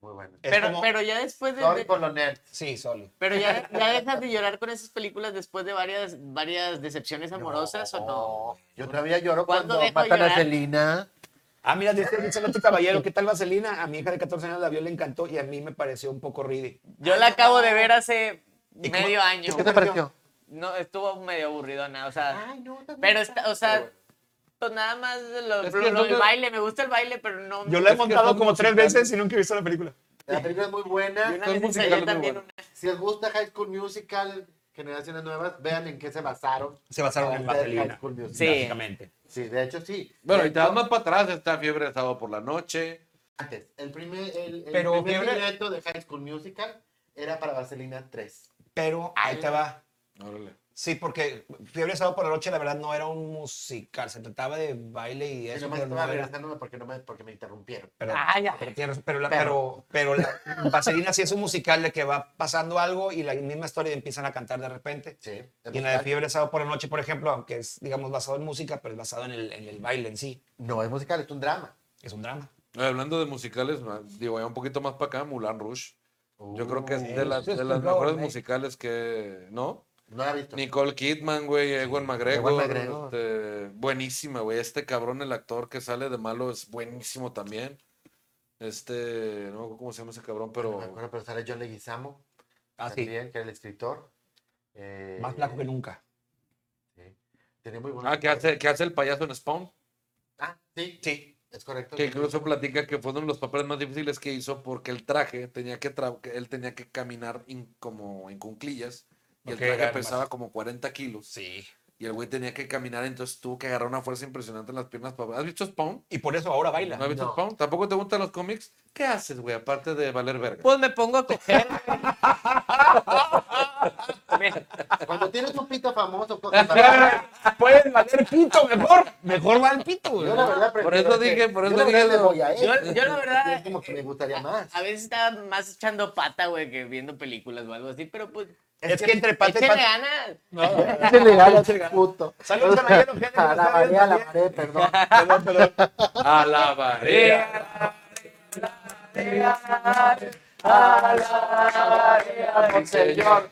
B: Muy bueno.
C: Es
D: pero,
C: como-
D: pero ya después de,
B: Sorry
D: de-
B: por los nerds.
C: Sí, Soli.
D: pero
B: *laughs*
D: ya, ya dejas de llorar con esas películas después de varias, varias decepciones amorosas o no.
B: Yo todavía lloro
D: ¿Cuándo
B: cuando
D: dejo
B: matan a
D: llorar?
B: Selena.
C: Ah, mira, dice dice el otro caballero, ¿qué tal Vaselina? A mi hija de 14 años la vio, le encantó y a mí me pareció un poco ridi.
D: Yo la acabo de ver hace medio año.
B: ¿Qué te pareció?
D: No, estuvo medio aburridona, o sea,
B: Ay, no, también
D: pero
B: está-
D: está, o sea, pues nada más de lo,
E: Es que
D: lo- lo del
E: entonces-
D: baile, me gusta el baile, pero no
F: Yo la he
E: Es que
F: montado
E: son
F: como tres
E: musicales.
F: veces y nunca he visto la película.
B: La película es muy
D: Y
B: buena.
D: una
E: Son
D: vez ensayé
E: musicales muy
D: también
E: buenos.
D: una-
B: Si les gusta High School Musical, generaciones nuevas, vean en qué se basaron.
C: Se basaron en
B: Para hacer High
C: Vaselina,
B: School Musical.
D: Sí.
C: básicamente.
B: Sí, de hecho sí.
E: Bueno,
B: De
E: y te vas
B: hecho,
E: más para atrás, está Fiebre de Sábado por la Noche.
B: antes. El primer, el, el
C: Pero
B: primer
C: Fiebre-
B: libreto de High School Musical era para Vaselina 3.
C: Pero ahí te va.
E: Órale.
C: Sí, porque Fiebre de Sábado por la Noche, la verdad, no era un musical. Se trataba de baile y
B: Yo
C: eso,
B: no me
C: pero
B: estaba
C: no era.
B: regresándome porque, no me, porque me interrumpieron.
C: Pero,
G: Ay, ay.
C: pero tienes- pero la, pero,
B: Pero.
C: pero la Vaselina sí es un musical de que va pasando algo y la misma historia y empiezan a cantar de repente.
B: Sí.
C: Y en la de Fiebre de Sábado por la Noche, por ejemplo, aunque es, digamos, basado en música, pero es basado en el, en el baile en sí.
B: No, es musical, es un drama.
C: Es un drama.
E: Eh, Hablando de musicales, ma- digo, ya un poquito más para acá, Mulan Rush. Yo creo
B: Uh,
E: que es de, las- de las mejores musicales que, ¿no?
B: No la he visto.
E: Nicole Kidman, güey, Ewan McGregor.
B: Ewan McGregor.
E: este, buenísima, güey. Este cabrón, el actor que sale de malo, es buenísimo también. Este, no me acuerdo cómo se llama ese cabrón,
B: No
E: pero
B: me acuerdo, pero sale John Leguizamo.
C: Ah, sí.
B: también, que era el escritor. Eh,
C: Más flaco que nunca.
B: Tenía muy buena.
E: Ah, que hace, que hace el payaso en Spawn,
B: Ah, sí.
C: Sí.
B: Es correcto.
E: que incluso platica que fue uno de los papeles más difíciles que hizo porque el traje tenía que tra- que él tenía que caminar in- como en cunclillas y
C: Ok,
E: el traje
C: además.
E: pesaba como 40 kilos.
C: Sí.
E: Y el güey tenía que caminar, entonces tuvo que agarrar una fuerza impresionante en las piernas. para- ¿Has visto Spawn?
C: Y por eso ahora baila.
E: ¿No has visto
B: No.
E: Spawn? ¿Tampoco te gustan los cómics? ¿Qué haces, güey? Aparte de valer verga.
D: Pues me pongo a coger.
B: Ah, Cuando tienes un pito famoso,
E: *laughs*
B: cosas raras.
C: Pueden valer pito mejor. Mejor va el pito. güey.
B: yo la verdad
E: Por
B: prefiero
E: eso
B: que-
E: dije, por
B: yo
E: eso
B: la verdad
E: dije
B: le
E: eso.
B: voy a él. Y
D: Yo, yo la
B: es
D: verdad, eh, ah,
B: como que me gustaría más. *laughs*
D: a veces estaba más echando pata, güey, que viendo películas o algo así, pero pues,
C: Es que entre pata y
D: échale
C: pata.
D: ganas.
B: Se le
D: ah,
B: gana el puto.
C: Saludos a la Mayelo, que
B: A la marea, a la marea, perdón.
C: Perdón, perdón.
E: *laughs* A la barea.
B: señor.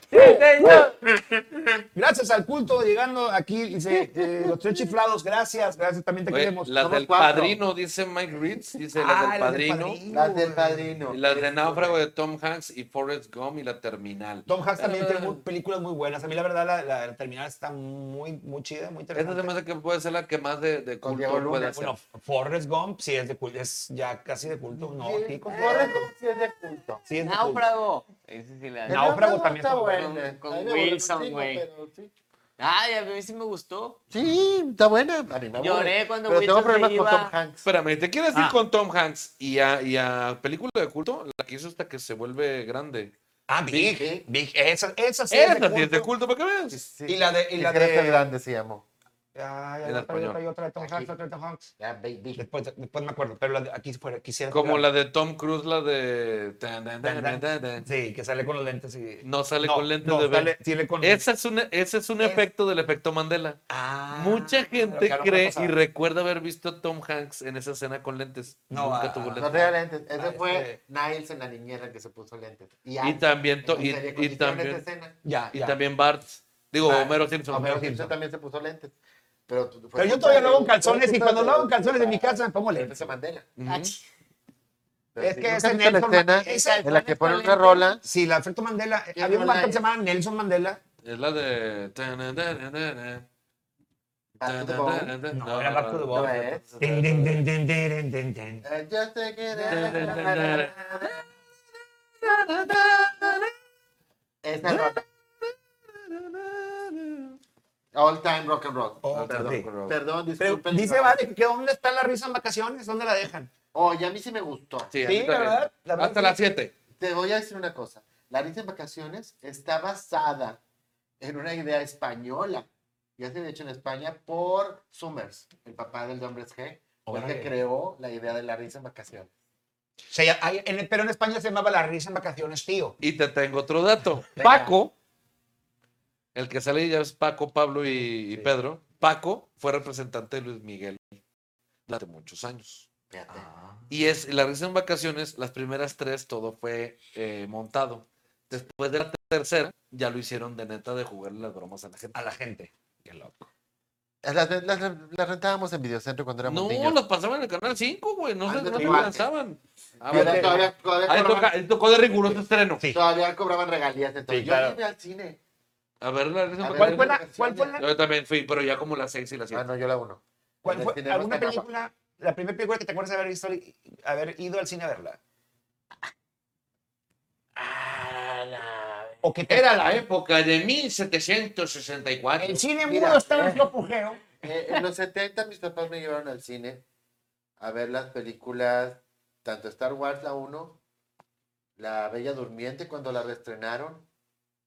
C: Gracias al culto llegando aquí. Dice, eh, los tres chiflados, gracias. Gracias, también te
E: Oye,
C: queremos.
E: las
B: somos
E: del
B: cuatro.
E: padrino, dice Mike Reeds, dice
C: Ah,
E: las del
C: las del
E: padrino.
C: Padrino.
B: Las del padrino.
E: y las de Náufrago de Tom Hanks y Forrest Gump y la terminal.
C: Tom Hanks también tiene muy- películas muy buenas. A mí, la verdad, la, la, terminal está muy, muy chida, muy
E: Esa se me
C: interesante.
E: hace que puede ser la que más de, de
B: Con
E: culto
B: Diego Luna,
E: puede ser.
C: Bueno, Forrest Gump, sí, es de culto. Es ya casi de culto. No, sí,
B: Con
C: con-
B: correcto, sí es de culto.
C: sí es de culto.
D: Náufrago. Ese sí la-
C: El Náufrago también
B: está
C: está
B: buena.
D: con-
B: A mí me
D: con
B: aburrió
D: Wilson,
B: un chingo,
D: güey.
B: pero sí.
D: Ay, a mí sí me gustó.
B: Sí, está buena. A mí me aburre.
D: Lloré cuando
B: Pero tengo
D: Wilson se
B: problemas
D: iba.
B: con Tom Hanks.
E: Espérame, ¿te quieres
C: Ah.
E: ir con Tom Hanks y a, y a película de culto? La que hizo hasta que se vuelve grande.
C: Ah, Big. Big.
B: Big.
C: Esa, esa sí.
E: Esa
C: es
E: sí es
C: de
E: de culto,
C: culto.
E: ¿para qué ves?
B: Sí,
C: Y la de- y la
B: Quisiera
C: de-
B: ser grande se llamó.
C: Ay, ay,
E: En
C: otra, y
E: español.
C: otra, y otra de Tom Hanks,
B: Aquí.
C: otra de Tom Hanks.
B: Ya, baby.
C: Después, después me acuerdo, pero la de- aquí fuera, quisiera.
E: Como la de Tom Cruise, la de... tan, tan, tan, tan, tan, tan.
C: Sí, que sale con los lentes y.
E: No sale con lentes
C: no,
E: de ver.
C: sale- sale con.
E: Ese es un, ese es un
C: Es-
E: efecto del efecto Mandela.
C: Ah,
E: Mucha
C: lo que
E: gente
C: hablamos la
E: cree y
C: pasada.
E: recuerda haber visto a Tom Hanks en esa escena con lentes.
C: No,
E: Nunca
C: ah,
E: tuvo
C: ah,
B: No
E: lentes.
B: traía lentes. Ese
C: Ah,
B: fue
C: este-
B: Niles en la niñera que se puso lentes. Y,
E: Y
B: Anne,
E: también, to-
B: en
E: y,
B: la serie,
E: y
B: cuando hicieron
E: también,
B: esa escena.
C: Ya,
E: y
C: ya.
E: también Bart. Digo,
C: Ah,
E: Homero Simpson.
B: Homero Simpson también se puso lentes. Pero, tú-
C: Pero
B: fue
C: yo
B: culpa
C: todavía no
B: de-
C: hago en
B: fue
C: calzones y
B: culpa
C: cuando
B: de-
C: no hago en calzones de mi casa me pongo lentes.
B: Nelson Mandela.
E: Ujú.
B: Pero
C: Es
B: sí,
C: que
B: ¿nunca
C: ese
B: viste la
C: Nelson
B: escena
C: Mandela- esa-
B: en la que ponen una
D: lentes.
B: rola.
C: Sí, la efecto Mandela.
B: ¿Qué
C: Había un
B: rola
C: band que se
B: es?
C: llamaba Nelson Mandela.
E: Es la de. tan, tan, tan, tan, tan.
B: Back to the
E: Tan,
B: Bone.
E: tan, tan,
C: No,
E: tan.
C: era Back to the
B: ¿No
C: Bone.
B: es?
C: Din, din, din, din, din, din, din.
B: Eh, Yo sé que- Esa rola. All time rock and roll.
C: Oh,
B: perdón,
C: sí.
B: perdón,
C: Pero
B: disculpen.
C: dice Vale que dónde está la risa en vacaciones, dónde la dejan.
B: Oye, a mí sí me gustó.
E: Sí, a
C: Sí,
E: mí
C: la
E: también.
C: verdad, la verdad
E: Hasta
C: sí.
E: las 7.
B: Te voy a decir una cosa. La risa en vacaciones está basada en una idea española. Ya se había hecho en España por Summers, el papá del de Hombres G, fue el que
C: Órale.
B: creó la idea de la risa en vacaciones.
C: Se llama- hay- en- pero en España se llamaba la risa en vacaciones, tío.
E: Y te tengo otro dato.
B: Venga.
E: Paco, el que sale ya es Paco, Pablo y, y Pedro. Paco fue representante de Luis Miguel durante muchos años.
B: Fíjate.
C: Ah.
E: Y es la risa en vacaciones, las primeras tres todo fue eh, montado. Después de la tercera, ya lo hicieron de neta de jugarle las bromas a la gente.
C: A la gente. Qué loco.
B: Las, las- las rentábamos en videocentro cuando éramos
E: No,
B: niños.
E: las pasaban en el canal 5, güey. No
B: Ah,
E: sé,
B: de
E: no
B: tu
E: lo
B: madre.
E: lanzaban. Ah,
B: Pero
E: bueno.
B: todavía, todavía
E: Ahí toca-
B: cobraban,
E: ahí tocó de riguroso estreno.
C: Sí.
B: todavía cobraban regalías. Entonces,
C: Sí,
B: yo
C: claro.
B: iba al cine.
E: A ver, la risa en
B: A
E: vacaciones.
B: ver,
C: ¿Cuál fue la, cuál fue la,
E: Yo también fui, pero ya como las 6 y las 7.
B: Ah, no, yo la uno.
C: cuál fue-
B: El cine
C: alguna
B: Rostacapa.
C: película, la primera película que te acuerdas de haber visto, y- haber ido al cine a verla? O que te-
E: Era la época de 1764.
C: El cine
B: Mira,
C: mudo estaba
B: eh.
C: en su apogeo.
B: Eh, en los 70 mis papás me llevaron al cine a ver las películas, tanto Star Wars la 1, La Bella Durmiente cuando la reestrenaron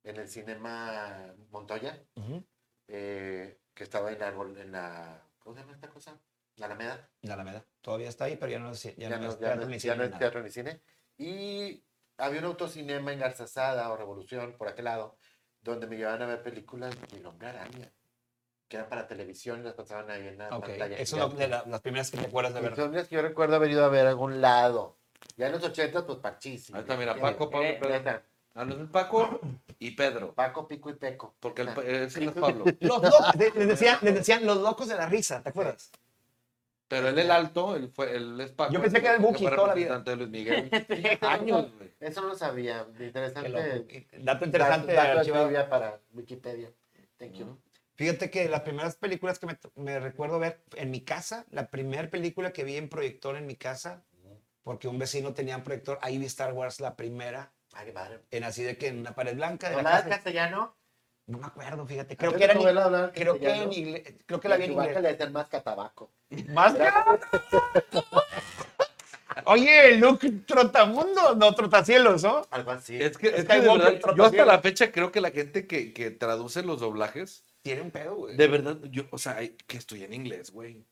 B: en el cinema Montoya, eh, que estaba en la, gol- en la... ¿Cómo se llama esta cosa? La Alameda.
C: La Alameda. Todavía está ahí, pero ya no es
B: Ya, no, ya no- ya no es teatro ni cine. Y había un autocinema en Garzazada o Revolución, por aquel lado, donde me llevaban a ver películas del Hombre Araña, que eran para televisión y las pasaban ahí en la pantalla
C: Eso es
B: gigante.
C: de la- las primeras que te acuerdas de
B: Y
C: ver.
B: son las que yo recuerdo haber ido a ver a algún lado. Ya en los 80, pues parchísimo.
E: Ahí está, mira,
B: Ya,
E: Paco, Pablo,
B: ya
E: Pedro.
B: está,
E: Ah, no, es Paco y Pedro.
B: Paco, Pico y Peco.
E: Porque el,
B: Ah,
E: pa- eh, ese
C: *laughs*
E: no es Pablo.
C: Los locos, les, les decían, les decían los locos de la risa, ¿te acuerdas?
E: Pero él el alto, él, fue, él es Paco.
C: Yo pensé que era el Buki
E: fue
C: toda la vida.
E: representante de Luis Miguel.
C: *laughs*
B: Años,
E: Años, güey.
B: Eso no lo sabía.
C: Qué
B: Interesante.
C: loco. Y-
B: Interesante.
C: Dato interesante. archivado.
B: para Wikipedia. Thank you.
C: Fíjate que las primeras películas que me, me recuerdo ver en mi casa, la primera película que vi en proyector en mi casa, porque un vecino tenía un proyector, ahí vi Star Wars la primera,
B: Ah, qué padre.
C: en así de que en una pared blanca de la
B: ¿Hablas
C: casa.
B: castellano?
C: No me acuerdo, fíjate, creo
B: Antes
C: que era
B: de
C: en,
B: novela hablaban
C: creo que
B: castellano.
C: en inglés, creo que la vi en
B: Y a Chewbacca
C: inglés.
B: le decían más catabaco.
C: Más Oye, Luke Trotamundo, no Trotacielos, ¿no?
B: Algo así.
E: Es que, es que de
C: Skywalker,
E: verdad, yo hasta
C: trotacielos.
E: la fecha creo que la gente que, que traduce los doblajes,
C: Tiene un pedo, güey.
E: de verdad, yo, o sea, ay, que estoy en inglés, güey.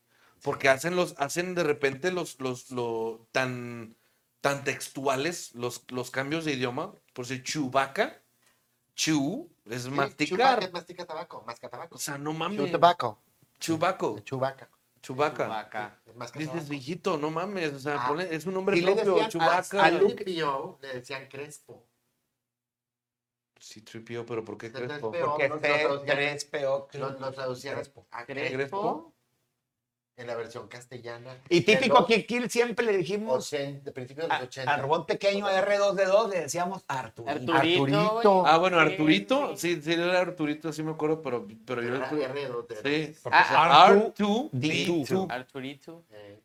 E: Porque hacen los, hacen de repente los, los, lo tan, tan textuales los, los cambios de idioma. Por si Chewbacca, Chew es
B: Sí,
E: masticar.
B: Chewbacca es mastica tabaco. Más catabaco.
E: O sea, no mames.
B: Chewbacco.
E: Chubaco.
B: Chewbacca.
E: Chubaca.
B: Es más
E: Dices
B: catabaco.
E: viejito, no mames. O sea,
B: Ah.
E: ponle- es un nombre
C: Y le
E: propio.
C: decían
E: Chubaca.
B: A, a Luke P.O. le decían Crespo.
E: Sí, tripió, pero ¿por qué
B: Entonces,
E: crees?
B: es peor.
C: Porque
B: no, no,
C: fe-
B: no,
C: tres peor.
B: Lo, lo traducían a Crespo,
E: Crespo.
B: en la versión castellana.
C: Y típico
B: que
C: Kill Kill siempre le dijimos
B: de principios de los
C: a-
B: 80.
C: al robot pequeño R2D2 le decíamos Arturito.
D: Arturito.
E: Ah, bueno, Arturito.
D: Sí,
E: Sí, sí, era Arturito, sí me acuerdo, pero, pero yo.
B: Era R2D2.
E: Sí.
C: Porque se-
E: R2D2.
C: R2D2.
D: Arturito.
B: Eh,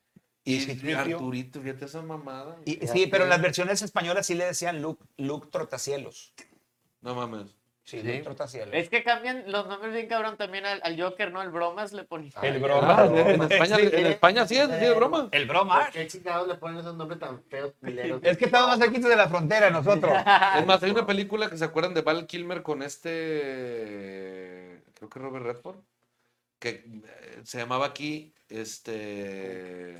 E: Y
C: C-3PO.
E: Arturito, fíjate esa mamada.
C: Y- sí, pero en las versiones españolas sí le decían Luke, Luke Trotacielos.
E: No mames.
C: Sí, Luke Trotacielos.
D: Es que cambian los nombres bien cabrón también al, al Joker, ¿no? El Bromas le ponían.
B: ay,
C: el
E: Ah,
C: broma.
E: en España, en España sí es, sí es broma.
C: El broma.
B: ¿por ¿Qué chingados le ponen esos nombres tan feos, culeros?
C: Es que estábamos más cerquitos de la
E: *laughs*
C: frontera nosotros.
E: Es más, hay una película que se acuerdan de Val Kilmer con este. Creo que Robert Redford. Que eh, se llamaba aquí. Este.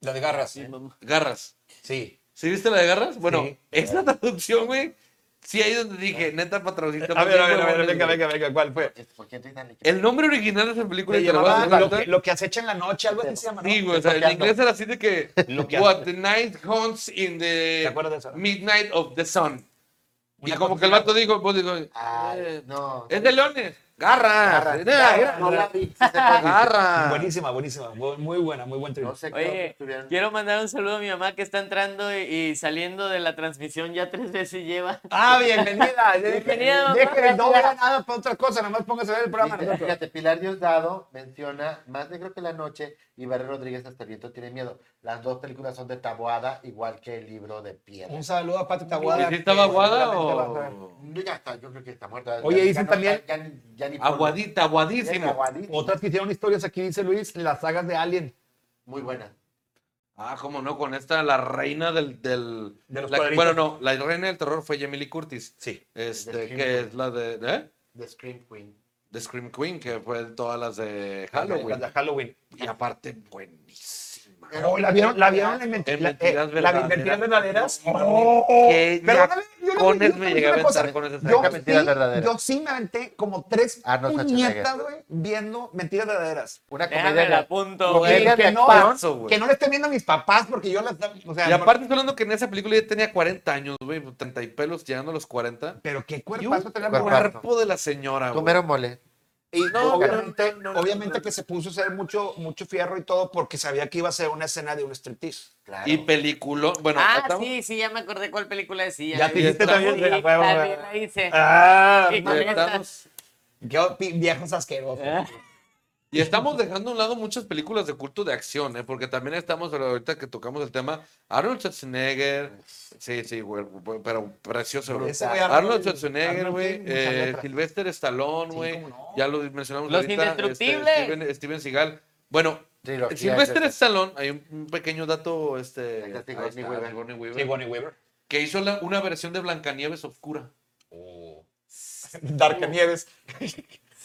C: La de garras.
E: Garras.
C: Sí.
E: ¿Sí viste la de Garras? Bueno,
C: Sí.
E: esa traducción, güey. Sí, ahí donde dije, neta, para traducir.
C: A ver, a ver, a ver, venga, venga, venga, ¿cuál fue?
B: Es- ¿Por qué estoy tan liquidado?
E: El nombre original de esa película
C: Le
E: y te la vas a
C: llamaba lo que,
E: saltar.
C: lo que acecha en la noche, algo así se llama, ¿no?
E: Sí, güey, o sea, en
B: Bloqueando.
E: inglés era así de que.
C: Bloqueando.
E: What the night haunts in
C: ¿Te
E: the
C: acuerdas de eso?
E: midnight of the sun. Y
C: Una
E: como que el vato dijo, pues dijo,
B: Ay, no.
E: es de leones. Garras. eh, garras.
B: No la vi. sí sé cuál es.
E: Garra.
C: Buenísima, buenísima. bu- Muy buena, muy buen
B: No
C: triunfo.
B: sé qué otros
D: Oye,
B: tuvieron.
D: quiero mandar un saludo a mi mamá que está entrando y, y saliendo de la transmisión ya tres veces lleva.
C: Ah,
D: *laughs*
C: bienvenida.
D: Bienvenida, mamá.
C: Deje, no vea nada para otra cosa, nomás póngase a ver el programa.
B: Dice,
C: nosotros.
B: fíjate, Pilar Diosdado menciona Más Negro que la Noche y Barry Rodríguez hasta el viento tiene miedo. Las dos películas son de Taboada, igual que el libro de piedra.
C: Un saludo a Eh, Pati Taguada.
E: ¿Y si estaba
C: que
E: guada
C: seguramente va a saber.
E: o.?
B: No, Ya está, yo creo que está muerta.
C: Oye,
B: Ya-
C: dicen
B: ya no-
C: también-
B: Ya, ya ni- ya Nicole.
E: Aguadita,
B: Bien,
E: aguadísimo.
B: aguadita.
C: Otras que hicieron historias, aquí dice Luis, las sagas de Alien.
B: Muy buena.
E: Ah, cómo no, con esta, la reina del. del
C: De los
E: la-
C: cuadritos.
E: bueno, no, la reina del terror fue Jamie Lee Curtis.
C: Sí.
E: Este,
B: Del Scream
E: que
B: Queen.
E: es la de. ¿Eh?
B: The Scream Queen.
E: The Scream Queen, que fue todas las de Halloween.
C: Las de Halloween.
E: Y aparte, buenísima.
B: Era
C: Oh, ¿La vieron, la vieron en,
E: En
C: la- eh,
E: Mentiras
C: la-
E: Verdaderas.
C: Mentiras Verdaderas?
E: No,
C: Oh, oh,
E: que
C: perdóname, yo no-
E: con
C: yo
E: él
C: no
E: me
C: te
E: llegué a
C: digo una cosa.
E: aventar con esa
C: Yo
E: escena.
B: Saca Mentiras
C: sí,
B: Verdaderas.
C: yo sí me aventé como tres
E: Ah,
B: Arnold Schwarzenegger.
C: puñetas, güey, viendo Mentiras Verdaderas.
B: Una
D: Déjame
B: comedia
D: la
B: de
D: apunto,
B: Comedia
D: güey.
C: Que, que
B: de
C: no,
E: acción, güey.
C: que no le estén viendo a mis papás porque yo las... O sea,
E: Y aparte, estoy hablando que en esa película ya tenía 40 años, güey, 30 y pelos, llegando a los 40.
C: pero qué
E: Y un
C: cuerpazo tenía
B: cuerpazo.
C: Bogart.
E: cuerpo de la señora, güey.
B: comer mole. Y
E: No,
B: obviamente,
C: Obviamente que se puso a hacer mucho, mucho fierro y todo porque sabía que iba a ser una escena de un striptease.
B: Claro.
E: Y película. Bueno,
D: Ah,
E: estamos-
D: sí, sí, ya me acordé cuál película decía.
C: Ya
D: la
C: te
D: vi.
C: hiciste también,
D: Sí,
C: de la huevo,
D: también
C: güey.
D: la hice.
C: Ah,
D: Eh, Sí, Ah. con esa.
E: estamos-
C: yo, pi- viejos asquerosos.
E: Y estamos dejando a un lado muchas películas de culto de acción, ¿eh? porque también estamos, ahorita que tocamos el tema, Arnold Schwarzenegger, sí, sí, güey, pero precioso, güey.
C: Ese güey,
E: Arnold
C: Arnold-
E: Schwarzenegger,
C: Arnold
E: güey,
C: tiene mucha
E: eh,
C: letra.
E: Sylvester Stallone,
C: Sí,
E: güey,
C: cómo no.
E: ya lo mencionamos
D: Los
E: ahorita, este,
D: indestructibles.
E: Steven, Steven Seagal. Bueno,
B: Trilogía,
E: Sylvester
B: etcétera.
E: Stallone, hay un, un pequeño dato, este,
B: Ahí está
E: ahí
B: Sigourney
E: está,
B: Weaver.
E: Sigourney Weaver,
C: Sí, Bonnie Weaver.
E: que hizo la- una versión de Blancanieves Oscura.
C: Darkanieves.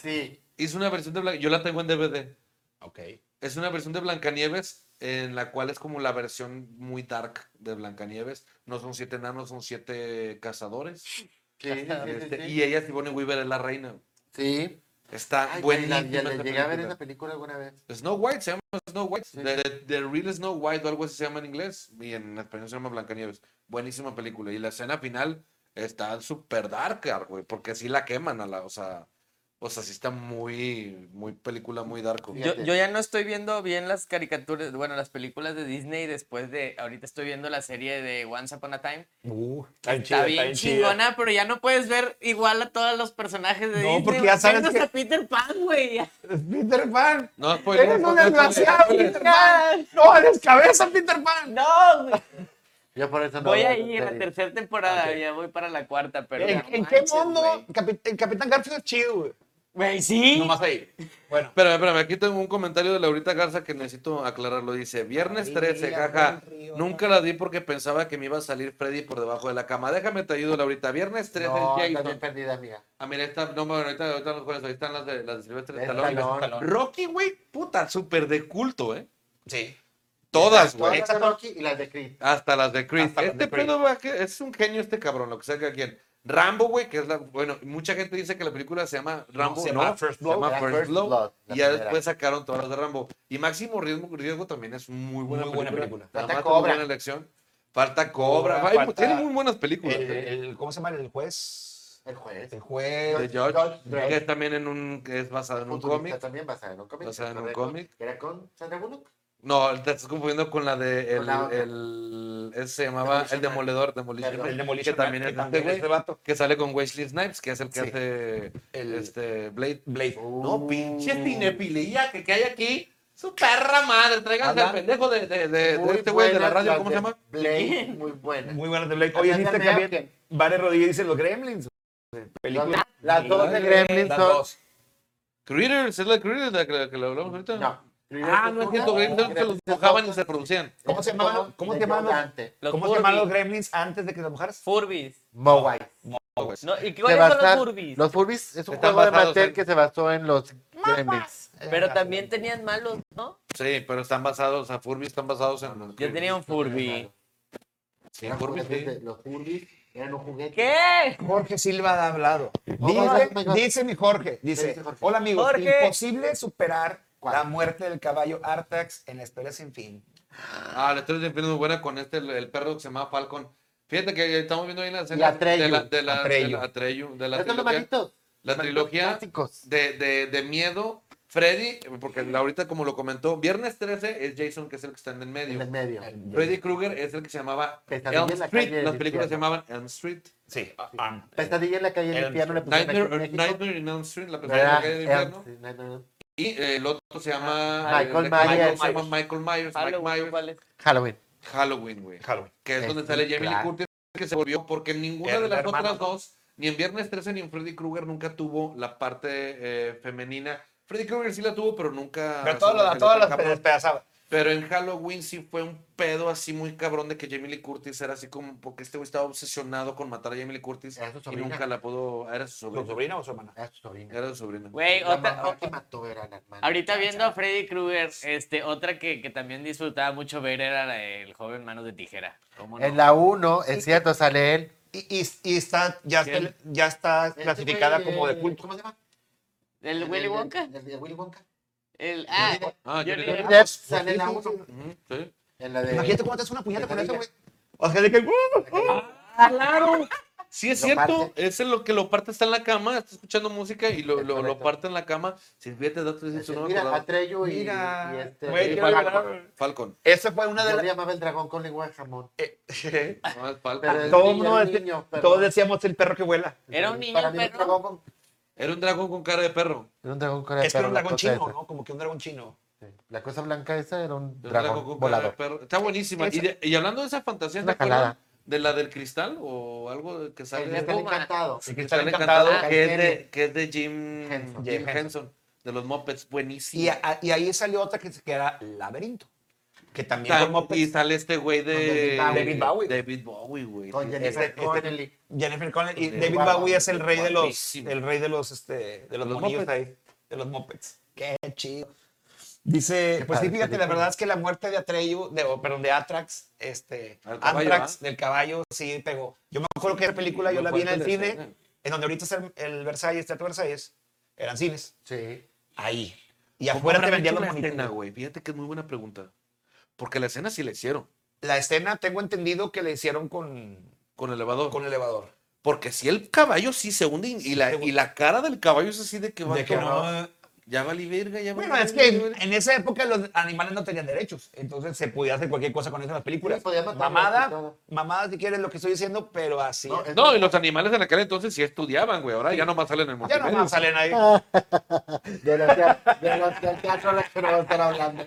B: Sí.
E: Hizo una versión de Blancanieves, yo la tengo en DVD.
C: Ok.
E: Es una versión de Blancanieves en la cual es como la versión muy dark de Blancanieves. No son siete enanos, son siete cazadores.
B: Sí, sí, sí,
E: Este,
B: sí,
E: Y ella, Sigourney Weaver, es la reina.
B: Sí.
E: Está
B: Ay, güey,
E: buenísima
B: la- ya la
E: esa
B: llegué a ver
E: película.
B: esa película alguna vez.
E: Snow White, se llama Snow White.
B: Sí.
E: The, The- The Real Snow White o algo así se llama en inglés. Y en español se llama Blancanieves. Buenísima película. Y la escena final está súper dark, güey. Porque sí la queman a la... O sea, o sea sí está muy... Muy película, muy dark. güey.
D: Yo,
B: Fíjate.
D: yo ya no estoy viendo bien las caricaturas, bueno, las películas de Disney después de, ahorita estoy viendo la serie de Once Upon a Time.
C: Uh, está bien
D: Está
C: chida,
D: bien chingona, pero ya no puedes ver igual a todos los personajes de
C: No,
D: Disney.
C: porque
D: güey.
C: ya sabes
D: Menos
C: que-
D: a Peter Pan, güey. ya.
C: Peter Pan.
E: Pues No, spoiler,
C: Eres un
E: no, spoiler,
C: desgraciado,
E: spoiler.
C: Peter Pan. No, eres cabeza, Peter Pan.
D: No, güey.
B: Yo por eso no
D: voy
B: veo
D: a ir a
B: esa
D: la
B: serie.
D: tercera temporada, ya voy para la cuarta, pero...
C: ¿En,
D: ya
C: en qué
D: manches,
C: mundo?
D: güey.
C: Capit- el Capitán Garfield es chido, güey.
D: Güey, sí.
C: Nomás ahí. Bueno.
E: Espérame, espérame, aquí tengo un comentario de Laurita Garza que necesito aclararlo. Dice, viernes
C: Ay,
E: 13,
C: mira,
E: jaja.
C: buen río,
E: Nunca la di porque pensaba que me iba a salir Freddy por debajo de la cama. Déjame te ayudo, Laurita. Viernes 13,
B: No,
E: Jason.
B: está bien perdida, amiga.
E: Ah, mira, está, no, bueno, ahorita, ahorita los jueves, ahí están las de, las de Silvestre
B: De
E: Stallone.
B: Stallone.
E: Rocky, güey, puta, súper de culto, ¿eh?
C: Sí.
E: Todas,
B: Todas
E: güey.
B: las de Rocky y las de Creed.
E: Hasta las de Chris.
C: Hasta las de
E: este
C: Creed.
E: pedo va que es un genio este cabrón, lo que sea que quien. Rambo, güey, que es la. Bueno, mucha gente dice que la película se llama Rambo.
C: se
E: no,
C: llama First Blood.
E: se llama
B: Era
E: First
B: First
E: Blood,
B: Blood, la
E: y ya
B: primera.
E: después sacaron todas las de Rambo. Y Máximo Riesgo, Riesgo también es muy buena
C: Muy buena
E: película.
C: película.
E: Además,
B: Falta
E: es muy
B: Cobra.
E: buena elección. Falta Cobra.
C: Cobra,
E: Ay,
C: falta-
E: Tiene muy buenas películas.
C: El,
E: eh.
C: el- ¿Cómo se llama el juez?
B: El juez.
C: El juez.
E: de George,
B: George Drake.
E: que es también en un, que es basado en un
B: Futurista
E: cómic.
B: También basada en un cómic.
E: Basada en un
B: correcto.
E: cómic.
B: Era con Sandra Bullock.
E: No, te estás confundiendo con la de el,
B: Con la otra.
E: el- ese se llamaba
B: Demolition
E: El
B: Man.
E: Demoledor, Demolition
B: Perdón.
E: Man,
C: El Demolition
E: que también
C: Man,
E: es
C: que
E: este
C: también es
E: güey,
C: de vato.
E: que sale con Wesley Snipes, que es el que
C: Sí.
E: hace
C: El-
E: este Blade.
C: Blade.
E: No, pinche cinefilia que, que hay aquí. Su perra madre, tráiganse al
C: Alan.
E: pendejo de, de- de- de
B: Muy
E: este güey de la
B: buenas
E: radio,
B: las
E: ¿cómo
B: de
E: se llama?
B: Blade, muy buena.
C: Muy buenas de Blade.
B: Acá
C: Oye,
B: está
C: ¿viste
B: el
C: también?
B: American.
C: Vare Rodríguez dice los Gremlins. Película.
B: Las dos de Gremlins
C: Las
B: son.
C: dos.
E: Critters, es la Critters la que, la que le hablamos ahorita.
B: No.
E: Ah, no es cierto, Critters se los dibujaban y se producían.
C: ¿Cómo se llamaban? ¿Cómo se llamaban?
D: Los
C: los- ¿Cómo se llamaban los
D: Furbies.
C: Gremlins antes de que las mujeres?
D: Furbis.
B: Mowai.
D: No, ¿Y qué
B: Se
D: cuáles son
B: basa-
D: los Furbis?
B: Los Furbis es un
E: Están
B: juego de
E: basados
B: Mattel
E: en-
B: que se basó en los Gremlins.
D: Pero también tenían malos, ¿no?
E: Sí, pero están basados, a Furby están basados en.
D: Yo tenía un Furby.
E: Sí,
B: Eran
E: Furby,
B: juguetes
E: sí.
B: de- Los Furbis eran un juguete.
D: ¿Qué?
C: Jorge Silva ha hablado.
B: hola,
C: Dice,
B: mi Jorge.
C: dice mi Jorge, dice,
B: dice Jorge?
C: hola amigos,
D: Jorge.
C: imposible superar
B: ¿Cuál?
C: la muerte del caballo Artax en la historia sin fin.
E: Ah, la historia de Infinity es muy buena con este, el, el perro que se llama Falcon. Fíjate que estamos viendo ahí la
B: Y
E: escena
B: Atreyu.
E: de la, de la,
C: Atreyu.
E: de la, Atreyu, de la
B: Estos son los
E: trilogía,
B: manitos.
E: la
B: Los
E: trilogía
B: Clásicos.
E: de, de, de miedo. Freddy, porque la- ahorita como lo comentó, viernes 13 es Jason, que es el que está en el
B: En
E: medio.
B: el medio.
E: Freddy Krueger es el que se llamaba
B: Pesadilla
E: Elm
B: en la
E: Street.
B: calle del
E: Las películas se
B: infierno.
E: llamaban Elm Street.
C: Sí.
B: Pesadilla en la calle del
C: El-
B: infierno le pusieron aquí en
E: Nightmare,
B: México.
E: Nightmare in Elm Street, la pesadilla en
B: Era
E: la calle del
B: Ah, Elm,
E: infierno.
B: sí, Nightmare.
E: Y eh, el otro se llama
B: Michael
E: eh,
B: Myers.
E: se llama Michael Myers, Mike
D: Halloween,
E: Myers.
D: ¿cuál es?
B: Halloween.
E: Halloween, güey.
C: Halloween.
E: que es
B: Es
E: donde sale
B: un
E: Jamie Lee
B: crack.
E: Curtis que se volvió porque ninguna
C: Era
E: de las
C: Este, hermano.
E: otras dos ni en Viernes 13 ni en Freddy Krueger nunca tuvo la parte eh, femenina. Freddy Krueger sí la tuvo, pero nunca.
C: Pero todo lo, a todas las despedazaba.
E: Pero en Halloween sí fue un pedo así muy cabrón de que Jamie Lee Curtis era así como porque este güey estaba obsesionado con matar a Jamie Lee Curtis
B: Era su
E: y
B: sobrina.
E: nunca la pudo. Era su sobrina.
C: ¿Su sobrina o su hermana?
B: Era su sobrina.
E: Era su sobrina.
D: Güey,
B: La
D: otra-
B: mamá
D: o-
B: que mató era la hermana.
D: ahorita viendo a Freddy Krueger, este, otra que, que también disfrutaba mucho ver era la del joven Manos de Tijera. ¿Cómo no?
B: En la 1, es cierto, sale él.
C: Y, y, y está, ya,
D: ¿Quién?
C: está, ya está
B: Este
C: clasificada
B: güey,
C: como de culto.
B: ¿Cómo se llama?
D: ¿El Willy Wonka?
B: El, el de Willy Wonka.
D: El, ah,
B: Johnny Depp.
E: Ah,
D: Johnny
E: Johnny
D: Depp.
B: Depp sale en la 1.
E: Ujú, sí.
B: En la de.
C: Imagínate cómo te hace una puñeta con eso, güey.
B: Pesadilla.
C: O sea, de que. ¡uh!
B: Ah,
E: Claro. Sí, es
B: Lo
E: cierto.
B: parte.
E: Ese es lo que lo parte, está en la cama, está escuchando música y lo,
B: Es
E: lo, lo
B: correcto.
E: parte en la cama. Si fíjate, dato, dices, no me
B: este, Mira,
E: acordaba.
B: Atreyu y,
F: Mira,
B: y este.
F: güey,
B: y
F: quiero
B: Falcon.
E: Falcon.
C: Esa fue una de
B: Yo le
C: las. eh,
B: llamaba el dragón con lengua de jamón.
E: No, es Falcon.
B: Pero *laughs* el
C: Todo
B: niño,
C: mundo
B: el
C: decía-
B: niño, pero-
C: Todos decíamos el perro que vuela.
D: Era un niño,
B: Para mí,
D: perro.
B: un dragón con.
E: Era un dragón con cara de perro.
B: Era un dragón con cara de
C: Es que era
B: perro, Eh,
C: un
B: la
C: dragón
B: cosa
C: chino,
B: esa.
C: ¿no? Como que un dragón chino.
B: Sí. La cosa blanca esa era un
E: Era un con
B: dragón,
E: cara de
B: volador.
E: perro. Está buenísima. Y, de- y hablando de esa fantasía, ¿te
B: Una
E: acuerdas
B: jalada.
E: de la del cristal o algo que sale?
B: El
E: de
B: está
D: Puma.
B: encantado.
C: El
E: Cristal
C: cristal
E: encantado,
C: encantado.
E: que, es
B: Henry.
E: de, que es de Jim
B: Henson.
E: Henson,
C: Jim
E: Jim
C: Henson.
E: Henson de los Muppets. Buenísimo.
C: Y, a- y ahí salió otra que, que era Laberinto. Que también
E: Tam-
C: fue Muppets.
E: y sale este güey de
B: Con
C: David Bowie.
E: David Bowie, güey.
B: Con
C: Ese-
B: Jennifer
C: este-
B: Connelly.
C: Jennifer Connelly y
E: Sí,
C: David
B: guapa,
C: Bowie es el rey de los
E: guapísimo.
C: el rey de los este de los,
E: Los
C: monillos
E: Muppets.
C: ahí, de los Muppets. Qué chido. Dice, pues sí,
B: padre,
C: fíjate,
B: qué
C: la
B: rico.
C: verdad es que la muerte de Atreyu, de, oh, perdón, de Atrax, este,
E: Al caballo,
C: Antrax,
E: ¿ah?
C: del caballo, sí pegó. Yo me acuerdo que esa película yo
E: Lo
C: la vi en
E: cual
C: el
E: te
C: cine,
E: desea.
C: en donde ahorita es el, el Versalles, Teatro Versalles, eran cines,
B: Sí.
C: ahí. Y
E: ¿Cómo
C: afuera te
E: habrán
C: vendían
E: hecho
C: los
E: la escena,
C: monitos.
E: güey? Fíjate que es muy buena pregunta. Porque la escena sí la hicieron
C: La escena, tengo entendido que la hicieron con,
E: con elevador.
C: con elevador.
E: Porque si el caballo sí se hunde y, y la,
C: se hunde.
E: y la cara del caballo es así de que va
C: De que no,
E: Ya valí verga, ya valí
C: Bueno, es
E: verga,
C: que
E: ya
C: en,
E: valí-
C: en esa época los animales no tenían derechos, entonces se podía hacer cualquier cosa con eso en las películas.
B: Sí, podía matarlos y
C: mamada,
B: todo.
C: mamada si quieres lo que estoy diciendo, pero así.
B: No,
C: es.
B: es-
E: No, y los animales en aquel entonces sí estudiaban, güey. Ahora ya nomás salen en el
C: ya nomás salen ahí.
B: De los que- de los del teatro de los que no vamos a estar hablando.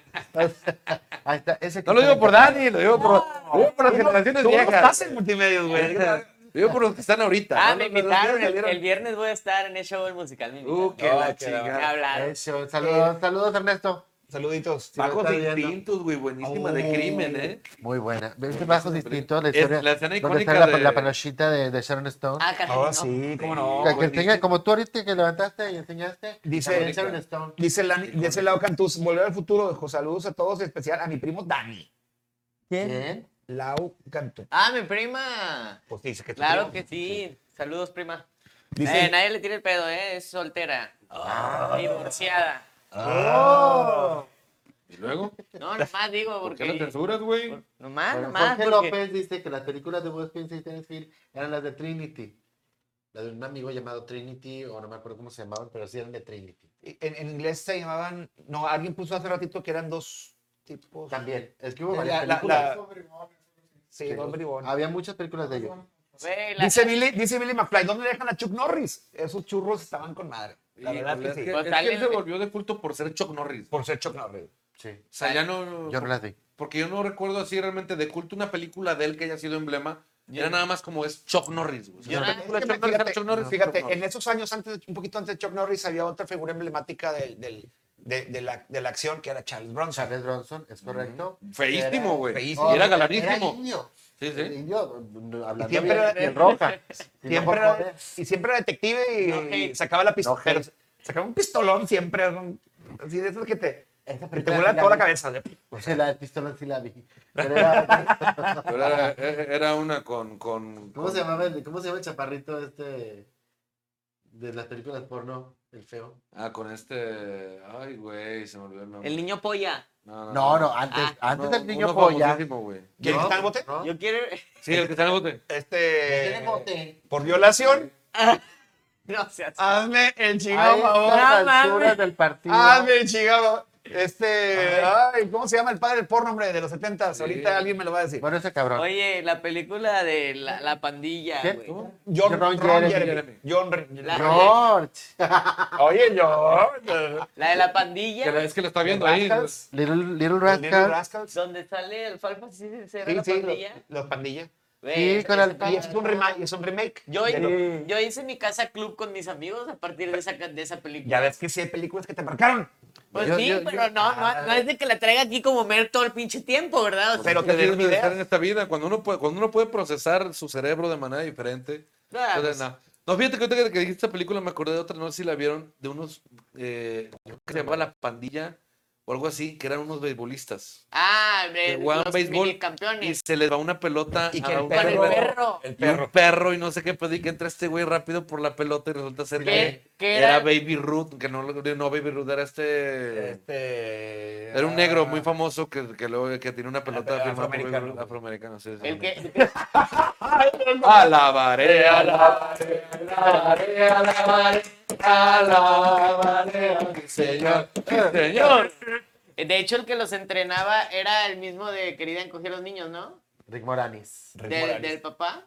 B: Ahí está. Ese
E: No lo digo por Dani, lo digo por, lo digo por las generaciones
C: Tú no
E: viejas.
C: estás en multimedia, güey.
E: Lo digo por los que están ahorita.
D: Ah,
E: ¿no?
D: me
E: Los- los que
D: invitaron.
E: ya
D: El, el
E: salieron.
D: viernes voy a estar en el show del musical. Me
E: Uh,
D: invitaron.
E: que
C: No,
E: la
C: que
D: ¿Qué
E: chingada.
D: hablaron?
B: Eso,
E: Eh.
B: Saludos, saludos, Ernesto.
C: Saluditos.
B: Sí.
E: Bajos
B: está viendo. *laughs*
E: instintos, güey. Buenísima de
C: Oh.
E: crimen, ¿eh?
B: Muy buena. Este bajo distinto, la
E: Es
B: historia.
E: la escena
B: donde
E: icónica
B: está la,
E: de-
B: la panochita de, de Sharon Stone.
D: Ah, carajo,
C: Ahora
D: no.
C: Oh, sí, cómo no.
B: Que- que
E: buenísimo.
B: enseña- como tú ahorita que levantaste y enseñaste.
C: Dice-
B: también Sharon Stone.
C: Dice, Lani- dice Lau Cantús, volver al futuro, dejó saludos a todos, en especial a mi primo Dani.
B: ¿Quién?
C: Lau Cantús.
D: Ah, mi prima.
C: Pues dice que tu primo.
D: Claro que sí. Saludos, prima.
C: Dice-
D: Eh, nadie le tira el pedo, ¿eh? Es soltera. Divorciada.
C: "Oh".
B: Oh.
D: Oh.
E: ¿Y luego?
D: No, nomás digo
E: ¿Por
D: porque...
E: qué lo censuras, güey?
D: Nomás,
B: Bueno,
D: Ah, nomás
B: Jorge
D: porque...
B: López dice que las películas de Bruce Springsteen y Terence Hill eran las de Trinity. La de un amigo llamado Trinity, o no me acuerdo cómo se llamaban, pero sí eran de Trinity.
C: En, en inglés se llamaban, no, alguien puso hace ratito que eran dos tipos.
B: También, es que hubo
E: Eh,
C: La-
B: varias
C: la- la-
B: películas.
C: Sí,
B: Sí,
C: dos bribones.
B: Había muchas películas de ellos.
D: Ve, la-
C: Dice Billy, dice Billy McFly, ¿dónde dejan a Chuck Norris? Esos churros estaban con madre. La
E: Híjole,
C: verdad
E: pues, es
C: que sí.
E: que-
B: Pues
E: es que
D: Total,
E: él se
D: el-
E: volvió de culto por ser Chuck Norris. O
C: Por ser Chuck Norris.
B: Sí,
E: sea, ya no.
B: Ah, yo no las vi.
E: Porque yo no recuerdo así realmente de culto una película de él que haya sido emblema. Era nada más como es Chuck Norris. güey. O sea,
D: Yo-
E: la
D: Ah,
E: película de
C: Es que
E: Chuck Norris era
C: fíjate,
E: Chuck Norris.
C: fíjate,
E: Chuck Norris.
C: en esos años, antes, un poquito antes de Chuck Norris, había otra figura emblemática del- del- de, de la, de la acción que era Charles Bronson.
B: Charles Bronson, es correcto.
E: Feísimo, güey.
C: feísimo.
E: Y era
B: Era
E: galanísimo.
B: indio.
E: Sí,
B: El
E: sí.
B: indio, mm, hablando
C: siempre
B: bien,
C: era-
B: bien
C: *laughs*
B: roja.
C: Siempre
B: No,
C: era, y siempre era detective y,
D: No
C: y
D: hate.
C: sacaba la
B: No
C: pistola.
B: hate.
C: sacaba un pistolón siempre. un- Así de esos que te,
B: Esa
C: que te
B: película
C: vuelan
B: sí la
C: toda la
B: vi.
C: cabeza. de-
B: O sea, la de pistola sí la vi. Pero era-
E: Pero era, era una con. con,
B: ¿Cómo
E: con-
B: se llamaba el, cómo se llama el chaparrito este de las películas porno? El feo.
E: Ah, con este. Ay, güey, se me olvidó el nombre.
D: El niño polla.
B: No, no, antes,
D: Ah,
B: antes
E: No,
B: del niño
E: uno
B: polla.
E: famosísimo, güey.
C: ¿Quién
B: No,
C: está en el bote?
B: no.
D: Yo quiero... *laughs*
E: Sí, el que está en el bote.
B: Eh,
C: Este.
B: bote?
C: Por violación.
D: No seas...
C: Hazme el
B: A
C: chingado favor.
B: estas
D: mames.
B: alturas del partido.
E: Ah,
C: Hazme el chingado. Este. Ay, ¿cómo se llama el padre del porno, hombre? De los 70
E: Sí.
C: Ahorita alguien me lo va a decir.
B: Bueno, ese cabrón.
D: Oye, la película de la, la pandilla,
B: ¿Qué?
D: güey.
E: ¿Cómo?
C: John,
B: Ron
C: Ron,
B: Jeremy.
C: Jeremy. John Re-
D: La-
B: George.
C: Oye, John.
D: La
E: Que
D: de la
E: la-
D: pandilla,
E: es que lo está viendo ahí.
C: Rascals.
B: Little, Little
C: Little
B: Rascal.
C: Rascals.
D: donde sale el falfa, sí, sí, sí, era
C: Sí,
D: la
C: sí,
D: pandilla.
C: los, los pandillas.
D: Güey,
B: Sí, con el-
C: Y es un remake. Es un remake
D: Yo,
C: de lo-
D: yo hice mi casa club con mis amigos a partir de esa, ca- de esa película.
C: Ya ves que sí hay películas que te marcaron,
D: Pues
B: Yo-
D: sí,
B: yo-
D: pero no,
C: ah.
D: no, no es de que la traiga aquí como mer todo el pinche tiempo, ¿verdad? O sea,
C: pero te
E: Debes
C: dieron
E: de dejar
C: ideas.
E: en esta vida, cuando uno, puede, cuando uno puede procesar su cerebro de manera diferente.
C: Pues,
D: Ah,
E: entonces, no. No, fíjate que ahorita que- que dijiste esta película me acordé de otra, no sé si la vieron, de unos, eh, creo que se llamaba La Pandilla o algo así, que eran unos beisbolistas.
D: ah,
E: Que
D: de
E: jugaban
D: los
E: béisbol y
D: minicampeones.
E: se les va una pelota
C: Y
E: a
C: que el
E: Ah, un
D: Con el
C: perro-
D: perro.
E: y un perro y no sé qué, pero y que entra este güey rápido por la pelota y resulta ser
D: ¿Qué?
E: que,
D: ¿Qué
E: era
D: era? Eh,
E: Baby Ruth, que no, no Baby Ruth, era este...
C: Este,
E: Era un negro
C: ah,
E: muy famoso que, que luego que tiene una pelota
C: pero
E: firmada por Babe
C: afroamericano.
E: Ruth, afroamericano. sí, sí.
D: El que, el que-
E: Alabaré, alabaré, alabaré, alabaré, alabaré, al señor, al señor.
D: de hecho, el que los entrenaba era el mismo de Querida Encoger los Niños, ¿no?
B: Rick Moranis.
C: Rick
D: Del-
C: Morales.
D: del papá.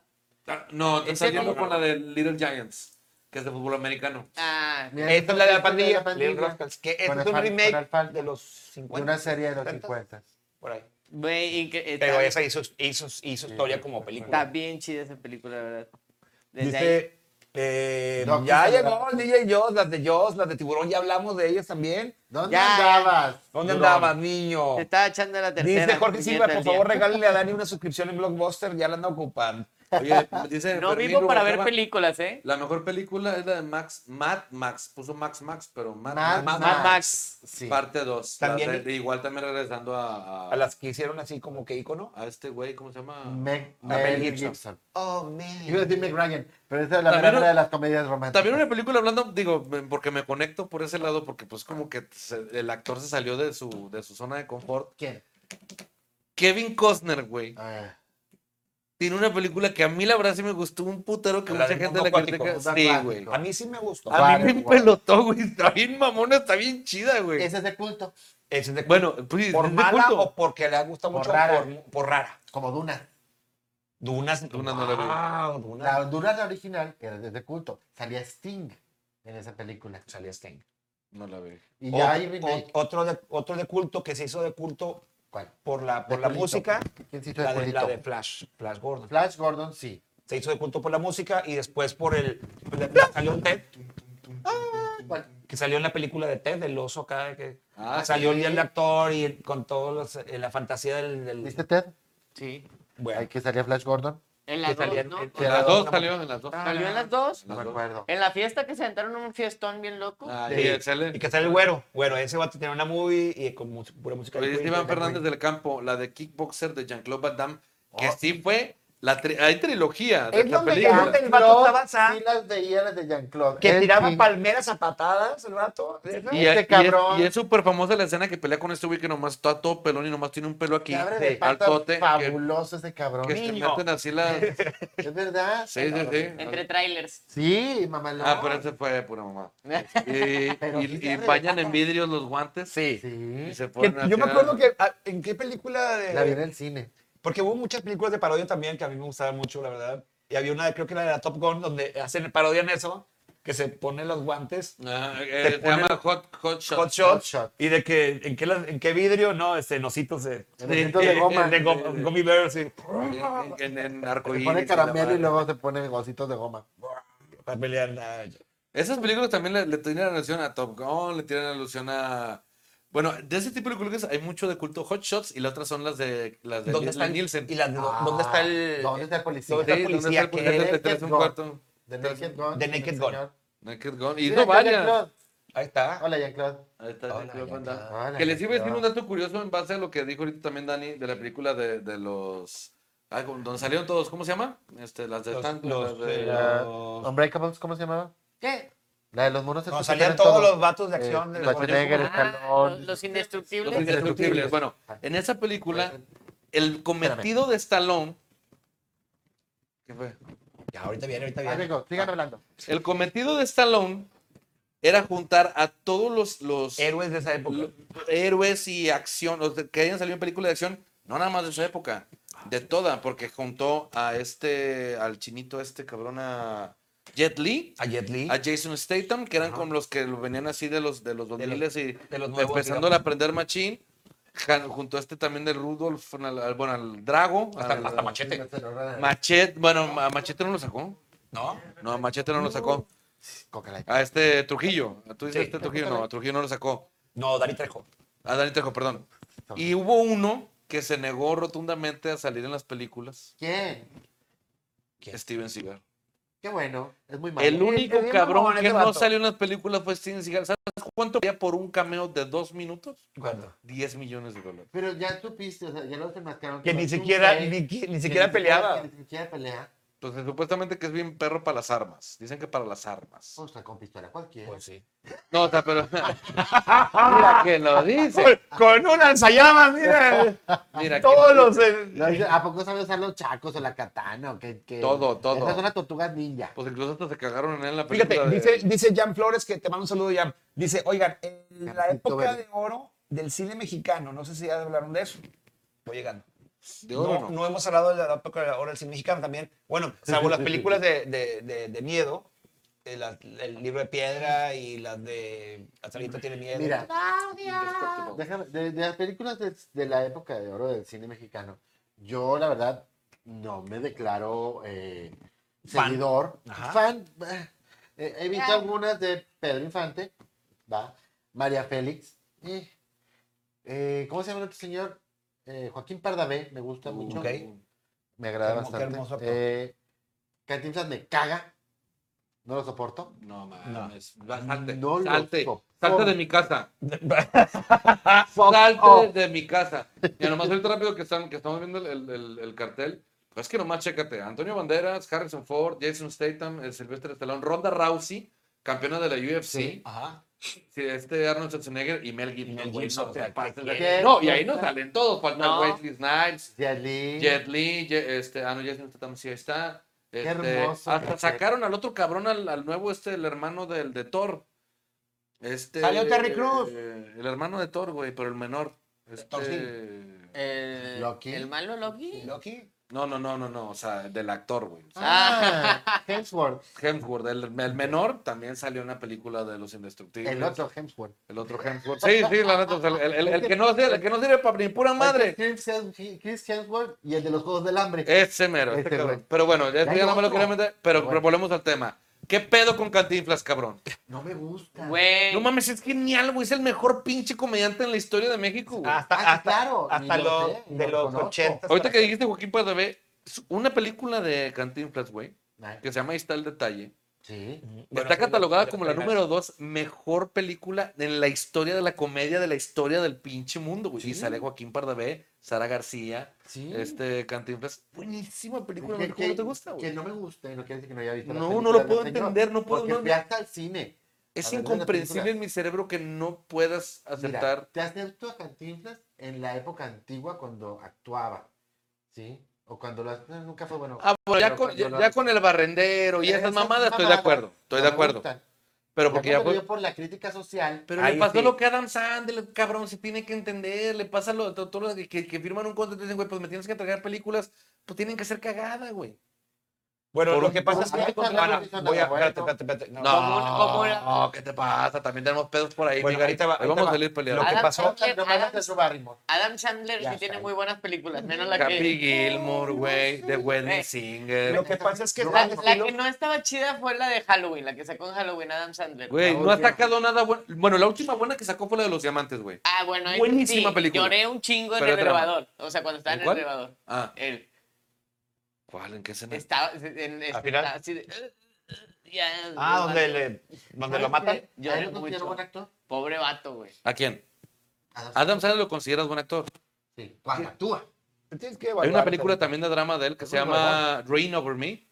E: Ah, No, te
D: Ese
E: estás
D: no.
E: yendo con la de Little Giants, que es de fútbol americano.
D: Ah,
B: Mira,
C: Esta es la de la pandilla, Little
B: pandilla.
C: Rascals, que
B: Con
C: este es un
B: Alfal- con
C: remake
B: Alfal.
C: de los
B: De
C: 50.
B: una serie de los
C: 70,
B: 50.
C: Por ahí.
D: güey, y que- eh,
C: Pero
D: está-
C: esa hizo, hizo, hizo historia como
D: Está
C: película.
D: bien chida esa película, la verdad. Desde ahí.
C: Dice, eh,
B: No,
C: ya
B: quizá
C: llegó el DJ Joss, las de Joss, las de Tiburón, ya hablamos de ellas también.
B: ¿Dónde
D: Ya, ya.
B: andabas?
C: ¿Dónde
B: Durón?
C: andabas, niño?
D: Se estaba echando la tercera.
C: Dice Jorge Silva,
D: puñetas,
C: por
D: ya.
C: favor, regálenle a Dani una suscripción en Blockbuster, ya la anda ocupando.
E: *laughs* Oye, dice
D: No
E: Fermín
D: vivo para ver
E: Rubalcaba,
D: películas, ¿eh?
E: La mejor película es la de Max, Mad Max, puso Max Max, pero Mad
B: Mad
E: Max,
D: Mad Max.
B: Sí.
E: parte 2.
C: También-
E: Igual también regresando a, a-
C: A las que hicieron así como que icono.
E: a este güey, ¿cómo se llama?
B: Meg,
C: Mel
B: Mel
C: Gibson.
B: Gibson.
C: Oh, man.
B: Iba a decir Meg Ryan, pero esa es la
E: También
B: primera
E: un-
B: de las comedias románticas.
E: También una película hablando, digo, me- porque me conecto por ese lado, porque pues como que se- el actor se salió de su, de su zona de confort.
B: ¿Quién?
E: Kevin Costner, güey,
B: Ah,
E: tiene una película que a mí la verdad sí me gustó un putero que
C: La
E: mucha
C: del
E: gente
C: mundo
E: la
C: acuático,
E: critica.
B: mundo
E: Sí,
B: acuático.
E: güey.
C: A mí sí me gustó.
B: Ah,
E: A mí me
B: Varios, güey.
E: pelotó, güey. Está bien mamona, está bien chida, güey.
B: Ese es de culto,
C: Ese es de-
E: Bueno, pues,
C: por
E: es de
C: mala
E: culto.
C: o porque le gusta
B: Por
C: mucho
B: rara.
C: Por, por rara.
B: como Duna.
C: Dunas,
E: Dunas no la vi.
C: Wow, Dunas.
B: La Duna la original era desde culto. Salía Sting en esa película.
C: Salía Sting.
E: No la vi.
B: Y
C: Ot-
B: ya hay
C: ot-
B: remake.
C: otro, de, otro de culto que se hizo de culto
B: ¿Cuál?
C: por la, por
B: De
C: la
B: culito.
C: música,
B: ¿Quién se hizo de
C: la de, la
B: culito?
C: de Flash, Flash Gordon.
B: Flash Gordon, sí.
C: Se hizo de culto por la música y después por el... le- salió un TED,
B: ¿Cuál?
C: que salió en la película de TED, del oso acá, que
E: Ah,
C: salió el día del actor y el- con toda la fantasía del... del-
B: ¿Viste Ted?
D: Sí.
B: Ahí
C: bueno,
B: que salía Flash Gordon.
D: En
C: que
D: las dos,
C: salía en-
D: ¿no?
C: en-
E: En las dos salió, en las
C: Ah,
E: dos.
D: ¿Salió en las dos?
B: No
E: Las
B: me
E: dos.
B: acuerdo.
D: En la fiesta que se sentaron en un fiestón bien loco.
E: Ah,
C: Sí.
E: y excelente.
C: Y que sale el güero. Bueno, ese va a tener una movie y con mu- pura música. de
E: Oye,
C: Queen,
E: Esteban
C: de
E: Pues, Fernández
C: Queen.
E: del Campo, la de Kickboxer de Jean-Claude Van Damme, que sí fue. La tri- hay trilogía de
C: Oh. Es
E: la
C: donde
E: película.
C: quedaste- El vato
B: Claude,
C: estaba sano.
B: Sí las veía las de Jean-Claude.
C: Que
B: Él
C: tiraba
B: sí.
C: palmeras a patadas el rato.
E: Y,
B: Este
E: y es-
B: cabrón.
E: y es súper famosa la escena que pelea con este güey que nomás está todo pelón y nomás tiene un pelo aquí.
B: Que abre
E: sí,
B: de patas,
E: altote, que,
B: fabuloso ese cabrón.
E: que se meten así
B: *laughs*
E: las.
B: Es verdad.
E: Sí, sí,
D: Entre
E: sí.
D: trailers.
B: Sí, mamalón.
E: Ah, pero ese fue pura mamá. Y,
B: *laughs* Pero
E: y-
B: sí
E: y
B: se abre de
E: bañan
B: patas.
E: en vidrios los guantes. Sí.
B: Sí.
E: Y se
C: Que
E: ponen
C: yo
E: así
C: me
E: a-
C: acuerdo que ah, en qué película de-
B: La vi en el cine.
C: porque hubo muchas películas de parodia también que a mí me gustaban mucho la verdad y había una creo que era de la Top Gun donde hacen parodia en eso que se ponen los guantes
E: Ah, eh,
C: te
E: se
C: ponen-
E: llama Hot, hot Shot.
C: hot shot,
B: Hot shot.
C: y de que en qué las- en qué vidrio no este nositos de
B: En el centro de goma.
C: de go- gummy bears y-
E: En, en, en
B: Se
E: arcoíris
B: pone
E: y la
B: caramelo y
E: madre.
B: luego se pone gocitos de goma.
C: para pelear nada.
E: Esas películas también le, le tienen alusión a Top Gun, le tienen alusión a. Bueno, de ese tipo de películas hay mucho de culto Hot Shots y la otra son las de las de
C: ¿Dónde
E: Leslie
C: está el-
E: Nielsen.
C: y las de- dónde está el
B: Ah. ¿Dónde está el policía?
C: ¿Dónde
E: Sí,
C: está el
E: ¿dónde
C: policía
E: está
C: que
E: el
B: era?
E: 33 un
B: Naked
E: cuarto?
B: The Naked Gun.
C: The Naked Gun.
B: señor.
E: Naked Gun. Y
B: Mira,
E: no
B: está
E: varias.
B: Jean-Claude.
C: Ahí está.
B: Hola, Jean-Claude.
E: Ahí está,
C: Hola,
E: Jean-Claude Van
C: Jean-Claude.
E: Damme.
B: Hola,
E: Que les iba a decir
B: Jean-Claude.
E: un dato curioso en base a lo que dijo ahorita también Dani de la película de, de los. ah, con- donde salieron todos, ¿cómo se llama? Este, las de
C: Los-
E: Stan-
C: los-
E: las de-
C: eh,
B: La-
C: Los-
B: Unbreakables, ¿cómo se llamaba?
D: ¿Qué?
B: La de los monos.
C: No,
B: estos que salen
C: salían todos los vatos de acción
B: Eh,
C: de los-
B: Schwarzenegger,
D: Ah,
B: Stallone.
D: los
E: Los
D: indestructibles.
E: indestructibles. Bueno,
C: Ah.
E: en esa película, el cometido de Stallone. ¿Qué fue?
C: Ya, ahorita viene, ahorita
B: Ah,
C: viene.
B: Diego, sigan hablando.
E: El cometido de Stallone era juntar a todos los, los
C: Héroes de esa época.
E: lo- héroes y acción, los de- que hayan salido en películas de acción, no nada más de su época,
C: Ah,
E: de toda, porque juntó a este, al chinito este cabrón, a Jet Li,
C: A Jet Li.
E: a Jason Statham, que eran
C: Ajá.
E: como los que lo venían así de los, de los 2000 y
C: de los nuevos,
E: empezando
C: digamos.
E: a aprender machín. ja- junto a este también de Rudolf, al, al- bueno, al Drago.
C: Hasta,
E: al-
C: hasta machete.
E: Machete, bueno, a Machete no lo sacó.
C: ¿No?
E: No, a Machete no lo sacó.
B: Coca-Cola.
E: A este Trujillo. Tú dices
C: Sí,
E: este Trujillo, no, a Trujillo no lo sacó.
C: No, Dari Trejo.
E: A Dani Trejo, perdón. Y hubo uno que se negó rotundamente a salir en las películas.
B: ¿Quién?
C: ¿Quién?
E: Steven Seagal.
B: Qué bueno, es muy malo.
E: El único
F: bien
E: cabrón
F: mamón
E: que
F: ese
E: no
F: vato.
E: salió en las películas fue Steven Seagal. ¿Sabes cuánto pedía por un cameo de dos minutos?
C: ¿Cuándo?
E: 10 millones de dólares.
B: Pero ya supiste, o sea, ya los enmascararon.
F: Que ni
B: fue un
F: siquiera,
B: güey
F: ni, que- ni
B: que
F: siquiera peleaba.
B: que Ni siquiera pelea.
E: Entonces, supuestamente que es bien perro para las armas. Dicen que para las armas.
B: O sea, con pistola cualquiera.
C: Pues sí.
E: No, o sea, pero. Mira que lo dice.
F: Con una ensayada, mira.
E: Mira que.
F: todos los. eh,
B: No, dice, ¿A poco sabes usar los chacos o la katana? O que, que...
E: Todo, todo.
B: Esa es una tortuga ninja.
E: Pues incluso hasta se cagaron en él en la película.
C: Fíjate,
E: de-
C: dice,
B: eh,
C: dice Jan Flores que te mando un saludo, Jan. Dice, oigan, en la
B: Carlito
C: época
B: Verde.
C: de oro del cine mexicano, no sé si ya hablaron de eso. Voy llegando.
E: de oro,
C: no,
E: no.
C: no hemos hablado de la época de oro del cine mexicano también. Bueno,
B: *laughs*
C: salvo las películas de, de, de, de miedo, eh, las- el libro de piedra y las de Hasta ahorita tiene miedo.
B: Mira,
E: Indestructible.
B: déjame, de, de las películas de, de la época de oro del cine mexicano, yo la verdad no me declaro eh,
C: Fan.
B: seguidor,
C: Ajá.
B: fan. eh, he visto algunas de Pedro Infante, va, María Félix, eh, eh, ¿cómo se llama el otro señor? Eh, Joaquín Pardavé, me gusta
E: Uh,
B: mucho.
C: ok.
B: Me agrada
C: Qué hermo- qué
B: bastante.
C: hermoso actor.
B: Eh, Cantinflas me caga. No lo soporto.
E: No, mames. Va, Salte.
B: No lo
E: salte.
B: soporto.
E: Salte de mi casa. Salte
C: oh.
E: de mi casa. Y nomás ahorita rápido que, están, que estamos viendo el, el- el- el cartel. Pues es que nomás chécate. Antonio Banderas, Harrison Ford, Jason Statham, el Silvestre Estalón, Ronda Rousey, campeona de la UFC.
C: Ajá.
E: Sí, este Arnold Schwarzenegger y Mel Gibson.
C: Mel
E: güey,
C: Gibson,
E: no, te
C: o sea,
E: pases
C: ¿qué
E: de-
B: quieres?
E: No, y ahí no salen todos. Falta
D: No.
E: Wesley Snipes,
B: Jet Li.
E: Jet Li, Ye- este, ah, no, Jason Statham sí está. Este,
B: hermoso,
E: hasta
B: Jet.
E: sacaron al otro cabrón, al, al nuevo, este, el hermano del de Thor. Este,
C: Salió Terry
E: eh,
C: Crews.
E: el hermano de Thor, güey, pero el menor.
C: Thor
E: Este,
D: El,
B: Loki.
D: el malo Loki.
C: Loki.
E: no, no, no, no, no, o sea, del actor, güey.
B: Ah, Hemsworth.
E: Hemsworth, el, el menor también salió en una película de Los Indestructibles.
B: El otro Este Hemsworth.
E: El otro Hemsworth. Sí, sí, la neta. o sea, el, el- el que no, sirve- el que no sirve para ni pura madre.
B: Chris Hem- Chris Hemsworth y el de los Juegos del Hambre.
E: Ese mero. este
B: Este
E: cabrón.
B: güey.
E: Pero bueno, ya, ya
B: Ya hay
E: no me lo
B: otro.
E: quería meter. Pero
B: Bueno.
E: volvemos al tema. ¿Qué pedo con Cantinflas, cabrón?
B: No me gusta.
D: Güey.
E: No mames, es genial, güey. Es el mejor pinche comediante en la historia de México, güey.
C: Hasta,
B: Ah, sí,
C: hasta,
B: claro, ni
C: *laughs* hasta
B: lo
C: los,
B: sé, ni
C: de
B: lo
C: los
B: conozco.
C: 80.
E: Ahorita que dijiste Joaquín Pardavé, es una película de Cantinflas, güey,
B: Ay,
E: que se llama Ahí está el detalle.
B: Ah, Sí.
E: está catalogada como la número dos mejor película en la historia de la comedia, de la historia del pinche mundo, güey. Y sale Joaquín Pardavé, Sara García,
B: Sí.
E: este Cantinflas. Buenísima película,
B: Que-
E: güey. ¿cómo
B: que-
E: no te gusta,
B: Que
E: güey?
B: no me gusta y no quiere decir que no haya visto la
E: No,
B: película
E: no lo
B: del
E: puedo
B: señor,
E: entender, no puedo,
B: Porque
E: no,
B: fui
E: no.
B: hasta el cine.
E: Es
B: a ver,
E: incomprensible
B: de
E: en mi cerebro que no puedas
B: Mira,
E: aceptar.
B: te acepto a Cantinflas en la época antigua cuando actuaba. ¿Sí? O cuando las. no, nunca fue bueno.
E: Ah, bueno, ya
B: Pero
E: con,
B: cuando
E: ya,
B: lo-
E: ya con el barrendero y esas
B: Esas
E: mamadas estoy de
B: mamadas
E: acuerdo. Estoy
B: no
E: de
B: me
E: acuerdo.
B: gustan.
E: Pero
B: Ya
E: porque ya
B: cuando
E: fue.
B: yo por la crítica social.
E: Pero
C: Ahí
E: le pasó
C: sí.
E: lo que Adam Sandler, cabrón, se tiene que entender. Le pasa lo, todo, todo lo que, que- que firman un contrato y dicen, güey, pues me tienes que entregar películas. Pues tienen que ser cagada, güey.
C: Bueno,
E: Por-
C: lo que pasa es
B: por-
C: que.
B: ahí está
C: Ah, Bueno,
B: la
C: voy a.
B: bueno.
C: Espérate, espérate, espérate. No.
D: Como una- como una-
E: No, ¿qué te pasa? También tenemos pedos por ahí,
C: Bueno,
E: Miguel.
C: ahí te va,
E: Ahí
C: ahí te
E: vamos
C: va.
E: a salir peleando.
C: Lo que
D: Adam
C: pasó-
D: Sandler,
B: No me
D: Adam,
B: hagas de Barrymore.
D: Adam Sandler
B: Ya
D: sí tiene
B: está.
D: muy buenas películas, menos la
E: Happy
D: que.
E: Gilmore, güey, The Wedding
D: Güey.
E: Singer.
C: eh, Lo que pasa es que.
B: No,
D: La,
C: son
D: la
C: estilos-
D: que no estaba chida fue la de Halloween, la que sacó en Halloween Adam Sandler.
E: Güey,
B: La
E: no ha
B: última.
E: sacado nada bueno. Bueno, la última buena que sacó fue la de los diamantes, güey.
D: Ah, bueno, ahí
E: Buenísima
D: sí,
E: película.
D: Lloré un chingo en
E: Pero
D: el
E: drama.
D: elevador. O sea, cuando estaba
E: ¿En
D: en el
E: cuál?
D: elevador.
E: Ah,
D: Él
E: ¿cuál? ¿En qué escena?
D: estaba. En, este,
C: ¿Al final?
D: estaba así de, "Eh, eh, ya,
C: Ah,
D: no
C: donde,
D: mames".
C: le, donde lo
B: ¿Sabes
C: matan.
B: qué?
D: Yo
B: ¿A
D: era
B: él lo
D: mucho.
B: considero buen actor?
D: Pobre vato, güey.
E: ¿A quién?
B: Adam
E: Adam Sandler lo consideras buen actor.
B: Sandler. Sí, cuando actúa.
C: Tienes que
E: Hay
C: evaluar
E: una película también de drama de él que
C: Es
E: se
C: un
E: llama Rain Over Me,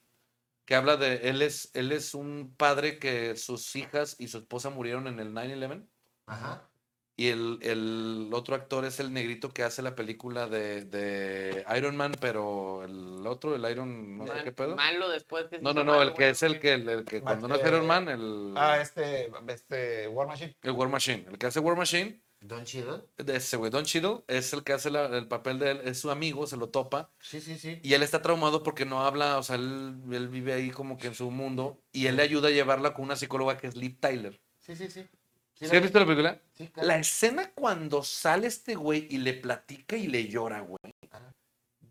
E: que habla de él es, él es un padre que sus hijas y su esposa murieron en el 9-11.
B: Ajá.
E: Y el, el otro actor es el negrito que hace la película de, de Iron Man, pero el otro, el Iron, no sé
D: Mal-
E: qué pedo.
D: Malo después que se
E: No,
D: hizo
E: no, no,
D: malo,
E: el que
D: güey,
E: es el que, el, el que cuando no es
C: Eh,
E: Iron Man, el,
C: Ah, este, este, War Machine.
E: el War Machine. El que hace War Machine
B: Don Cheadle.
E: de ese güey, Don Cheadle, es el que hace la- el papel de él, es su amigo, se lo topa.
B: Sí, sí, sí.
E: Y él está traumado porque no habla, o sea, él, él vive ahí como que en su mundo. Y él le ayuda a llevarla con una psicóloga que es Liv Tyler.
B: Sí, sí, sí. ¿Sí
E: ¿Sí
B: la
E: has visto la película?
B: Sí, claro.
E: La escena cuando sale este güey y le platica y le llora, güey.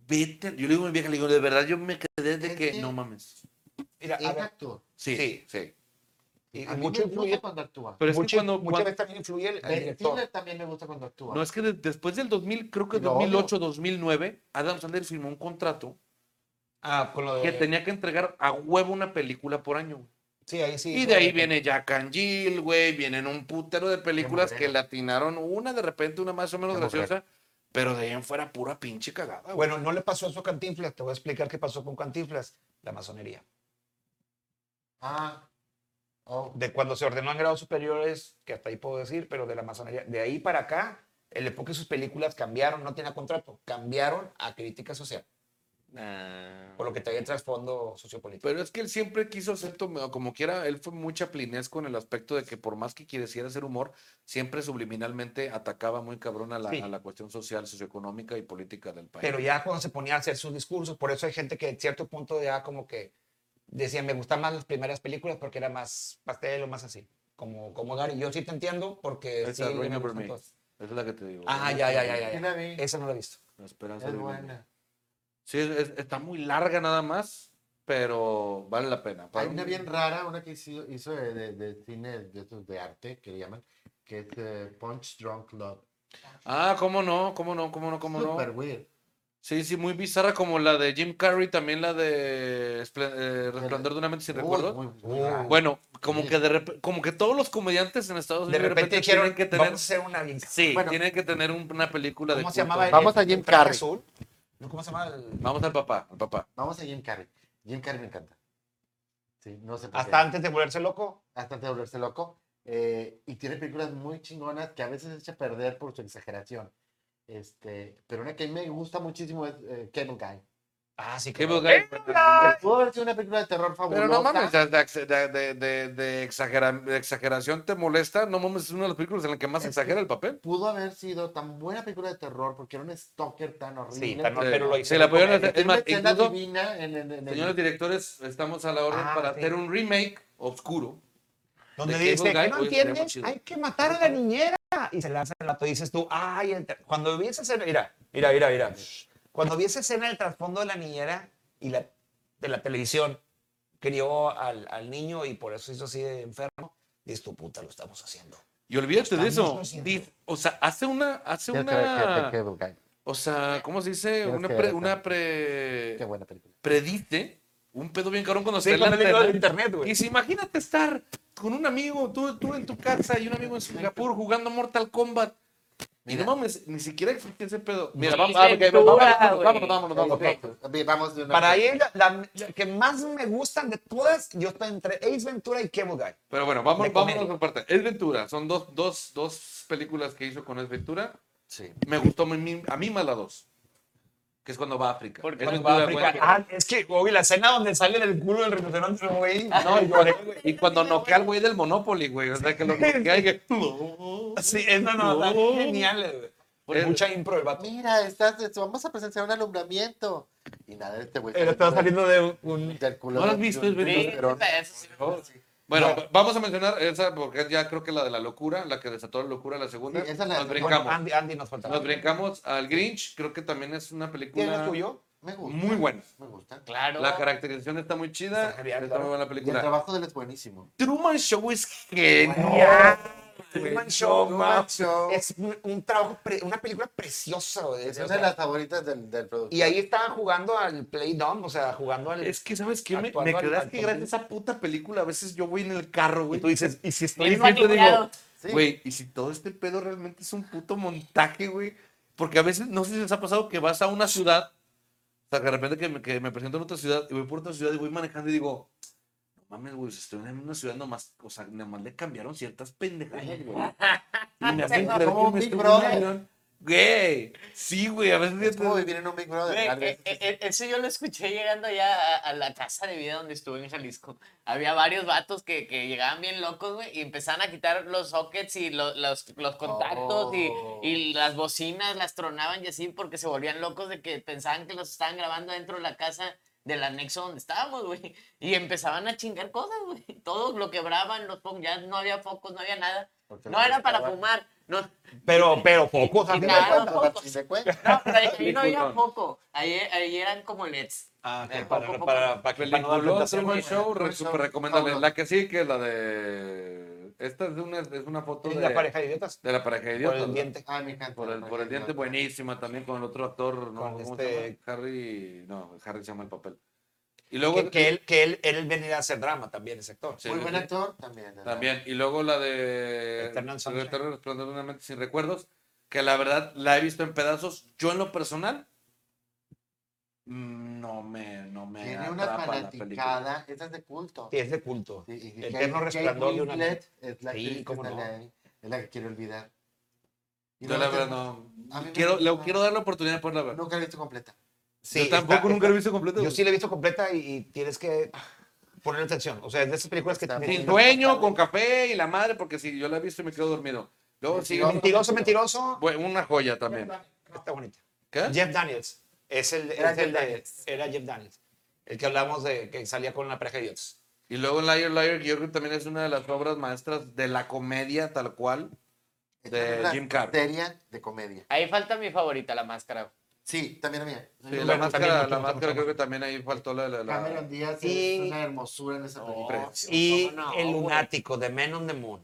E: Vete. Yo le digo a mi vieja, le digo, de verdad, yo me quedé de que no mames.
C: Mira,
B: Él
C: a ver,
B: actúa.
E: Sí,
C: Sí.
E: sí.
C: y- y
B: A mí
C: mucho
B: me
C: influye.
B: gusta cuando actúa.
E: Pero es que
C: mucho-
E: cuando.
C: muchas
E: cuando-
C: veces también influye el, el
B: Ben
C: director.
B: Stiller también me gusta cuando actúa.
E: no, es que de- después del 2000, creo que
B: Lo
E: 2008, 2009, Adam Sandler firmó un contrato
C: Ah, con lo de.
E: que tenía que entregar a huevo una película por año. güey.
C: Sí, ahí sí.
E: Y de ahí viene Jack and Jill, güey. Vienen un putero de películas que latinaron una de repente, una más o menos graciosa. Pero de ahí en fuera pura pinche cagada, güey.
C: Bueno, no le pasó eso a Cantinflas. Te voy a explicar qué pasó con Cantinflas. La masonería.
B: Ah. Oh.
C: De cuando se ordenó en grados superiores, que hasta ahí puedo decir, pero de la masonería. De ahí para acá, el enfoque de sus películas cambiaron, no tenía contrato, cambiaron a crítica social,
D: Ah.
C: por lo que traía el trasfondo sociopolítico.
E: Pero es que él siempre quiso ser tom- como quiera, él fue muy chaplinesco en el aspecto de que por más que quisiera hacer humor, siempre subliminalmente atacaba muy cabrón a la,
C: Sí.
E: a la cuestión social, socioeconómica y política del país.
C: Pero ya cuando se ponía a hacer sus discursos, por eso hay gente que en cierto punto ya como que decía, me gustan más las primeras películas porque era más pastel o más así. Como, como Gary, yo sí te entiendo porque
E: Esa
C: sí, me
E: Reign Over
C: gustan
E: Me.
C: todas.
E: Esa es la que te digo.
C: Ah, ya, ya, ya,
B: Sí
C: ya, ya.
B: la vi. Es,
C: Esa no la he visto.
E: La esperanza de vivir.
B: buena.
E: Sí, es- es- está muy larga nada más, pero vale la pena. Para
B: Hay una
E: un-
B: bien rara, una que hizo, hizo de, de- de cine de, estos de arte, que le llaman, que es eh, Punch Drunk Love.
E: Ah, cómo no, cómo no, cómo no, cómo no.
B: Super weird.
E: Sí, sí, muy bizarra como la de Jim Carrey, también la de Esplen- eh, Resplandor de una mente sin
B: Uy,
E: recuerdos.
B: muy- muy rara.
E: Bueno, como
B: Sí.
E: que de rep- como que todos los comediantes en Estados
C: De
E: Unidos
C: repente dijeron,
E: tienen que tener
C: vamos a hacer una bien-
E: sí,
B: Bueno.
E: tienen que tener un- una película de
C: ¿Cómo se
E: culto.
C: llamaba? el-
B: Vamos a
C: el
B: Jim
C: traje
B: Carrey.
C: azul? No, ¿Cómo se llamaba? el-
E: Vamos al papá, al papá.
B: Vamos a Jim Carrey. Jim Carrey me encanta. Sí, no sé por qué.
C: Hasta antes de volverse loco.
B: Hasta de volverse loco. eh, y tiene películas muy chingonas que a veces echa a perder por su exageración. Este, pero una que me gusta muchísimo es eh, Cable Guy.
C: Ah, sí,
E: Cable
C: claro.
E: Guy.
B: Pudo haber sido una película de terror fabulosa.
E: Pero no mames, de, de- de- de- de exagera- de exageración te molesta, no mames, es una de las películas en la que más
B: Es
E: exagera
B: que-
E: el papel.
B: Pudo haber sido tan buena película de terror porque era un stalker tan horrible.
C: Sí, tan-
E: Sí.
C: pero lo
E: Se
C: hicieron.
E: Eh, la pudieron hacer,
C: comedia.
E: es
B: Tiene una
E: más,
B: escena
E: incluso,
B: divina en, en- en el-
E: señores directores, estamos a la orden
C: Ah,
E: para
C: sí.
E: hacer un remake oscuro.
C: Donde
E: de
C: dice,
E: Cable Guy, oye,
C: ¿qué no
E: estaría muy
C: entiendes?
E: chido.
C: Hay que matar a la niñera. Y se le hace el rato y dices tú, ay, el tra- cuando vi esa escena, mira, mira, mira, mira. Cuando vi esa escena del trasfondo de la niñera y la, de la televisión, crió al, al niño y por eso hizo así de enfermo, dices tú, puta, lo estamos haciendo.
E: Y olvídate de
C: Estamos
E: eso.
C: haciendo.
E: Dif- O sea, hace una, hace
B: Tienes que ver
E: una,
B: que- de Cable Guy.
E: o sea, ¿cómo se dice?
B: Tienes
E: Una
B: que
E: pre,
B: ver
E: una
B: esa.
E: pre,
B: Qué buena película.
E: predice un pedo bien cabrón cuando
C: Sí,
E: está en
C: cuando le digo
E: internet.
C: del internet, güey.
E: Y si imagínate estar con un amigo, tú, tú en tu casa y un amigo en Singapur jugando Mortal Kombat. Y no mames, ni siquiera existía ese pedo. Mira, vamos, ah, ok,
D: Censura,
E: vamos,
D: güey.
E: vámonos, vámonos, vámonos, vámonos.
B: Ok, Vamos de una
C: Para
B: vez.
C: ahí, la, la- la que más me gustan de todas, yo estoy entre Ace Ventura y Cable Guy.
E: Pero bueno,
C: De
E: vamos,
C: comedia.
E: vámonos por parte. Es Ventura, son dos, dos, dos películas que hizo con Es Ventura.
B: Sí.
E: Me gustó muy- mi- a mí más la dos, que es cuando va a África.
D: Porque
E: Es
D: cuando
E: Ventura,
D: va a África,
E: güey.
C: Ah, es que, güey, la escena donde sale del culo del rinoceronte, güey. No, lloré, güey.
E: Y cuando noquea al güey del Monopoly, güey. O sea, que lo noquea y que...
C: Sí, es no, no, está
E: No.
C: genial, eh, güey. Con
E: El-
C: mucha impro el vato.
B: Mira, estás, vamos a presenciar un alumbramiento. Y nada, este güey.
C: Pero estaba saliendo de un...
B: del culo.
E: ¿No lo has
B: de-
E: visto?
B: de
E: Es
B: un
E: verdad.
B: rinoceronte.
D: Eso sí.
E: Bueno,
C: Bueno.
E: va- vamos a mencionar esa porque ya creo que la de la locura, la que desató la locura, la segunda.
B: Sí, esa es la
E: Nos
B: de-
E: brincamos.
C: Bueno, Andy, Andy nos faltaba.
E: Nos brincamos al Grinch, creo que también es una
C: ¿Quién es
E: película
C: tuyo?
B: Me gusta.
E: muy buena.
B: Me gusta.
D: Claro.
E: La caracterización está muy chida,
C: Está genial,
E: está
C: claro.
E: muy buena la
B: Y el
E: película.
B: trabajo de él es buenísimo.
E: Truman Show es genial.
C: ¡Ya! Truman Show, ma.
B: Es
C: Es un, un trabajo, pre- una película preciosa, güey.
B: es
C: O
B: una
C: sea,
B: de las favoritas del, del productor.
C: Y ahí estaba jugando al Play Dumb, o sea, jugando al...
E: Es que, ¿sabes qué? Me, me
C: Actuando al-
E: quedas
C: al
E: que gracias a
C: tontín.
E: esa puta película, a veces yo voy en el carro, güey.
C: Y tú dices, ¿y si estoy
E: Y
D: Bien
E: siempre digo,
D: manipulado.
B: Sí.
E: Güey, y si todo este pedo realmente es un puto montaje, güey. Porque a veces, no sé si les ha pasado que vas a una ciudad, o sea, que de repente que me, que me presento en otra ciudad y voy por otra ciudad y voy manejando y digo, no mames, güey, si estoy en la misma ciudad, nomás, o sea, nomás le cambiaron ciertas pendejadas, güey. Y me hacen
B: Como
E: creer que me
B: Big
E: estoy en un
B: Brother.
E: avión. Güey, sí, güey, a veces.
B: Es como vivir en un Big Brother.
D: Güey,
B: Tal vez-
D: eh, eh, eso yo lo escuché llegando ya a, a la casa de vida donde estuve en Jalisco. Había varios vatos que, que llegaban bien locos, güey, y empezaban a quitar los sockets y lo- los, los contactos y, y las bocinas las tronaban y así porque se volvían locos de que pensaban que los estaban grabando dentro de la casa del anexo donde estábamos, güey. Y empezaban a chingar cosas, güey. Todo lo quebraban, los fo- ya no había focos, no había nada.
B: Porque
D: No
B: la
D: era para
B: restauraba.
D: fumar. No,
C: Pero, pero pocos.
D: Y
C: a fin de
D: nada,
C: cuentas.
D: no,
B: Para
D: pocos.
B: fin de cuentas.
D: no, pero ahí, ahí no había
E: Peliculón.
D: poco. Ahí, ahí eran como LEDs.
C: Ah, ok,
D: Eh,
C: para, para,
D: poco, poco.
C: para, para que para no dar
E: Peliculón,
C: tentación,
E: Truman
C: güey.
E: Show,
B: Truman
E: re-
B: Show,
E: súper recomendable.
B: vámonos.
E: La que sí, que es la de. Esta es una, es una foto
C: Sí,
E: de,
C: La pareja de idiotas.
E: de la pareja de
C: Por
E: idiotas.
C: el
E: ¿no?
C: diente.
B: Ah, me encanta.
E: Por el, por el diente, buenísima también con el otro actor, ¿no?
C: Con
E: ¿Cómo se llama?
C: este-
E: Harry. No, Harry se llama el papel. Y luego.
C: Que, que él, que él, él venía a hacer drama también, ese actor.
E: Sí,
B: Muy
E: sí,
B: buen
E: sí.
B: actor también. ¿verdad?
E: También. Y luego la de.
C: Eternal Sunshine.
E: Eterno Resplandor de una mente sin recuerdos. Que la verdad la he visto en pedazos. Yo en lo personal. mm, No me. No me
B: Tiene una
E: atrapa la película.
B: fanaticada. Esa es de culto.
C: Sí, es de culto.
B: Sí, y- y
C: Eterno
B: Kate- Kate
C: resplandor de una
B: Winslet Es la,
C: Sí,
B: actriz que
C: cómo
B: sale
C: no.
B: ahí, es la que quiero olvidar. Y
E: Yo
B: luego
E: la verdad
B: tenemos-
E: no.
B: A mí me
E: Quiero, le
B: gusta.
E: quiero dar la oportunidad de poderla ver.
B: Nunca la he visto completa.
C: Sí,
E: yo tampoco
C: está-
E: nunca lo he visto completo.
C: Yo sí la he visto completa y, y tienes que poner atención. O sea, es de esas películas que...
B: Está
C: te-
E: Sin sueño, con café y la madre, porque si yo la he visto y me quedo dormido. Luego sí,
B: Mentiroso.
C: Mentiroso, mentiroso.
E: bu- una joya también.
C: Está bonita.
E: ¿Qué?
C: Jeff Daniels. Es el,
B: Era
C: es el
B: Jeff
C: de-
B: Daniels.
C: ¿Eh? era Jeff Daniels. El que hablamos de que salía con la pareja de idiotas.
E: Y luego Liar Liar, que yo creo que también es una de las obras maestras de la comedia tal cual.
B: Esta
E: De
B: es una
E: Jim Carrey.
B: Serie de comedia.
D: Ahí falta mi favorita, la máscara.
B: Sí, también la mía.
E: Sí,
C: Bueno,
E: la
C: también
E: máscara,
C: me gusta
E: la
C: mucho,
E: máscara
C: mucho.
E: creo que también ahí faltó la... la, la-
B: Cameron Díaz
C: Y-
B: es una hermosura en esa película.
E: Precioso.
C: Y
D: no,
C: El
D: güey.
C: Lunático, de Men on the Moon.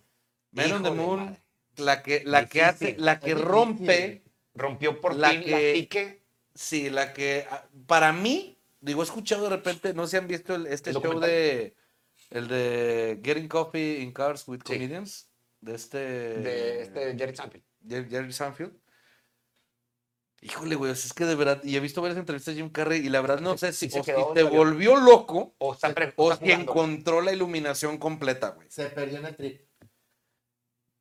E: Man on the
C: Hijo de
E: Moon,
C: madre.
E: la que, la que hace,
C: Difícil.
E: la que
B: Es
E: rompe,
B: difícil.
C: Rompió por
E: La
C: fin la
E: que-
C: pique.
E: sí, la que, ah, para mí, digo, he escuchado de repente, no se han visto el- este
C: ¿El
E: show
C: documental?
E: de, el de Getting Coffee in Cars with
C: Sí.
E: Comedians, de este...
C: de este Jerry Chaplin.
E: Jer- Jerry Sanfield. Híjole, güey, o sea, es que de verdad, y he visto varias entrevistas de Jim Carrey, y la verdad no sé si,
C: se
E: o si
C: quedó
E: te
C: dolido.
E: volvió loco
C: O está, pre-
E: o
C: está
E: si
C: jugando.
E: encontró la iluminación completa, güey.
B: Se perdió en el trip.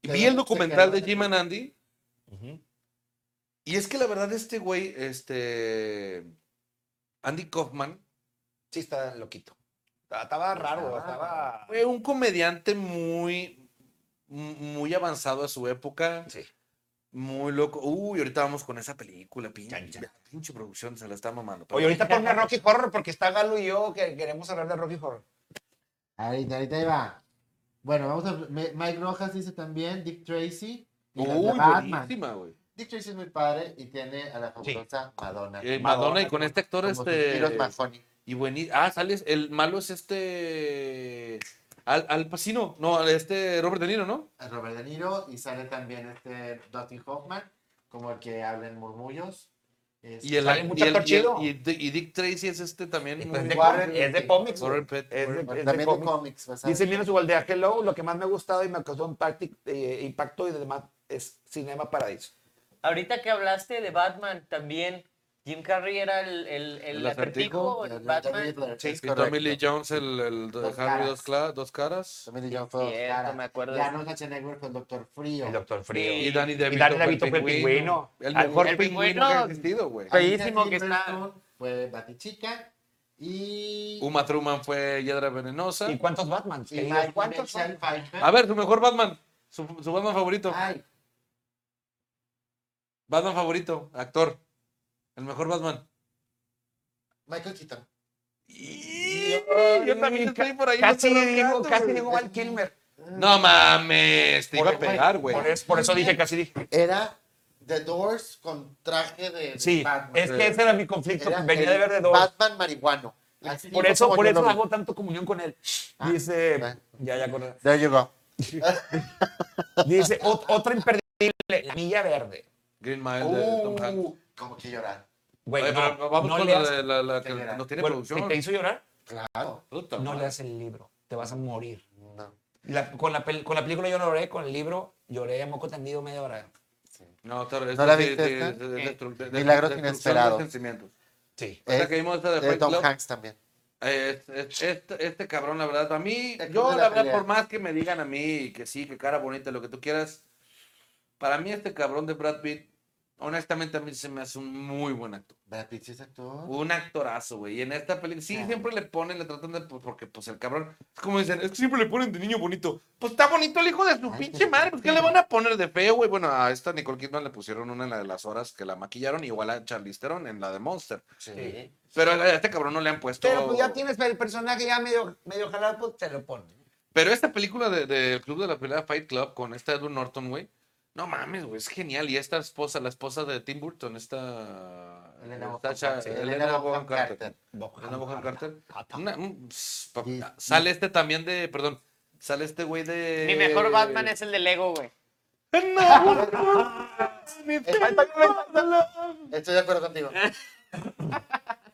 E: Y
B: Se
E: vi
B: quedó-
E: el
B: se
E: documental
B: quedó
E: de
B: en el
E: Jim and Andy,
C: Ujú.
E: y es que la verdad, este güey, este. Andy Kaufman,
C: Sí, está loquito. Estaba- Estaba raro, estaba.
E: fue un comediante muy. muy avanzado a su época.
C: Sí.
E: Muy loco. Uy, ahorita vamos con esa película, pinche,
C: Chan, chan.
E: pinche producción, se la está mamando. pero-
C: Oye, ahorita ponme Rocky Horror porque está Galo y yo que queremos hablar de Rocky Horror.
B: Ahorita, ahorita ahí va. Bueno, vamos a. me- Mike Rojas dice también Dick Tracy. Y las de
E: Uy,
B: Batman.
E: buenísima, güey. Eh,
B: Dick Tracy es muy padre y tiene a la fabulosa Madonna.
E: Eh,
C: Madonna,
E: Madonna, y con este actor
B: Como sus tiros
E: este
B: Manzoni.
E: y buenísimo. Ah, sales el malo es este Al, Al Pacino, no, este Robert De Niro, ¿no?
B: a Robert De Niro y sale también este Dustin Hoffman, como el que habla en murmullos. Es-
E: Y el,
C: Sale
E: y
C: mucho
E: el-
C: actor
E: y el-
C: chido.
E: y Di- y Dick Tracy es este también
C: Es
E: muy-
C: de,
B: Warren-
C: es de cómics. güey.
E: Warren Pett-
C: Es de-
E: Warren-
C: es de
B: también de
C: cómics.
B: cómics. basado.
C: Dice Mira Subaldea, hello, lo que más me ha gustado y me causó impacti- eh, impacto y demás es Cinema Paradiso.
D: Ahorita que hablaste de Batman también, Jim Carrey era el, el, el,
E: El
D: acertijo,
B: El
D: el
B: de Tommy
D: Batman.
B: Lee- es
E: y
B: correcto.
E: Tommy Lee Jones el, el
B: Dos
E: Harry
B: caras.
E: dos, cla- dos caras
B: Tommy Lee Jones fue
D: Cierto,
B: Oscar.
D: me acuerdo
B: Y
D: de-
B: Arnold Schwarzenegger fue el Doctor Frío.
C: El Doctor Frío.
D: Sí.
E: y Danny DeVito,
C: Danny
E: fue el
C: DeVito fue el pingüino.
E: El
C: Al-
E: mejor
D: el
E: pingüino, que
D: pingüino.
E: ha existido, güey.
C: Ah.
D: Ay.
B: Alicia
D: Feísimo que está.
B: Silverstone Fue Batichica. Y.
E: Uma Truman fue Hiedra Venenosa.
C: ¿Y cuántos Batman?
B: y Michael
C: ¿Cuántos son? Ah,
B: Michelle Pfeiffer.
E: A ver, su mejor Batman, su, su Batman favorito.
B: Ay,
E: Batman favorito, actor. El mejor Batman.
B: Michael Keaton.
E: Yo también estoy por ahí.
C: Casi
E: buscando
C: digo,
E: gato,
C: casi
E: güey.
C: digo Val Kilmer.
E: No mames, te iba a pegar, güey.
C: Por eso, por eso dije, casi dije.
B: Era The Doors con traje de, de
C: Sí,
B: Batman.
C: es que ese era mi conflicto.
B: Era
C: Venía de
B: el
C: ver de dos.
B: Batman marihuano. Así
C: Por
B: fue
C: eso,
B: como
C: por
B: yo
C: eso
B: lo vi.
C: hago tanto comunión con él.
B: Ah,
C: Dice,
B: ah.
C: ya, ya con-
B: There you go.
C: Dice, "Ot- otra imperdible, la milla verde.
E: Green Mile de Tom Hanks.
B: Uh, como que llorar.
C: Güey,
E: Oye,
C: Oh. no,
E: pero vamos
C: no
E: con
C: leas-
E: la, de- la, la que
B: Señora.
E: nos tiene
C: bueno, si
E: producción.
C: te hizo llorar,
B: Claro.
E: Puta
C: no
E: madre.
C: leas el libro, te vas a morir.
B: No.
C: La- con, la pel- con la película yo no lloré, con el libro lloré a moco tendido media hora.
E: No, esta- esta
B: la
E: sí-
B: viste
E: sí-
B: esta?
E: de- de- de- de- de-
B: Milagros
E: destrucción de
B: inesperados.
E: sentimientos.
C: Sí.
E: O sea,
B: Es-
E: que vimos esta de
B: de
E: Fight
B: Tom
E: Club.
B: Hanks también.
E: Eh, es- es- este, este cabrón, la verdad, a mí,
B: El club
E: yo
B: de la
E: la verdad,
B: pelea.
E: por más que me digan a mí que sí, que cara bonita, lo que tú quieras, para mí este cabrón de Brad Pitt, honestamente a mí se me hace un muy buen actor.
B: Brad Pitt sí es actor.
C: Uh,
E: Un actorazo, güey. Y en esta película, sí,
B: Claro.
E: siempre le ponen, le tratan de. pues, Porque, pues, el cabrón. Es como dicen, es que siempre le ponen de niño bonito. Pues está bonito el hijo de su
B: Ay,
E: pinche
B: qué
E: madre. Pues, ¿qué le
B: bonito.
E: van a poner de feo, güey? Bueno, a esta Nicole Kidman le pusieron una de las horas que la maquillaron, igual a Charlize Theron en la de Monster.
B: Sí.
E: Pero a este cabrón no le han puesto.
C: Pero pues ya tienes el personaje ya medio, medio jalado, pues te lo pones.
E: Pero esta película del de, del Club de la Pelea Fight Club con esta Edward Norton, güey. No mames, güey, es genial. Y esta esposa, la esposa de Tim Burton, esta.
B: Elena
E: esta
B: Bonham
E: cha-
B: Carter.
E: Elena
B: Elena
E: Bonham
B: Bonham
E: Carter.
B: Carter.
E: Elena Bonham Carter.
C: Carter.
E: Una- un- pss, pa-
B: Y-
E: sale este también de. Perdón. Sale este güey de.
D: Mi mejor Batman es el de Lego, güey.
B: Estoy de acuerdo contigo.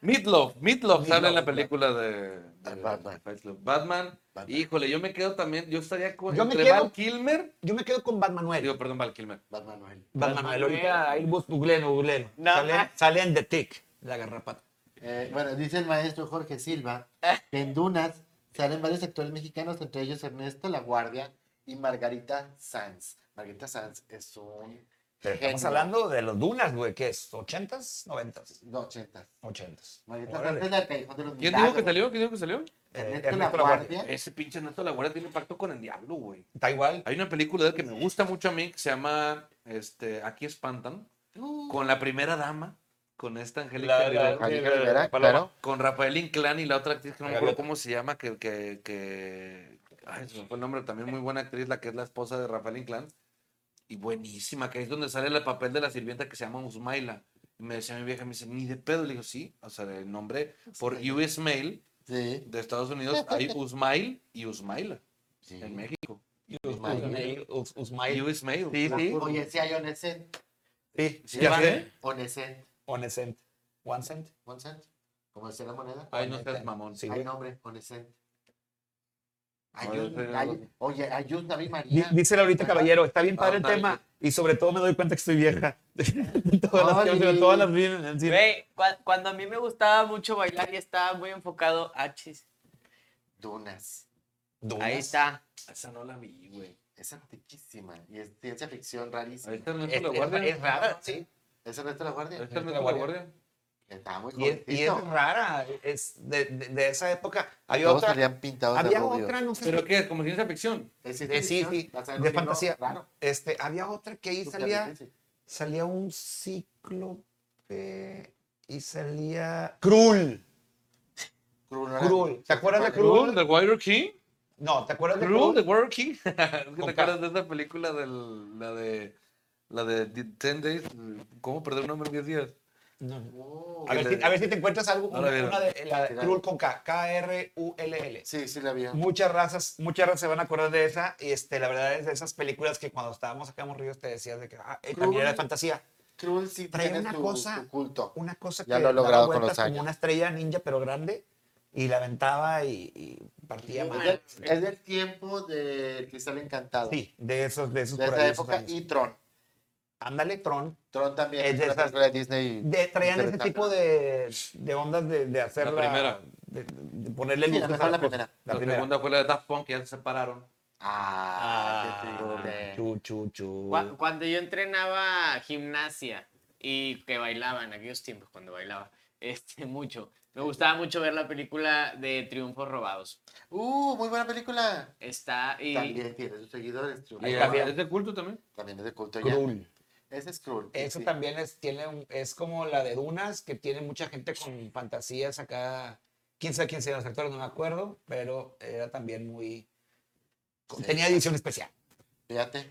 E: Meatloaf, Meatloaf sale en la
B: Meatloaf,
E: película de,
B: Ah,
E: de-
B: Batman.
E: Fight Club. Batman.
B: Batman.
E: Híjole, yo me quedo también, yo estaría con
C: Yo me
E: entre
C: quedo-
E: Val Kilmer,
C: Yo me quedo con Batmanuel.
E: digo, perdón, Val Kilmer.
B: Batman Noel.
C: Batmanuel, ahorita ahí bus- googleen, googleen.
D: No,
C: sale,
D: ma-
C: sale en The Tick, la garrapata.
B: Eh, bueno, dice el maestro Jorge Silva que en Dunas salen varios actores mexicanos, entre ellos Ernesto La Guardia y Margarita Sanz. Margarita Sanz es un
C: Pero estamos
B: genio.
C: hablando de los Dunas, güey, ¿qué es? ¿80s? ¿90s?
B: No, ochentas.
C: 80s.
B: Margarita
C: Órale.
B: Sanz es la del Callejón de los
E: ¿Quién dijo que
B: Milagros.
E: salió? ¿Quién dijo que salió?
B: Ernesto,
C: Eh,
B: La
C: Ernesto La Guardia.
B: Guardia.
E: Ese pinche Nato La Guardia tiene un pacto con el diablo, güey.
C: Está igual.
E: Hay una película de él que me gusta mucho a mí que se llama este, Aquí espantan, con la primera dama, con esta Angélica Rivera,
B: Angélica Rivera,
E: Paloma,
B: claro.
E: con Rafael Inclán y la otra actriz que no me acuerdo
C: Gaviota.
E: cómo se llama, que, que, que ay, se me fue el nombre, también muy buena actriz, la que es la esposa de Rafael Inclán, y buenísima, que ahí es donde sale el papel de la sirvienta que se llama Usmaila. Y me decía mi vieja, me dice, ni de pedo, le digo, sí, o sea, el nombre por US Mail
B: Sí,
E: de Estados Unidos hay Usmail y Usmaila
B: sí.
E: en México.
C: Usmail. Us- Usmail.
E: US Mail.
C: Sí, sí.
B: Oye, sí hay Onesen.
C: Sí,
E: Sí,
C: ya
E: van,
C: sé.
E: ¿eh?
B: Onesen.
C: One cent. One cent.
B: Onsen. Como decía la moneda.
E: Ay, no seas mamón.
C: Sí,
B: Hay
C: güey.
B: nombre, Onesen. Hay
E: Ahora
B: un-
E: tenemos-
B: hay- oye, hay un David
C: Di-
B: María.
C: Dice ahorita, caballero, está bien padre
E: Ah,
C: el
E: dale.
C: tema y sobre todo me doy cuenta que estoy vieja. *laughs* todas las
B: Oli.
C: canciones, todas las vi en el cine.
D: Güey, cua- cuando a mí me gustaba mucho bailar y estaba muy enfocado, ah, chis.
B: Dunas.
D: Ahí está.
E: Esa no la vi, güey.
B: Es antiquísima y es ciencia ficción
E: Ahí
B: rarísima.
E: está
D: Es,
C: este,
E: Ernesto La
D: es-
E: Guardia.
D: es rara, sí.
B: ¿Es Ernesto La Guardia?
E: Ahí está
C: Ernesto
E: Ernesto La Guardia.
B: Estaba muy
C: Y es,
B: jovencito.
C: y es rara, es de, de- de esa época. Había
B: Todos
C: otra,
B: salían pintados de
C: había
B: rubio.
C: otra, no sé,
E: ¿Pero qué? es? ¿Como ciencia ficción?
B: Es
C: de,
B: ciencia
C: Eh, sí,
B: ficción,
C: sí,
B: basada en un
C: de
B: libro
C: fantasía.
B: raro.
C: Este, había otra que ahí
B: Súper
C: salía,
B: difícil.
C: salía un cíclope y salía Krul.
B: Cruel, no era-
C: Krul. ¿Te acuerdas de
B: ¿Cuál?
E: ¿Rule?
C: Krul?
E: ¿The Warrior King?
C: No, ¿te acuerdas de
E: ¿Rule?
C: Krul?
E: ¿The Warrior King? *laughs* ¿Es que ¿Te
C: Con
E: acuerdas de esa película del, la de... La de 10 Days, ¿cómo perder un hombre en 10 días?
C: No.
B: Oh,
C: A ver, si, a ver si te encuentras algo,
E: No la
C: una,
E: veo.
C: una de la de
B: Sí, la
C: Krul
B: veo.
C: con K, K-R-U-L-L.
B: Sí, sí la vi.
C: Muchas razas, muchas razas se van a acordar de esa. Y este, la verdad es de esas películas que cuando estábamos acá en Ríos te decías de que ah, eh,
B: Krul.
C: también era de fantasía.
B: Cruel sí
C: Traía
B: tiene
C: una
B: su,
C: cosa-
B: su culto.
C: Una cosa
B: Ya
C: que
B: lo ha
C: daba
B: logrado con
C: vueltas
B: los años.
C: como una estrella ninja, pero grande, y la aventaba y, y partía
B: Es
C: mal.
B: del, es del tiempo de Cristal Encantado.
C: Sí, de esos, de esos
B: De
C: por
B: esa
C: ahí, esos
B: época.
C: años.
B: Y Tron.
C: Ándale, Tron.
B: Tron también.
C: Es
B: Es
C: de
B: una
C: esas-
B: película de Disney.
C: De, traían ese
B: interesante.
C: tipo de, de ondas de, de hacer
E: La primera.
C: De, de ponerle
B: Sí,
C: luz.
B: la mejor la primera.
E: La, segunda fue la de Daft Punk, que ya se separaron.
B: Ah, qué triste.
C: chu, chu, chu.
D: Cu- Cuando yo entrenaba gimnasia y que bailaba en aquellos tiempos cuando bailaba, *laughs* este mucho. Me gustaba mucho ver la película de Triunfos Robados.
B: Uh, muy buena película.
D: Está y
B: También tiene sus seguidores. True.
E: Y,
C: está bien.
E: eh, ¿Es de culto también?
B: También es de culto pues, ya.
C: Krul.
B: Ese es Cruel. sí,
C: Eso
B: sí.
C: también es, tiene, un- es como la de Dunas, que tiene mucha gente con fantasías acá. Quién sabe quién sean los actores, no me acuerdo, pero era también muy.
B: Sí.
C: Tenía edición especial.
B: Fíjate.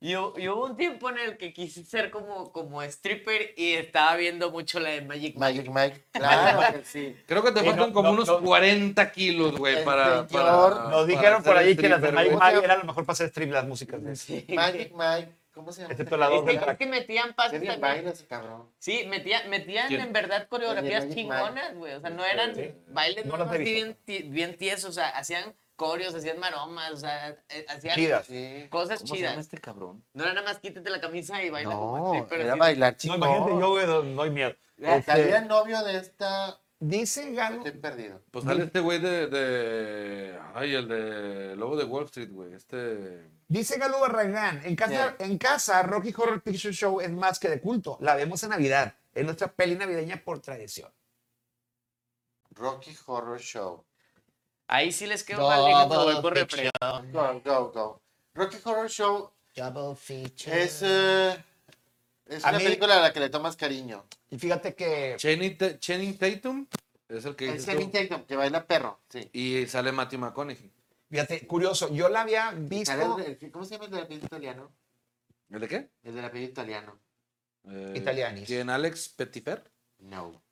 D: y hu- y hubo un tiempo en el que quise ser como, como stripper y estaba viendo mucho la de Magic Mike.
B: Magic Mike. Claro que sí.
E: *laughs* Creo que te
C: Sí,
E: faltan
C: no,
E: como
C: no,
E: unos
C: no.
E: 40 kilos, güey,
B: El
E: para,
B: señor
E: para...
B: nos
E: para
C: Nos dijeron
E: hacer
C: por ahí que las de
E: stripper,
C: Magic
E: güey.
B: güey.
C: Mike era lo mejor para hacer strip las músicas. de esas.
D: Sí.
B: Magic Mike. ¿Cómo se llama?
C: Excepto la dos del
B: *laughs*
D: Es que metían pasos
B: Qué bien
D: también.
B: baila ese cabrón.
D: Sí, metían, metían en verdad coreografías
B: Magic
D: chingonas, güey. O sea, no eran
C: Sí.
D: bailes
C: No
D: no
C: las he visto.
D: bien, ti- bien tiesos. O sea, hacían coreos, hacían maromas, o sea, eh, hacían
C: Chidas.
B: Sí.
D: cosas
E: ¿Cómo se llama
D: chidas.
E: este cabrón?
D: No era nada más quítate la camisa y baila como
B: No,
D: stripper.
B: era
D: así.
B: bailar
C: No,
B: chico.
C: imagínate, yo güey, no- no hay miedo.
B: Salía el novio de esta.
C: Dice Galo.
B: Estoy perdido.
E: Pues sale este güey de, de... Ay, el de... Lobo de Wall Street, güey. Este...
C: Dice Galo Barragán, en casa, en casa, Rocky Horror Picture Show es más que de culto. La vemos en Navidad. Es nuestra peli navideña por tradición.
B: Rocky Horror Show.
D: Ahí sí les quedó
C: No,
D: mal, déjate, voy
C: no,
D: por
C: qué
D: refresco.
B: Go, go, go. Rocky Horror Show
C: Double feature.
B: es. eh, es
C: A
B: una
C: mí-
B: película a la que le tomas cariño.
C: Y fíjate que
E: Channing, Ta- Channing Tatum es el que
B: Es
E: dices tú.
B: Channing Tatum, que baila perro. Sí.
E: Y sale Matthew McConaughey.
C: Fíjate, curioso, yo la había visto
B: Sale el- el- ¿Cómo se llama el del apellido italiano?
E: ¿El de qué?
B: El del apellido italiano.
E: Eh,
C: Italianis.
E: ¿Quién? Alex Petitfer,
B: No.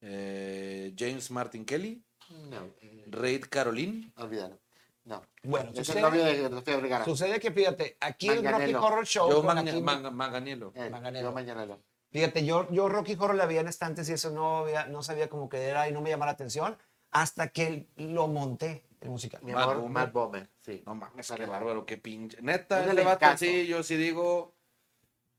E: eh, James Martin Kelly,
B: No. eh,
E: Reid Caroline.
B: Olvídalo. No.
C: Bueno,
B: Es
C: sucede-
B: el novio de Sofía Vergara.
C: Sucede que, fíjate, aquí en Rocky
B: Manganiello.
C: Horror Show,
E: Yo
C: con aquí-
E: Manganielo.
B: Eh,
C: Manganero.
B: yo mañana lo.
C: fíjate, yo, yo Rocky Horror la veía en estantes y eso no, había- no sabía cómo que era y no me llamaba la atención hasta que lo monté, el musical.
B: Mi
E: Matt
B: amor,
E: Bomer.
B: Matt Bomer. Sí.
E: No mames,
B: Dale,
E: qué
B: dale.
E: bárbaro, qué pinche. Neta,
B: Dale
E: este
B: el
E: vato
B: caso.
E: sí, yo sí digo.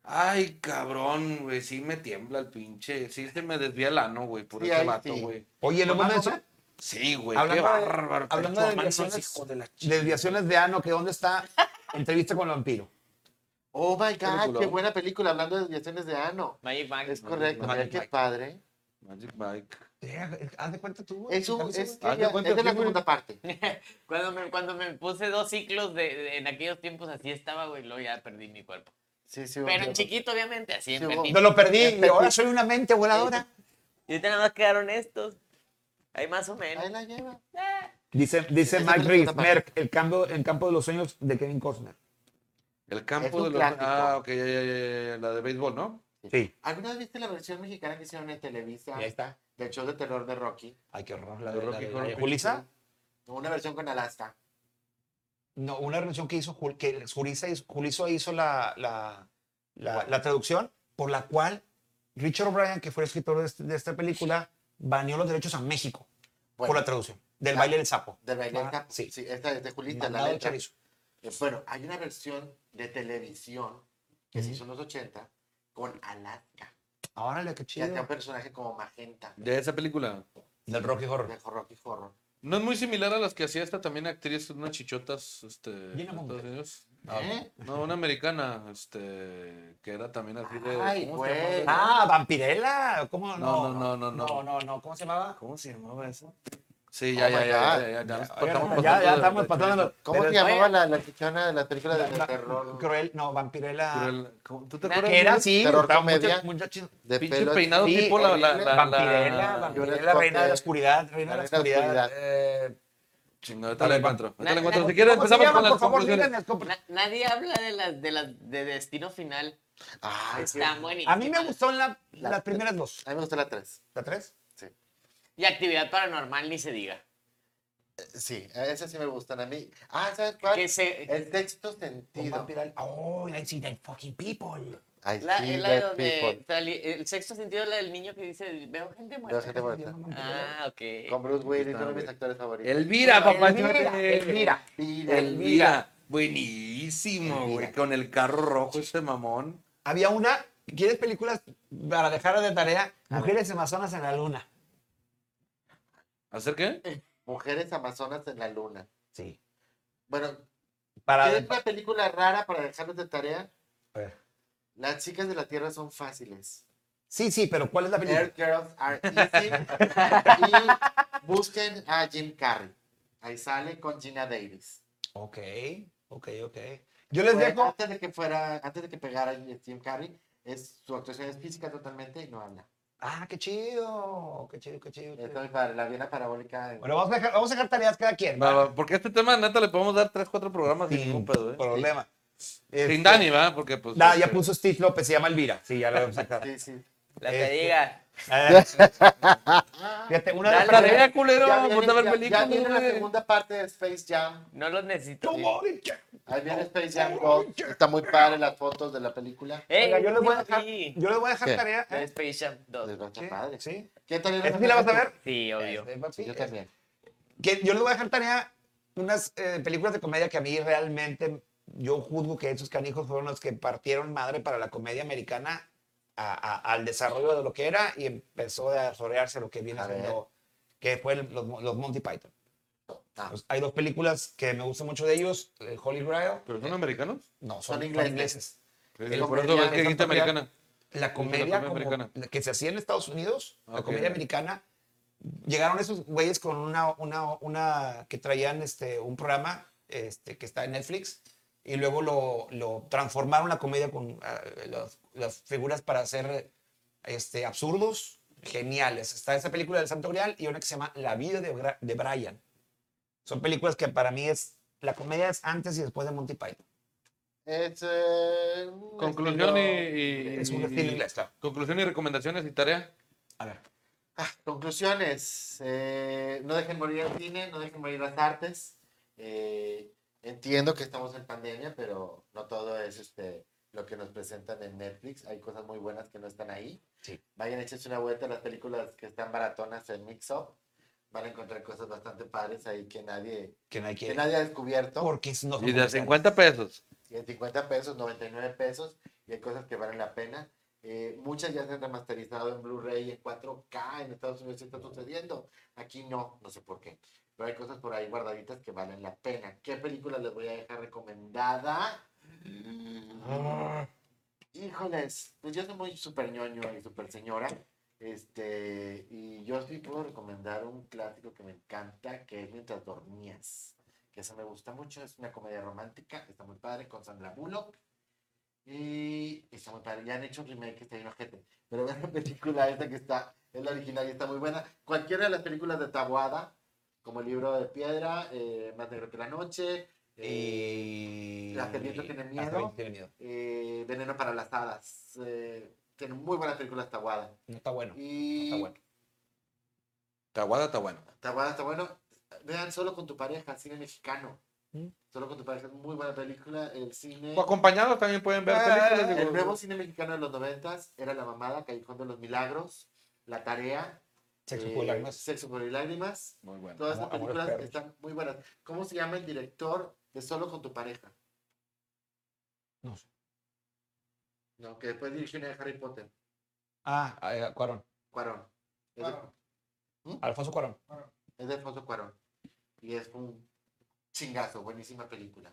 E: Ay, cabrón, güey, sí me tiembla el pinche. Sí se me desvía el ano, güey, por
B: Sí,
E: ese
B: ahí
E: vato,
B: sí.
E: güey.
C: Oye, lo
B: Mamá,
C: hemos mencio-
B: mamá.
E: Sí, güey, qué
C: Hablando de-
E: bárbaro.
C: hablando de
E: Pecho Manos,
C: desviaciones-
E: hijo de la chingada.
C: desviaciones de ano, que dónde está entrevista con el vampiro.
B: Oh my God,
E: Película.
B: qué buena película hablando de desviaciones de ano.
D: Magic Mike.
B: Es correcto,
E: Magic
B: mira qué
E: Mike.
B: padre.
E: Magic Mike.
C: Eh, Haz de cuenta tú. güey,
B: Es, un,
C: ¿sabes?
B: es,
E: Ah,
B: que ya-
E: ¿te cuento
B: es de la
E: aquí, güey?
B: segunda parte.
D: Cuando me, cuando me puse dos ciclos de, de- en aquellos tiempos, así estaba, güey, luego ya perdí mi cuerpo.
B: Sí, sí,
D: Pero
B: obvio.
D: en chiquito, obviamente, así en
B: Sí,
D: petit.
C: No lo perdí y ahora soy una mente voladora.
D: Y ahorita nada más quedaron estos. Ahí más o menos.
B: Ahí la lleva.
C: Dice, dice
B: Esa
C: Mike
B: es la
C: Reeves,
B: segunda parte.
C: Merck, el, cambio, el campo de los sueños de Kevin Costner.
E: El
B: Es
E: campo
B: un
E: de los.
B: clásico.
E: Ah, ok, ya, ya, ya, ya, la de béisbol, ¿no?
C: Sí.
B: ¿Alguna vez viste la versión mexicana que hicieron en Televisa
C: Y ahí está.
B: del show de terror de Rocky?
C: Ay, qué horror. La
E: de
C: de, la
E: Rocky
C: de- la
E: Horror
C: de
E: Picture
C: Julissa.
B: Una versión con Alaska.
C: No, una relación que hizo Jul- que Julissa hizo, Julissa hizo la, la, la, la traducción, por la cual Richard O'Brien, que fue el escritor de, este- de esta película, baneó los derechos a México
B: Bueno,
C: por la traducción del
B: Ah,
C: baile del sapo.
B: del baile del
C: Ah,
B: capo.
C: sí.
B: Sí, esta es de Julita,
C: Mandado
B: la
C: al
B: letra.
C: chorizo.
B: Eh, Bueno, hay una versión de televisión que se
C: Ujú.
B: hizo en los 80 con Alaska.
C: Ahora le qué
B: Que hacía un
C: chido.
B: personaje como magenta
E: De esa película.
C: Del Rocky Horror.
B: de Rocky Horror.
E: No es muy similar a las que hacía esta también actriz, unas chichotas, este. de
C: Gina Montes.
E: Estados Unidos.
C: Ah,
B: ¿Eh?
E: No, una americana, este, que era también así de.
B: Ay,
E: ¿cómo se
B: güey.
E: llamaba?
C: Ah, Vampirella. ¿Cómo
E: No, no, no, no, no.
C: No, no, no. ¿Cómo se llamaba?
E: ¿Cómo se llamaba esa? Sí,
B: Oh
E: ya, ya, ya,
B: my God.
E: ya, ya, ya, nos
C: Oigan,
E: estamos
C: ya,
E: pasando
C: ya
E: de-
C: estamos
E: de-
C: pasando.
B: ¿Cómo
C: Pero-
B: se llamaba la, la chichona de las películas de
C: La-
B: terror?
C: Cruel, no, Vampirella.
E: Cruel- ¿Cómo- ¿Tú te
D: Una
E: acuerdas?
C: Que era
E: güey?
C: así,
B: Terror
C: estaba mucho-
B: comedia.
C: mucho chido.
B: De
E: Pinche
B: pelo-
E: peinado
C: Sí,
E: tipo la, la,
B: horrible.
E: la,
C: Vampirella,
E: la-
C: Vampirella, reina de la oscuridad, reina de la
B: Reina de la
C: oscuridad.
B: oscuridad.
C: eh,
E: Chingada, ahorita la encuentro. ahorita la
D: Na-
E: encuentro.
D: na-
E: Si quieres,
C: ¿cómo se
E: empezamos
C: llama?
E: con las
C: Por favor,
E: conclusiones.
C: díganos, compa-
D: Na- nadie habla de las de las de destino final.
B: Ay, sí.
D: Está buenísimo.
C: A mí me gustó en la-
B: La-
C: las primeras dos.
B: A mí me gustó la 3.
C: ¿La tres?
D: Y actividad paranormal ni se diga.
B: Sí, esas sí me gustan a mí. Ah, ¿sabes cuál?
D: Que se,
B: El texto
C: Con
B: sentido.
C: Vampirella. Oh, I see that fucking people.
B: Ay,
D: la,
B: sí,
D: es la
B: dead
D: de donde
B: people.
D: sali- el sexto sentido es la del niño que dice veo gente
B: De la
D: muerta.
B: gente muerta.
D: Ah, ok.
B: Con Bruce Willis,
E: Está,
B: uno de mis
E: güey.
B: actores favoritos.
E: Elvira, papá.
C: Elvira.
E: Pues
B: Elvira.
E: Elvira. Buenísimo, güey. Con el carro rojo ese mamón.
C: Había una, ¿quieres películas para dejar de tarea? Mujeres Amazonas en la Luna.
E: ¿Hacer qué?
B: Mujeres Amazonas en la Luna.
C: Sí.
B: Bueno,
C: Para,
B: ¿quieres una película rara para dejarnos de tarea?
C: A ver.
B: Las chicas de la Tierra son fáciles.
C: sí, sí, pero ¿cuál es la película?
B: Air Girls are easy.
C: *laughs*
B: y busquen a Jim Carrey. Ahí sale con Gina Davis.
C: Ok, ok, ok. Yo les
B: Fue
C: dejo.
B: Antes de que fuera, antes de que pegara Jim Carrey, es, su actuación es física totalmente y no habla.
C: Ah, qué chido, qué chido, qué chido. qué
B: Está
C: chido.
B: muy padre, la viena parabólica. eh.
C: Bueno, vamos a dejar, vamos a dejar tareas cada quien.
E: Va,
C: ¿va?
E: va, Porque a este tema, neta, le podemos dar 3, 4 programas sin ningún pedo, ¿eh?
C: problema.
E: Sin
C: Este,
E: Dani, ¿va? Porque pues.
C: da, ya
E: este,
C: puso Steve López, se llama Elvira. Sí, ya la vamos a
B: *laughs*
C: sacar.
B: Sí, sí.
D: La
C: Este-
D: que diga.
C: Eh, *laughs* Fíjate, una de
D: Dale,
C: las
E: Tarea, culero.
B: Ya
E: ponte a ver
B: viene, ya-
E: películas,
B: ya viene la
E: güey.
B: segunda parte de Space Jam.
D: No los necesito.
B: Ahí viene Space Jam 2. Está muy padre las fotos de la película.
D: Ey,
C: Oiga, yo les voy a dejar,
D: sí.
C: yo les voy a dejar
B: ¿Qué?
C: tarea.
D: La de
C: ¿eh?
D: Space Jam 2.
B: Está
C: Sí,
B: padre.
C: Sí.
B: ¿Qué tal?
C: ¿Esta sí la vas a ver?
D: Sí, obvio.
C: Este, papi,
B: Sí, yo también.
C: que yo les voy a dejar tarea unas eh, películas de comedia que a mí realmente yo juzgo que esos canijos fueron los que partieron madre para la comedia americana a- a- al desarrollo de lo que era y empezó a sorrearse lo que viene
B: A ver.
C: haciendo, que fue el- los, Mo- los Monty Python.
B: Ah.
C: Pues, hay dos películas que me gustan mucho de ellos, el Holy Grail,
E: ¿Pero son americanos?
C: no, son,
B: Son
C: son
B: ingleses.
C: ingleses.
E: Sí,
B: comedia,
E: Por eso es que
B: esa
E: grita
C: comedia.
E: americana. comedia
C: La comedia como-
E: americana.
C: la que se hacía en Estados Unidos, la
E: Ok.
C: comedia americana, llegaron esos güeyes con una, una, una que traían este, un programa este, que está en Netflix y luego lo, lo transformaron la comedia con ah, las, las figuras para hacer este, absurdos geniales. Está esa película del Santo Grial y una que se llama La vida de, Bra- de Brian. Son películas que para mí es la comedia es antes y después de Monty Python.
B: Es. eh, un
E: Conclusión y,
B: estilo-
E: y-
C: Es un
E: y-
C: estilo inglés, claro.
E: conclusión y recomendaciones y tarea.
C: A ver.
B: Ah, conclusiones. Eh, no dejen morir el cine, no dejen morir las artes. Eh, entiendo que estamos en pandemia, pero no todo es este lo que nos presentan en Netflix. Hay cosas muy buenas que no están ahí.
C: Sí.
B: Vayan, échense una vuelta a las películas que están baratonas en Mix Up. Van a encontrar cosas bastante padres ahí que nadie,
C: Que nadie
B: que
C: quiere.
B: nadie ha descubierto.
C: Porque es no
E: Y de 50 pesos.
B: Y en 50 pesos, 99 pesos, y hay cosas que valen la pena. Eh, muchas ya se han remasterizado en Blu-ray, en 4K, en Estados Unidos está sucediendo. Aquí no, no sé por qué. Pero hay cosas por ahí guardaditas que valen la pena. ¿Qué película les voy a dejar recomendada? Mm, Híjoles, pues yo soy muy súper ñoño y súper señora. Este, y yo sí puedo recomendar un clásico que me encanta, que es Mientras Dormías que esa me gusta mucho, es una comedia romántica, está muy padre, con Sandra Bullock. Y está muy padre, ya han hecho un remake, está bien ojete, pero vean la película esta que está, es la original y está muy buena. Cualquiera de las películas de Taboada, como El Libro de Piedra, eh, Más Negro que la Noche, eh,
C: Y...
B: La serpiente tiene
C: La
B: miedo.
C: serpiente tiene miedo.
B: eh, Veneno para las Hadas, eh, tiene muy buenas películas Taboada.
C: No está bueno. No
B: Y
C: está bueno.
E: Taguada está bueno.
B: Está bueno, está bueno. Vean solo con tu pareja, cine mexicano.
C: ¿Mm?
B: Solo con tu pareja, es muy buena película. El cine.
E: O acompañados también pueden ver películas. digo,
B: El nuevo cine mexicano de los noventas era La Mamada, Callejón de los Milagros, La Tarea,
C: Sexo
B: eh,
C: con lágrimas.
B: Sexo, Pudor y Lágrimas.
E: Muy bueno.
B: Todas estas
C: Amor- Amores
B: películas
C: Perros.
B: están muy buenas. ¿Cómo se llama el director de Solo con tu pareja?
C: No sé.
B: No, que después dirigió una de Harry Potter,
C: Ah, eh, Cuarón.
B: Cuarón. Es de-
C: Alfonso Cuarón.
B: Es de Alfonso Cuarón. Y es un chingazo, buenísima película.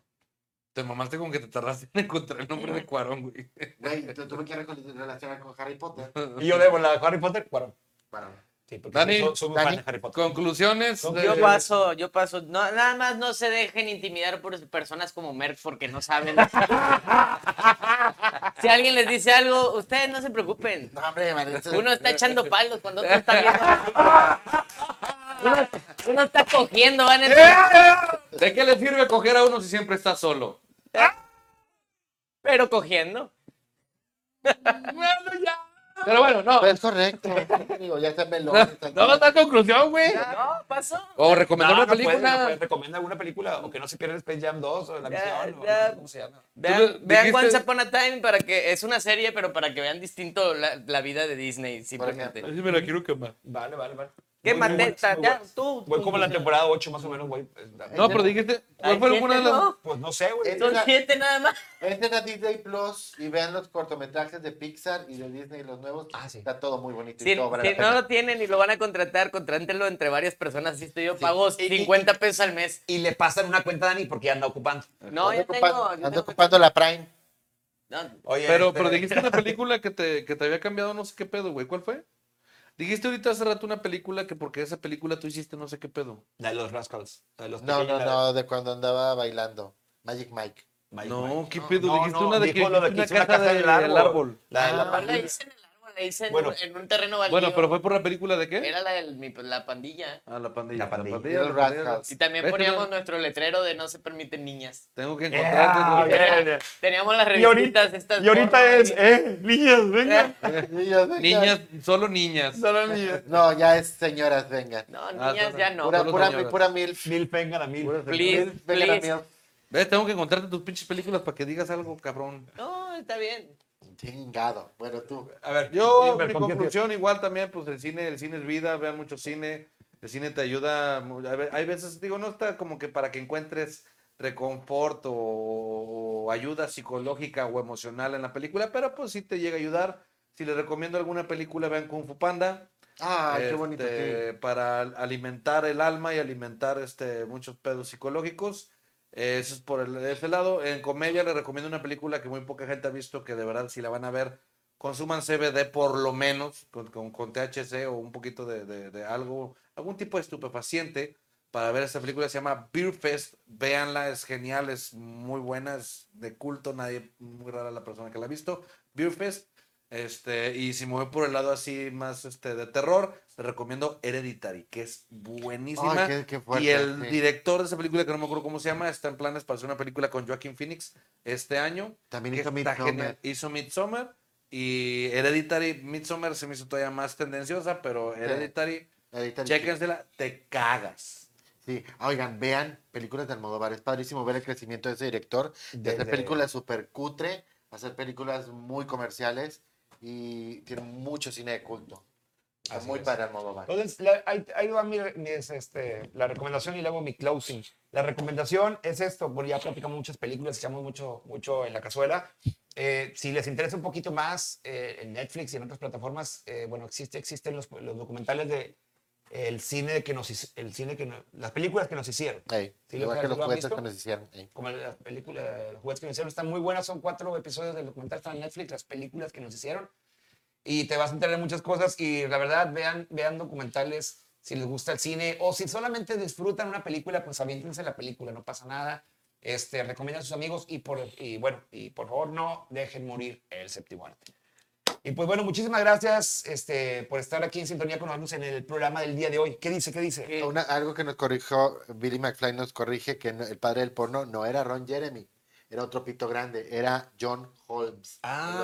E: Te mamaste con que te tardaste en encontrar el nombre de Cuarón, güey.
B: Güey, yo tuve que recol- relacionar con Harry Potter.
C: Y yo debo la de Harry Potter, Cuarón.
B: Cuarón.
C: Sí, porque
E: Dani,
C: soy, soy muy
B: Dani,
C: fan de Harry Potter.
E: Conclusiones. eh,
D: Yo
E: de-
D: paso, yo paso. No, nada más no se dejen intimidar por personas como Merck porque no saben. *laughs* si alguien les dice algo, ustedes no se preocupen.
B: No, hombre, Vanessa,
D: Uno está echando palos cuando otro está viendo. Uno, uno está cogiendo, van
E: ¡Eh!
D: a-
E: ¿De qué le sirve coger a uno si siempre está solo?
D: pero cogiendo.
E: Pero bueno, no.
B: Pues es correcto. Digo, ya está melón. está
C: pues,
B: aquí.
E: *laughs* No va a dar conclusión, güey.
D: No, pasó.
E: O recomendar una
C: no puedes,
E: película.
C: no puedes. Recomienda alguna película o que no se pierda el Space Jam 2 o la
D: Ya,
C: misión. o no
D: ya.
C: sé ¿Cómo se llama?
E: le-
D: Vean, vean
E: dijiste-
D: Once Upon a Time para que es una serie, pero para que vean distinto la, la vida de Disney, simplemente.
B: ejemplo.
E: me la quiero quemar.
C: Vale, vale, vale.
D: ¿Qué
C: Muy, muy
D: mate?
C: buenas, muy
D: Ya,
C: buenas.
D: tú.
C: Voy
D: tú,
C: como en la
D: tú.
C: temporada 8 más o menos, güey.
E: No, pero dijiste, ¿cuál
D: Ay,
E: fue
D: siete,
E: alguna de las?
D: ¿no?
C: Pues no sé, güey.
B: Entonces-
D: Son siete nada más.
B: Entren a Este Disney Plus y vean los cortometrajes de Pixar y de Disney, los nuevos.
C: Ah, sí.
B: Está todo muy bonito.
D: Si,
B: y todo vale
D: si
B: la
D: no
B: pena.
D: lo tienen y lo van a contratar, contrátenlo entre varias personas. Así estoy yo, pago
B: Y- y-
D: 50 pesos al mes.
C: Y le pasan una cuenta a Dani porque ya anda ocupando.
D: No,
B: Ando
D: yo tengo.
B: ocupando-
D: yo
B: ando
D: tengo-
B: ocupando la Prime.
D: no,
C: Oye,
E: Pero,
C: este,
E: pero dijiste una película que te, que te había cambiado no sé qué pedo, güey. ¿Cuál fue? Dijiste ahorita hace rato una película que porque esa película tú hiciste no sé qué pedo.
C: La de los Rascals. La de los
B: No, no,
C: pequeños, la de-
B: no, de cuando andaba bailando. Magic
D: *laughs*
B: Mike.
C: Mike,
E: No,
C: Mike.
E: qué pedo.
C: no,
E: dijiste
C: no,
E: una de que
C: dijo lo de que
E: hiciste
C: hice una casa del árbol. La de
B: Ah,
C: la
D: no la
C: pandilla.
D: hice en el árbol, la hice en,
C: Bueno.
D: un- en un terreno baldío.
E: Bueno, pero fue por la película de qué?
D: Era la de la pandilla.
E: Ah, la pandilla.
C: La pandilla.
B: Little
E: la pandilla.
B: Rascals.
D: Y también
E: ¿Ves?
D: poníamos nuestro letrero de no se permiten niñas.
E: Tengo que
F: Ah,
E: encontrarte. güey.
F: bien, bien.
D: *laughs* Teníamos las
F: Y ahorita,
D: revistas estas.
F: y ahorita
D: porno,
F: es, eh, niñas, vengan.
B: Niñas, vengan.
E: Niñas, solo niñas.
F: Solo niñas.
B: No, ya es señoras, vengan.
D: *laughs* No,
E: Ah,
D: niñas
E: son-
D: ya no.
B: pura,
E: solo
B: pura,
E: señoras.
B: pura milf.
C: Mil vengan a mil.
D: Please,
B: Milf, vengan a
D: please.
B: milf.
E: ¿Ves? Tengo que encontrarte tus pinches películas para que digas algo, cabrón.
D: No, está bien.
B: Chingado. Bueno, tú.
C: A ver,
E: Yo,
C: Gilbert,
E: mi
C: ¿con quién
E: conclusión, igual también, pues el cine, el cine es vida, vean mucho cine, el cine te ayuda, mu- a ve- hay veces, digo, no está como que para que encuentres reconforto o, o ayuda psicológica o emocional en la película, pero pues sí te llega a ayudar. Si les recomiendo alguna película, vean Kung Fu Panda,
B: Ay, qué bonito.
E: este, para al- alimentar el alma y alimentar este, muchos pedos psicológicos. Eh, Eso es por el, ese lado. En comedia les recomiendo una película que muy poca gente ha visto, que de verdad si la van a ver, consuman CBD por lo menos, con, con, con THC o un poquito de, de- de algo, algún tipo de estupefaciente para ver esta película. Se llama Beer Fest. Véanla, es genial, es muy buena, es de culto, nadie, muy rara la persona que la ha visto. Beer Fest. Este, y si me voy por el lado así más este, de terror, te recomiendo Hereditary, que es buenísima.
B: Ay, qué- qué fuerte,
E: y el
B: sí.
E: director de esa película, que no me acuerdo cómo se llama, está en planes para hacer una película con Joaquin Phoenix este año.
B: También
E: que
B: hizo
E: está
B: Midsommar.
E: genial. Hizo Midsommar y Hereditary. Midsommar se me hizo todavía más tendenciosa, pero Hereditary,
B: Ahorita-
E: chéquensela, te cagas.
B: Sí, oigan, vean películas de Almodóvar. Es padrísimo ver el crecimiento de ese director, de hacer
C: Desde-
B: películas súper cutre, hacer películas muy comerciales y tiene mucho cine de culto. Está
C: Así
B: muy
C: es.
B: padre Almodóvar.
C: Entonces, la- ahí, ahí va mi, mi, es, este, la recomendación y luego mi closing. La recomendación es esto, bueno, ya platicamos muchas películas, echamos mucho, mucho en la cazuela. Eh, si les interesa un poquito más eh, en Netflix y en otras plataformas, eh, bueno, existe, existen los, los documentales de el cine que nos hic- el cine que no- las películas que nos hicieron.
B: Ey,
C: Sí,
B: igual
C: lo-
B: que
C: lo
B: los
C: han
B: juguetes
C: visto.
B: que nos hicieron. ey.
C: Como las películas, los juguetes que nos hicieron están muy buenas, son cuatro episodios del documental, están en Netflix, las películas que nos hicieron. Y te vas a enterar de muchas cosas y la verdad, vean, vean documentales si les gusta el cine o si solamente disfrutan una película, pues aviéntense la película, no pasa nada. Este, recomiendan a sus amigos y, por, y bueno, y por favor no dejen morir el séptimo arte. Y pues bueno, muchísimas gracias este, por estar aquí en sintonía con nosotros en el programa del día de hoy. ¿Qué dice? ¿Qué dice?
D: Que-
B: Una- algo que nos corrigió, Billy McFly nos corrige que no- el padre del porno no era Ron Jeremy, era otro pito grande, era John Holmes. en los 70.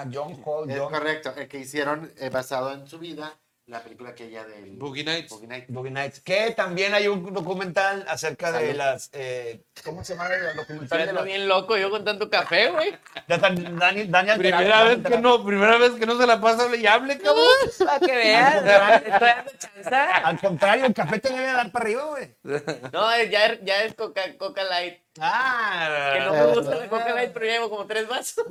C: Ah, John Hall,
B: Es
C: John
B: Eh, correcto, el que hicieron eh, basado en su vida, la película que ella del
E: Boogie Nights.
B: Boogie Nights.
C: Boogie Nights, que también hay un documental acerca de
B: Salud.
C: las, eh, ¿cómo se llama el documental?
D: Ya
C: De
D: ando
C: la,
D: bien loco yo con tanto café, güey. *laughs*
C: de Dan- Dani, Dani Alcaraz,
E: Primera
C: Dani
E: vez que
C: Alcaraz.
E: no, primera vez que no se la pasa, hable y hable, cabrón.
D: Para que veas, Ah, estoy dando chance.
C: Al contrario, el café te debe dar para arriba, güey.
D: No, es- ya, es- ya es coca, coca light. Que no
C: Ah,
D: me gusta la coca light, pero llevo como tres vasos.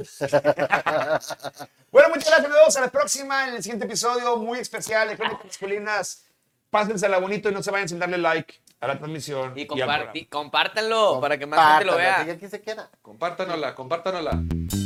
C: bueno, muchas gracias. Nos vemos a la próxima, en el siguiente episodio muy especial de Crónicas Masculinas. Pásensela bonito y no se vayan sin darle like a la transmisión.
D: Y
C: al programa.
D: comparti- compártanlo para que más gente lo
B: Compártanlo,
D: vea.
B: digan quién se queda.
E: Compártanosla, compártanosla.